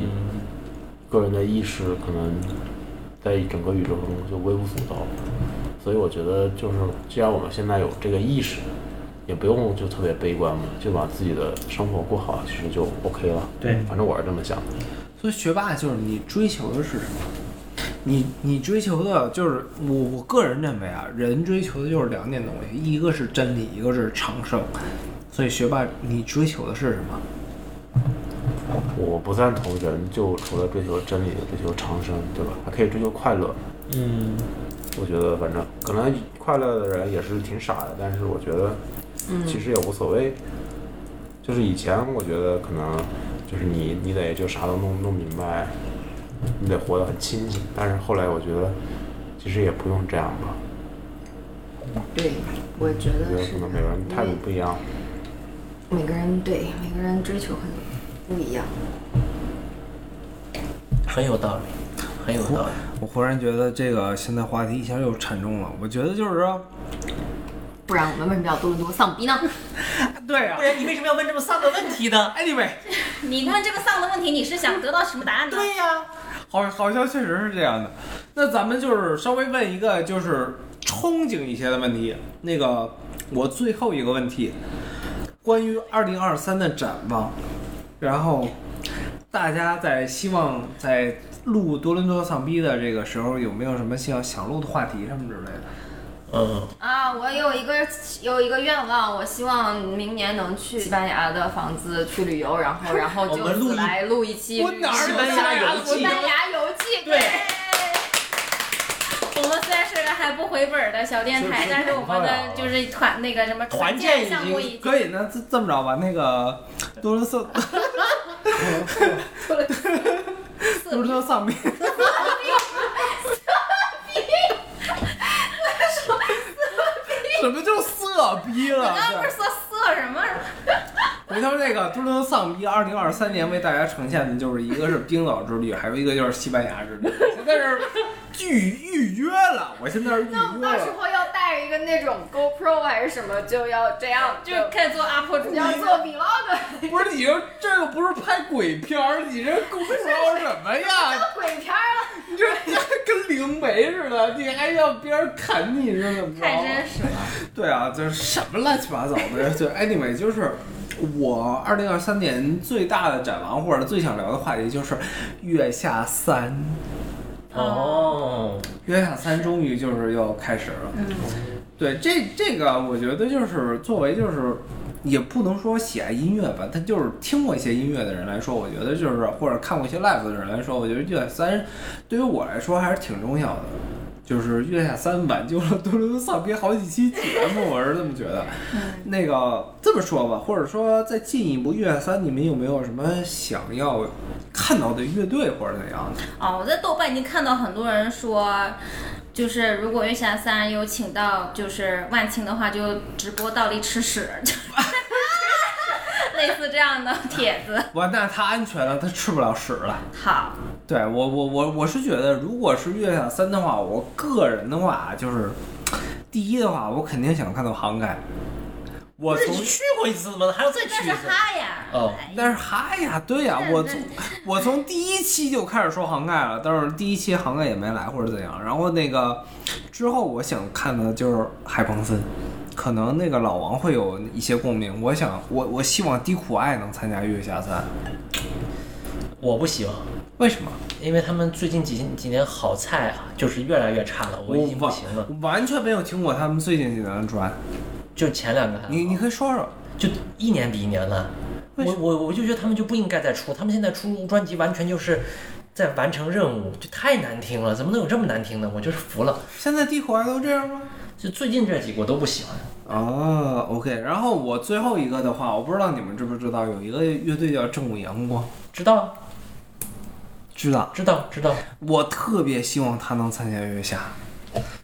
Speaker 10: 个人的意识可能在整个宇宙中就微不足道，所以我觉得就是，既然我们现在有这个意识，也不用就特别悲观嘛，就把自己的生活过好，其实就 OK 了。
Speaker 6: 对
Speaker 10: 反正我是这么想的。
Speaker 6: 所以学霸就是你追求的是什么？你你追求的就是我我个人认为啊，人追求的就是两点东西，一个是真理，一个是长寿。所以学霸，你追求的是什么？
Speaker 10: 我不赞同人就除了追求真理，追求长生，对吧？还可以追求快乐。
Speaker 1: 嗯，
Speaker 10: 我觉得反正可能快乐的人也是挺傻的，但是我觉得
Speaker 6: 嗯
Speaker 10: 其实也无所谓。就是以前我觉得可能就是你你得就啥都弄弄明白，你得活得很清醒。但是后来我觉得其实也不用这样吧，
Speaker 8: 对，我觉
Speaker 10: 我觉
Speaker 8: 得
Speaker 10: 得
Speaker 8: 是
Speaker 10: 可能每个人态度不一样。
Speaker 8: 每个人对每个人追求很不一样。
Speaker 2: 很有道理，很有道理。
Speaker 6: 我忽然觉得这个现在话题一下又沉重了。我觉得就是说，
Speaker 8: 不然我们为什么要多伦多丧逼呢？
Speaker 6: 对啊，
Speaker 2: 不然你为什么要问这么丧的问题呢
Speaker 6: ？Anyway，
Speaker 5: 你问这个丧的问题，你是想得到什么答案呢？对
Speaker 6: 呀、好，好像确实是这样的。那咱们就是稍微问一个就是憧憬一些的问题。那个，我最后一个问题，关于二零二三的展望，然后大家在希望在录多伦多丧逼的这个时候，有没有什么想想录的话题什么之类的？
Speaker 2: 嗯，
Speaker 8: 啊，我有一个有一个愿望，我希望明年能去西班牙的房子去旅游，然后然后
Speaker 2: 我
Speaker 8: 就
Speaker 2: 们录一
Speaker 8: 来录一期
Speaker 2: 我哪
Speaker 8: 旅
Speaker 2: 儿有西班牙游记
Speaker 8: 西班牙游记，对，
Speaker 5: <laughs> 我们虽然是个还不回本儿的小电台，但是我们的就是啊团那个什么
Speaker 6: 团
Speaker 5: 建
Speaker 6: 建
Speaker 5: 项目已经
Speaker 6: 可以，那这这么着吧，那个多伦 <laughs> 多，多伦多丧逼， <laughs> 什么叫色逼
Speaker 5: 我
Speaker 6: 了？
Speaker 5: 刚啊刚不是说色什 <laughs> 么？
Speaker 6: 回头那个多伦多丧逼，二零二三年为大家呈现的就是一个是冰岛之旅，还有一个就是西班牙之旅。现在是预预约了，我现在是预约
Speaker 8: 那到时
Speaker 6: 了。
Speaker 8: 候要带一个那种 GoPro 还是什么，就要这样，就
Speaker 5: 开始做 UP
Speaker 8: 主，要做 vlog，
Speaker 6: 不是你这这个不是拍鬼片儿，你这狗聊什么呀？
Speaker 8: 做鬼片儿 <laughs> 了。
Speaker 6: <laughs> 你这跟灵媒似的，你还要别人砍你是怎么着？啊
Speaker 5: 太真实了。
Speaker 6: 对啊，就是什么乱七八糟的，就 anyway，就是我二零二三年最大的展望或者最想聊的话题就是月下三。
Speaker 2: 哦，
Speaker 6: 月下三终于就是要开始了。
Speaker 5: 嗯
Speaker 6: 对，这这个我觉得就是作为就是。也不能说喜爱音乐吧，他就是听过一些音乐的人来说，我觉得就是或者看过一些 live 的人来说，我觉得月下三对于我来说还是挺重要的。就是月下三挽救了多伦多丧逼好几期节目，我是这么觉得。那个这么说吧，或者说再进一步，月下三你们有没有什么想要看到的乐队或者怎样的？
Speaker 5: 哦，我在豆瓣已经看到很多人说，就是如果月下三有请到就是万青的话，就直播倒立吃屎， <laughs> 类似这样的帖子。
Speaker 6: 哇，那他安全了，他吃不了屎了。
Speaker 5: 好，
Speaker 6: 对我我我我是觉得，如果是月下三的话，我个人的话就是，第一的话，我肯定想看到杭盖。我
Speaker 2: 不是
Speaker 6: 从
Speaker 2: 你去过一次吗？还要再
Speaker 5: 那
Speaker 2: 去
Speaker 5: 是
Speaker 2: 一次？
Speaker 5: 哈呀，
Speaker 2: 哦，
Speaker 6: 但是哈呀，对呀，我从我从第一期就开始说杭盖了，但是第一期杭盖也没来或者怎样。然后那个之后我想看的就是海鹏森，可能那个老王会有一些共鸣。我想我我希望低苦爱能参加月下三，
Speaker 2: 我不希望，
Speaker 6: 为什么？
Speaker 2: 因为他们最近几几年好菜啊，就是越来越差了，我已经不行了。
Speaker 6: 完全没有听过他们最近几年的专，
Speaker 2: 就前两个还好，
Speaker 6: 你你可以说说，
Speaker 2: 就一年比一年烂。我我我就觉得他们就不应该再出，他们现在出专辑完全就是在完成任务，就太难听了，怎么能有这么难听呢？我就是服了。
Speaker 6: 现在低苦爱都这样吗？
Speaker 2: 就最近这几个我都不喜欢。
Speaker 6: 哦，OK，然后我最后一个的话，我不知道你们知不知道，有一个乐队叫正午阳光，
Speaker 2: 知道，
Speaker 6: 知道，
Speaker 2: 知道，知道。
Speaker 6: 我嗯特别希望他能参加月下，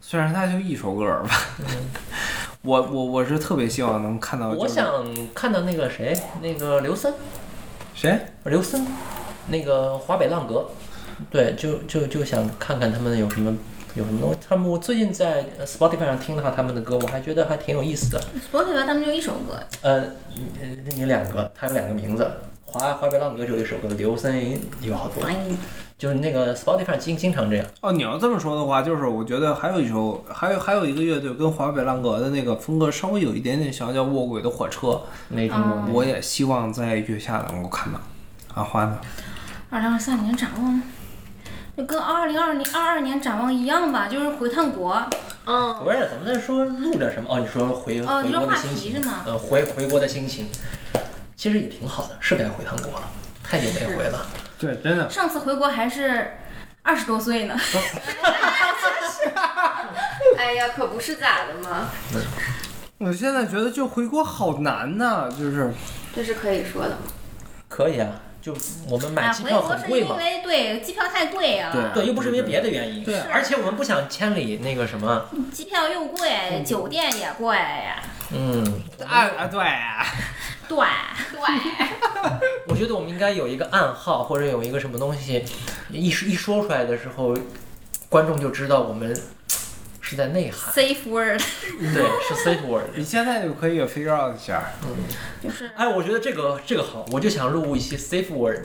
Speaker 6: 虽然他就一首歌儿吧，我我我是特别希望能看到、就是，
Speaker 12: 我想看到那个谁，那个刘森，
Speaker 6: 谁？
Speaker 12: 刘森，那个华北浪格，对，就就就想看看他们有什么有什么东西。他们我最近在呃 Spotify 上听到他们的歌，我还觉得还挺有意思的。
Speaker 5: Spotify 他们就一首歌，
Speaker 12: 呃，你你你两个，他有两个名字，华华北浪哥就有一首歌，刘森有好多，就是那个 Spotify 经经常这样。
Speaker 6: 哦，你要这么说的话，就是我觉得还有一首，还有还有一个乐队跟华北浪格的那个风格稍微有一点点像，叫《卧轨的火车》。
Speaker 12: 没听
Speaker 5: 哦
Speaker 12: 过
Speaker 6: 我也希望在月下能够看到。阿花呢？
Speaker 5: 二零二三年展望，就跟二零二零二二年展望一样吧，就是回趟国。嗯，
Speaker 12: 不是，咱们在说录点什么？哦，你说回
Speaker 5: 哦
Speaker 12: 回
Speaker 5: 你说
Speaker 12: 国的
Speaker 5: 话
Speaker 12: 心
Speaker 5: 题
Speaker 12: 情
Speaker 5: 是吗，
Speaker 12: 呃，回回国的心情，其实也挺好的，是该回趟国了，太久没回了。
Speaker 6: 对，真的
Speaker 5: 上次回国还是二十多岁
Speaker 12: <laughs>
Speaker 5: 呢。
Speaker 8: 哎呀，可不是咋的嘛，
Speaker 6: 我现在觉得就回国好难呐、就是
Speaker 8: 这是可以说 <laughs> 的吗？
Speaker 12: 可以啊，就我们买
Speaker 5: 啊，
Speaker 12: 机
Speaker 5: 回
Speaker 12: 票
Speaker 5: 国
Speaker 12: 很
Speaker 5: 是
Speaker 12: 贵
Speaker 5: 因
Speaker 12: 嘛。
Speaker 5: 为对机票太贵啊，
Speaker 12: 又不是因为别的原因，对，而且我们不想千里那个什么，
Speaker 5: 机票又贵，酒店也贵呀。
Speaker 12: 嗯，
Speaker 6: 啊啊对啊，
Speaker 5: 对对，
Speaker 12: 我觉得我们应该有一个暗号，或者有一个什么东西，一说一说出来的时候，观众就知道我们是在内涵，
Speaker 5: safe word
Speaker 12: 对，是 safe word。
Speaker 6: 你现在就可以 figure out 一下。
Speaker 5: 就是，
Speaker 12: 哎，我觉得这个这个好，我就想录一期 safe word，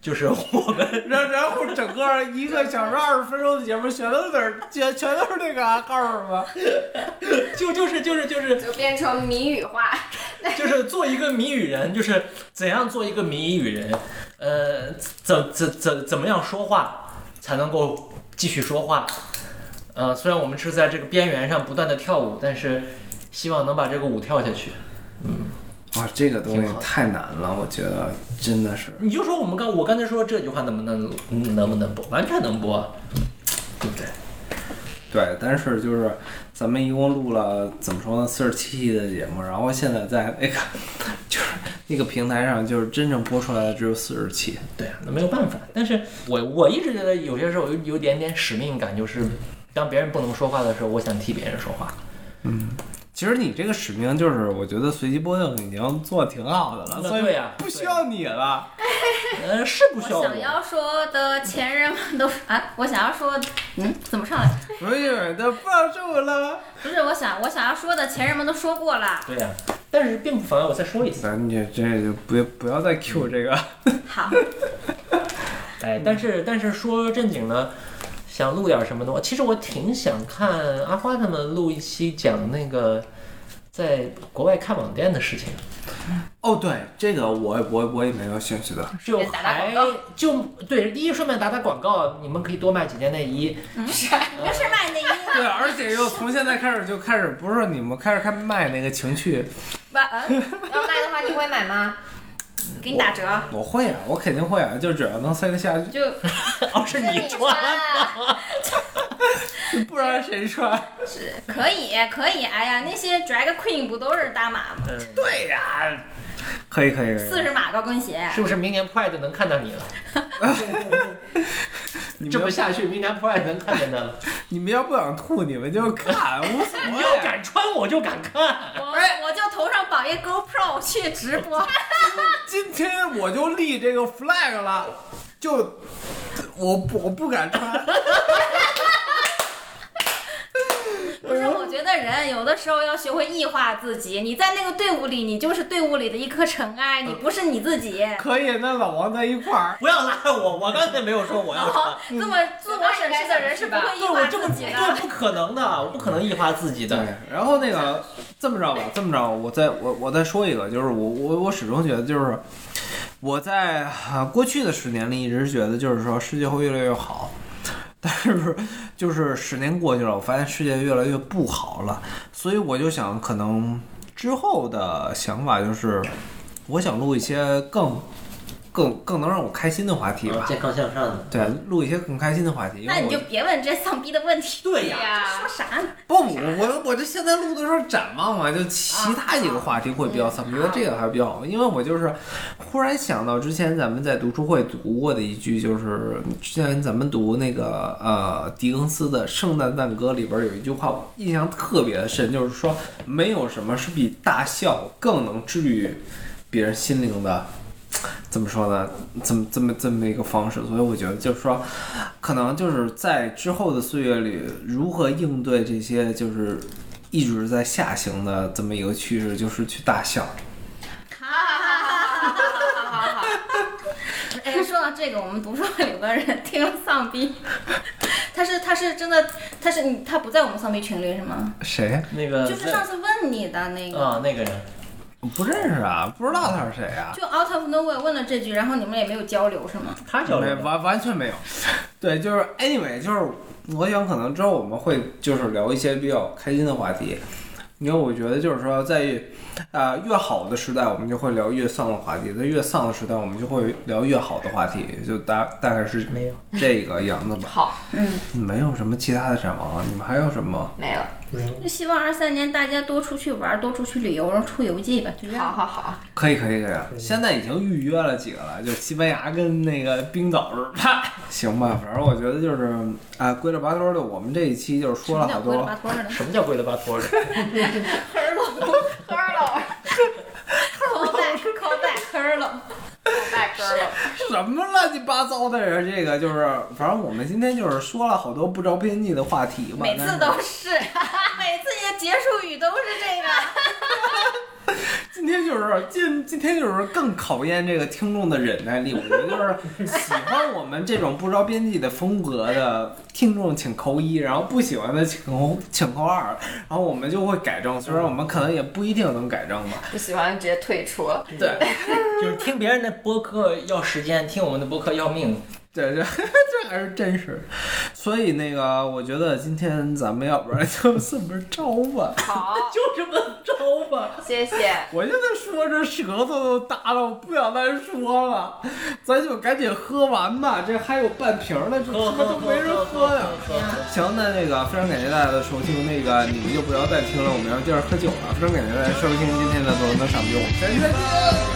Speaker 12: 就是我们
Speaker 6: 然然后整个一个小时二十分钟的节目，全都是全全都是那个啊告诉什么？
Speaker 12: 就就是就是就是
Speaker 8: 就变成谜语化，
Speaker 12: 就是做一个谜语人， <laughs> 就是怎样做一个谜语人，呃，怎怎怎怎么样说话才能够继续说话？呃，虽然我们是在这个边缘上不断的跳舞，但是希望能把这个舞跳下去。
Speaker 6: 哇，这个东西太难了，我觉得真的是。
Speaker 12: 你就说我们刚我刚才说这句话能不能嗯能不能播？完全能播，啊对不对？
Speaker 6: 对，但是就是咱们一共录了怎么说呢，四十七期的节目，然后现在在那个 <laughs> 就是那个平台上，就是真正播出来的只有四十期。
Speaker 12: 对啊，那没有办法。但是我我一直觉得有些时候有有点点使命感，就是当别人不能说话的时候，我想替别人说话。
Speaker 6: 嗯，其实你这个使命就是，我觉得随机波动已经做得挺好的了，
Speaker 12: 那
Speaker 6: 所以
Speaker 12: 对呀
Speaker 6: 不需要你了。
Speaker 12: 呃，是不需要
Speaker 5: 我想要说的前任们
Speaker 12: <laughs>
Speaker 5: 都啊，我想要说，嗯，怎么上来？
Speaker 6: 所以的抱住了。
Speaker 5: 不是，我想我想要说的前任们都说过了。
Speaker 12: 对呀、但是并不妨碍我再说一
Speaker 6: <laughs>
Speaker 12: 次。
Speaker 6: 咱这这就不不要再 Q 这个。
Speaker 5: 好，
Speaker 12: 哎，但是但是说正经的，想录点什么东西。其实我挺想看阿花他们录一期讲那个在国外看网店的事情，
Speaker 6: 哦，对，这个我我我也没有兴 <laughs> 趣的。
Speaker 12: 就还就对，第一顺便打打广告，你们可以多卖几件内衣。
Speaker 5: 不是卖
Speaker 12: <laughs>
Speaker 5: 内衣，
Speaker 6: 对，而且又从现在开始就开始，不是你们开始开卖那个情趣，
Speaker 8: 不，嗯要卖的话你会买吗？
Speaker 5: 呃给你打折。
Speaker 6: 我会啊，我肯定会啊，就只要能塞得下去，
Speaker 5: 就
Speaker 12: 哦，是你穿
Speaker 6: 不然谁穿？
Speaker 5: 是可以可以，哎呀，那些 drag queen 不都是大码吗？
Speaker 6: 对呀、可以可以可以，
Speaker 5: 四十码高跟鞋，
Speaker 12: 是不是明年 Pride 能看到你了？
Speaker 6: 你
Speaker 12: 这
Speaker 6: 们
Speaker 12: 么下去，明年 Pride 能看见的。
Speaker 6: 你们要不想吐，你们就看，无所
Speaker 12: 你
Speaker 6: <laughs> 谓。啊
Speaker 12: 要敢穿，我就敢看。
Speaker 5: 我我就头上绑一 GoPro 去直
Speaker 12: <laughs>
Speaker 5: 播。
Speaker 6: 今天我就立这个 flag 了，就我不我不敢穿。
Speaker 5: 不是，我觉得人有的时候要学会异化自己。你在那个队伍里，你就是队伍里的一颗尘埃，
Speaker 12: 呃
Speaker 5: 你不是你自己。
Speaker 6: 可以，那老王在一块儿，
Speaker 12: 不要拉我，我刚才没有说我要穿。
Speaker 5: 这么
Speaker 6: 嗯
Speaker 5: 自我审视的人是不会异
Speaker 12: 对
Speaker 5: 化
Speaker 12: 我这
Speaker 5: 自
Speaker 12: 么
Speaker 5: 己的。
Speaker 12: 这不可能的，我不可能异化自己的。
Speaker 6: 然后那个这么着吧，这么着，我再我我再说一个，就是我我我始终觉得就是我在、啊过去的十年里一直觉得就是说世界会越来越好，但是就是十年过去了，我发现世界越来越不好了，所以我就想可能之后的想法就是，我想录一些更更更能让我开心的话题吧，
Speaker 12: 健康向上的。
Speaker 6: 对，录一些更开心的话题，因
Speaker 5: 哦那
Speaker 6: 为
Speaker 5: 你
Speaker 6: 我
Speaker 5: 就别问这丧逼的问题。
Speaker 8: 哎
Speaker 12: 对
Speaker 5: 呀，说啥呢？
Speaker 6: 不，我我我这现在录的时候展望嘛，就其他几个话题会比较散，我觉得这个还比较好，因为我就是忽然想到之前咱们在读书会读过的一句，就是之前咱们读那个呃狄更斯的《圣诞赞歌》里边有一句话，我印象特别的深，就是说没有什么是比大笑更能治愈别人心灵的。怎么说呢？这么这么这么一个方式，所以我觉得就是说，可能就是在之后的岁月里，如何应对这些就是一直在下行的这么一个趋势，就是去大笑。
Speaker 5: 哎，说到这个，我们读书会有个人听了丧逼， <laughs> 他是他是真的，他是你他不在我们丧逼群里是吗？
Speaker 6: 谁？
Speaker 2: 那个
Speaker 5: 就是上次问你的那
Speaker 6: 嗯
Speaker 5: 个，
Speaker 2: 啊，那个人，
Speaker 6: 不认识啊，不知道他是谁啊。
Speaker 5: 就 out of nowhere 问了这句，然后你们也没有交流是吗？
Speaker 2: 他
Speaker 6: 没完完全没有。对，就是 anyway，就是我想可能之后我们会就是聊一些比较开心的话题，因为我觉得就是说在呃越好的时代，我们就会聊越丧的话题；在越丧的时代，我们就会聊越好的话题，就大大概是
Speaker 2: 没有
Speaker 6: 这个样子吧。
Speaker 8: 好，
Speaker 5: 嗯，
Speaker 6: 没有什么其他的展望啊，你们还有什么？
Speaker 8: 没了。
Speaker 6: 嗯
Speaker 5: 就希望二三年大家多出去玩，多出去旅游，然后出游记吧，就这样。
Speaker 8: 好好好，
Speaker 6: 可以可以可以，现在已经预约了几个了，就西班牙跟那个冰岛是吧？ <laughs> 行吧，反正我觉得就是啊、归了八托的，我们这一期就是说了好多。
Speaker 5: 托的 <laughs>
Speaker 2: 什么叫龟了巴托的？
Speaker 12: <laughs>
Speaker 8: <laughs>
Speaker 5: callback callback hello
Speaker 8: 拜哥了。
Speaker 6: 什么乱七八糟的人，这个就是，反正我们今天就是说了好多不着边际的话题吧。
Speaker 5: 每次
Speaker 6: 但
Speaker 5: 都是， <laughs> 每次你的结束语都是这个。
Speaker 6: 今天就是今今天就是更考验这个听众的忍耐力。我觉得就是喜欢我们这种不着边际的风格的听众，请扣一；然后不喜欢的请扣请扣二。然后我们就会改正，虽然我们可能也不一定能改正吧。
Speaker 8: 不喜欢直接退出了。
Speaker 6: 对，
Speaker 2: 就是听别人的播客要时间，听我们的播客要命。
Speaker 6: 对对，这还是真实。所以那个，我觉得今天咱们要不然就这么着吧。
Speaker 8: 好，
Speaker 2: 就这么着吧。
Speaker 8: <laughs> 谢谢。
Speaker 6: 我现在说这舌头都大了，我不想再说了，咱就赶紧喝完吧，这还有半瓶呢，这他妈都没人喝呀。行，那那个非常感谢大家的收听，那个你们就不要再听了，我们要接着喝酒了。非常感谢大家收听今天的《左轮的赏菊》，我们下期再见。